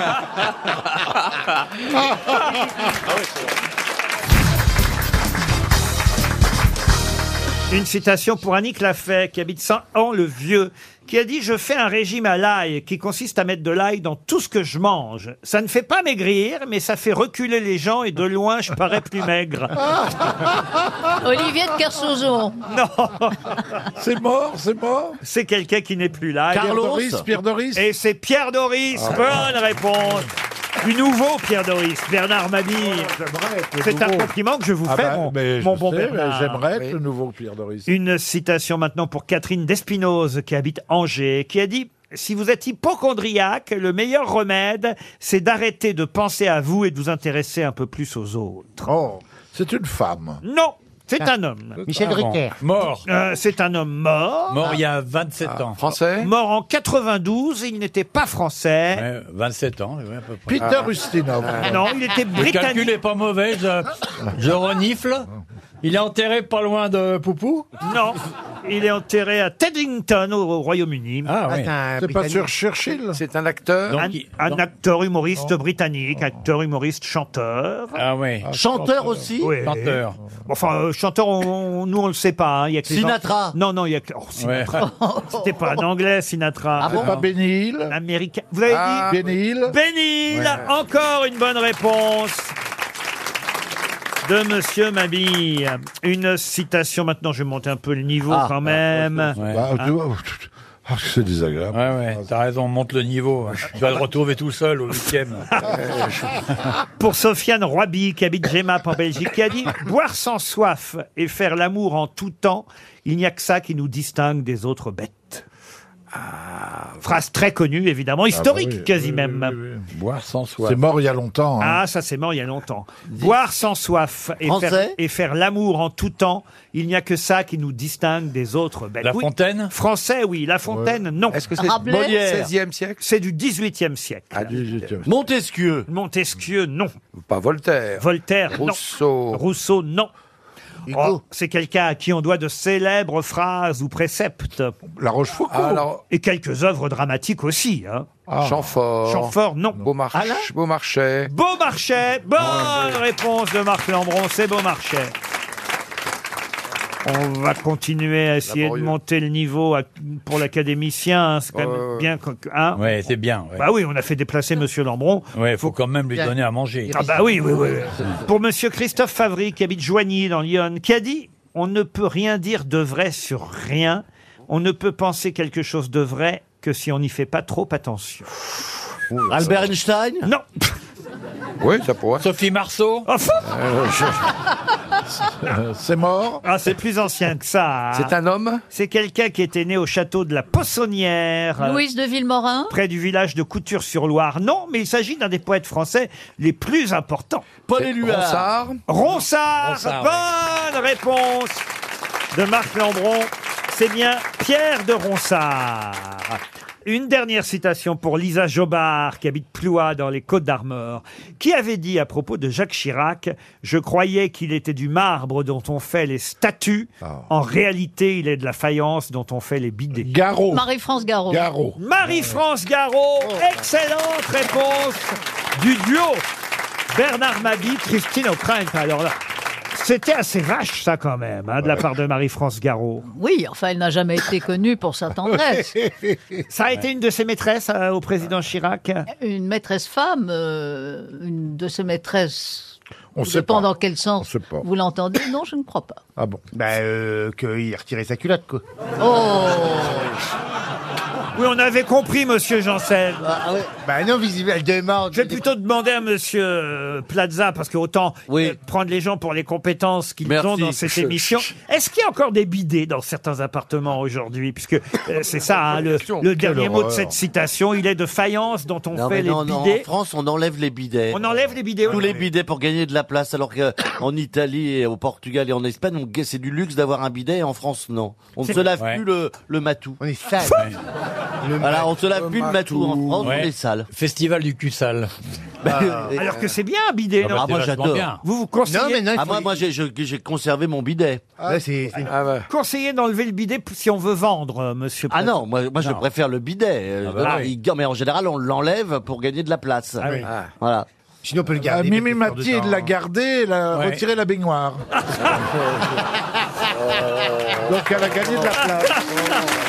Une citation pour Annick Lafay, qui habite Saint-An-le-Vieux, qui a dit « Je fais un régime à l'ail qui consiste à mettre de l'ail dans tout ce que je mange. Ça ne fait pas maigrir, mais ça fait reculer les gens et de loin, je parais plus maigre. Olivier de Kersauzon. » Non C'est mort, c'est mort C'est quelqu'un qui n'est plus là. Carlos Pierre Doris, Pierre Doris Et c'est Pierre Doris, Ah. bonne réponse du nouveau Pierre Doris, Bernard Mabille. Oh, c'est un compliment que je vous Ah fais, bah, mon, mais mon je bon sais, Bernard. mais J'aimerais être le nouveau Pierre Doris. Une citation maintenant pour Catherine Despinoz, qui habite Angers, qui a dit Si vous êtes hypochondriaque, le meilleur remède, c'est d'arrêter de penser à vous et de vous intéresser un peu plus aux autres. Oh, c'est une femme. Non, c'est un homme. Michel Ah bon. Drucker. Mort. Euh, c'est un homme mort. Mort il y a 27 Ah, ans. Français Mort en 92, il n'était pas français. 27 Euh, ans, à peu Ah. près. Peter Ustinov. Non, il était britannique. Le calcul n'est pas mauvais, je, euh, je renifle. Il est enterré pas loin de Poupou Non. Il est enterré à Teddington, au au Royaume-Uni. Ah oui. C'est pas sur Churchill C'est un acteur Donc, Un, il- un donc- acteur humoriste britannique, acteur humoriste, chanteur. Ah oui. Oui. Chanteur. Bon, Enfin, euh, chanteur, on- on- nous on le sait pas. hein, il y a que les Sinatra. Ang- Non, non, il y a que. oh, Sinatra. C'était pas un anglais, Sinatra. Ah bon C'est pas Benny Hill Américain. Vous avez Ah, dit Benny Hill Benny Hill, Ouais. Encore une bonne réponse de Monsieur Mabille. Une citation maintenant, je vais monter un peu le niveau Ah. quand même. Bah, Hein. tu vois, ah, c'est désagréable. Ouais, ouais, Ah, t'as raison, monte le niveau. Tu vas le retrouver tout seul au huitième. Pour Sofiane Roiby, qui habite Gemap en Belgique, qui a dit « Boire sans soif et faire l'amour en tout temps, il n'y a que ça qui nous distingue des autres bêtes. Ah, Phrase très connue, évidemment, historique Ah bah oui, quasi oui, même. Boire sans soif. C'est mort il y a longtemps. hein. Ah, ça c'est mort il y a longtemps. Boire sans soif et Français faire, et faire l'amour en tout temps, il n'y a que ça qui nous distingue des autres bêtes. La Oui. Fontaine Français, oui. La Fontaine, non. Est-ce que c'est Rabelais Molière 16e siècle C'est du 18e siècle. Montesquieu Montesquieu, non. Pas Voltaire. Voltaire, non. Rousseau, non. Oh, c'est quelqu'un à qui on doit de célèbres phrays ou préceptes. La Rochefoucauld. Et quelques œuvres dramatiques aussi. Hein. Chamfort. Chamfort, non. Alain Beaumarchais. Beaumarchais, Ah, bonne réponse de Marc Lambron, c'est Beaumarchais. On va continuer à essayer de monter le niveau à- pour l'académicien. hein, C'est quand même bien. qu'on- hein. Ouais, c'est bien. ouais. Bah oui, on a fait déplacer Monsieur Lambron. Ouais, faut quand même lui donner à manger. Ah bah oui, oui, oui. oui. Pour Monsieur Christophe Favry, qui habite Joigny dans Lyon, qui a dit « On ne peut rien dire de vrai sur rien. On ne peut penser quelque chose de vrai que si on n'y fait pas trop attention. » Albert Einstein Non. Ah, Oui, ça pourrait. Sophie Marceau. Enfin. Euh, C'est mort Ah, c'est plus ancien que ça. C'est un homme C'est quelqu'un qui était né au château de la Poissonnière. euh, Louise de Villemorin. Près du village de Couture-sur-Loire. Non, mais il s'agit d'un des poètes français les plus importants. Paul Éluard. Ronsard Ronsard. Ronsard, Bonne réponse de Marc Lambron. C'est bien Pierre de Ronsard. Une dernière citation pour Lisa Jobard, qui habite Ploua dans les Côtes d'Armor, qui avait dit à propos de Jacques Chirac Je croyais qu'il était du marbre dont on fait les statues. En réalité, il est de la faïence dont on fait les bidets. Garot. Marie-France Garot. Marie-France Garot, Oh. excellente réponse du duo Bernard Mabie, Christine O'Krent. Alors là, c'était assez vache ça quand même, hein, de la part de Marie-France Garot. Oui, enfin, elle n'a jamais été connue pour sa tendresse. Ça a été une de ses maîtresses euh, au président Chirac Une maîtresse femme, euh, une de ses maîtresses. On Ça sait dépend pas. dans quel On sens sait pas. vous l'entendez. Non, je ne crois pas. Ah bon Ben, euh, qu'il retirait sa culotte, quoi. Oh. Oui, on avait compris, monsieur Janssen. Ah, ouais. Bah Ben non, visiblement, elle demande. Je vais plutôt demander à monsieur euh, Plaza, parce que autant euh, prendre les gens pour les compétences qu'ils Merci. ont dans cette Je- émission. Est-ce qu'il y a encore des bidets dans certains appartements aujourd'hui Puisque euh, c'est ça, hein, le, le dernier Quelle mot de horreur. cette citation, il est de faïence dont on Non, fait mais les non, non, en bidets. France, on enlève les bidets. On enlève les bidets. Tous les bidets pour gagner de la place, alors qu'en Italie, et au Portugal et en Espagne, on gagne- c'est du luxe d'avoir un bidet, et en France, non. On ne C'est- se lave Ouais. plus le, le matou. On est sale. voilà, on se lave plus le matou. En France, Ouais. Ah. on est sale. Bah, Festival du cul sale. Alors que c'est bien un bidet, Ah non bah, moi, j'adore. Vous vous conseillez Ah, moi, moi, j'ai- je- j'ai conservé mon bidet. Ah. Conseillez d'enlever le bidet p- si on veut vendre, euh, monsieur. Ah Plaza. non, moi, moi je Non. préfère le bidet. Ah bah Non, oui. il- mais en général, on l'enlève pour gagner de la place. Ah oui. Ah. Voilà. Sinon, on peut le Ah, Mimi Mathilde l'a gardée, elle a Ouais. retiré la baignoire. Donc elle a gagné de la place.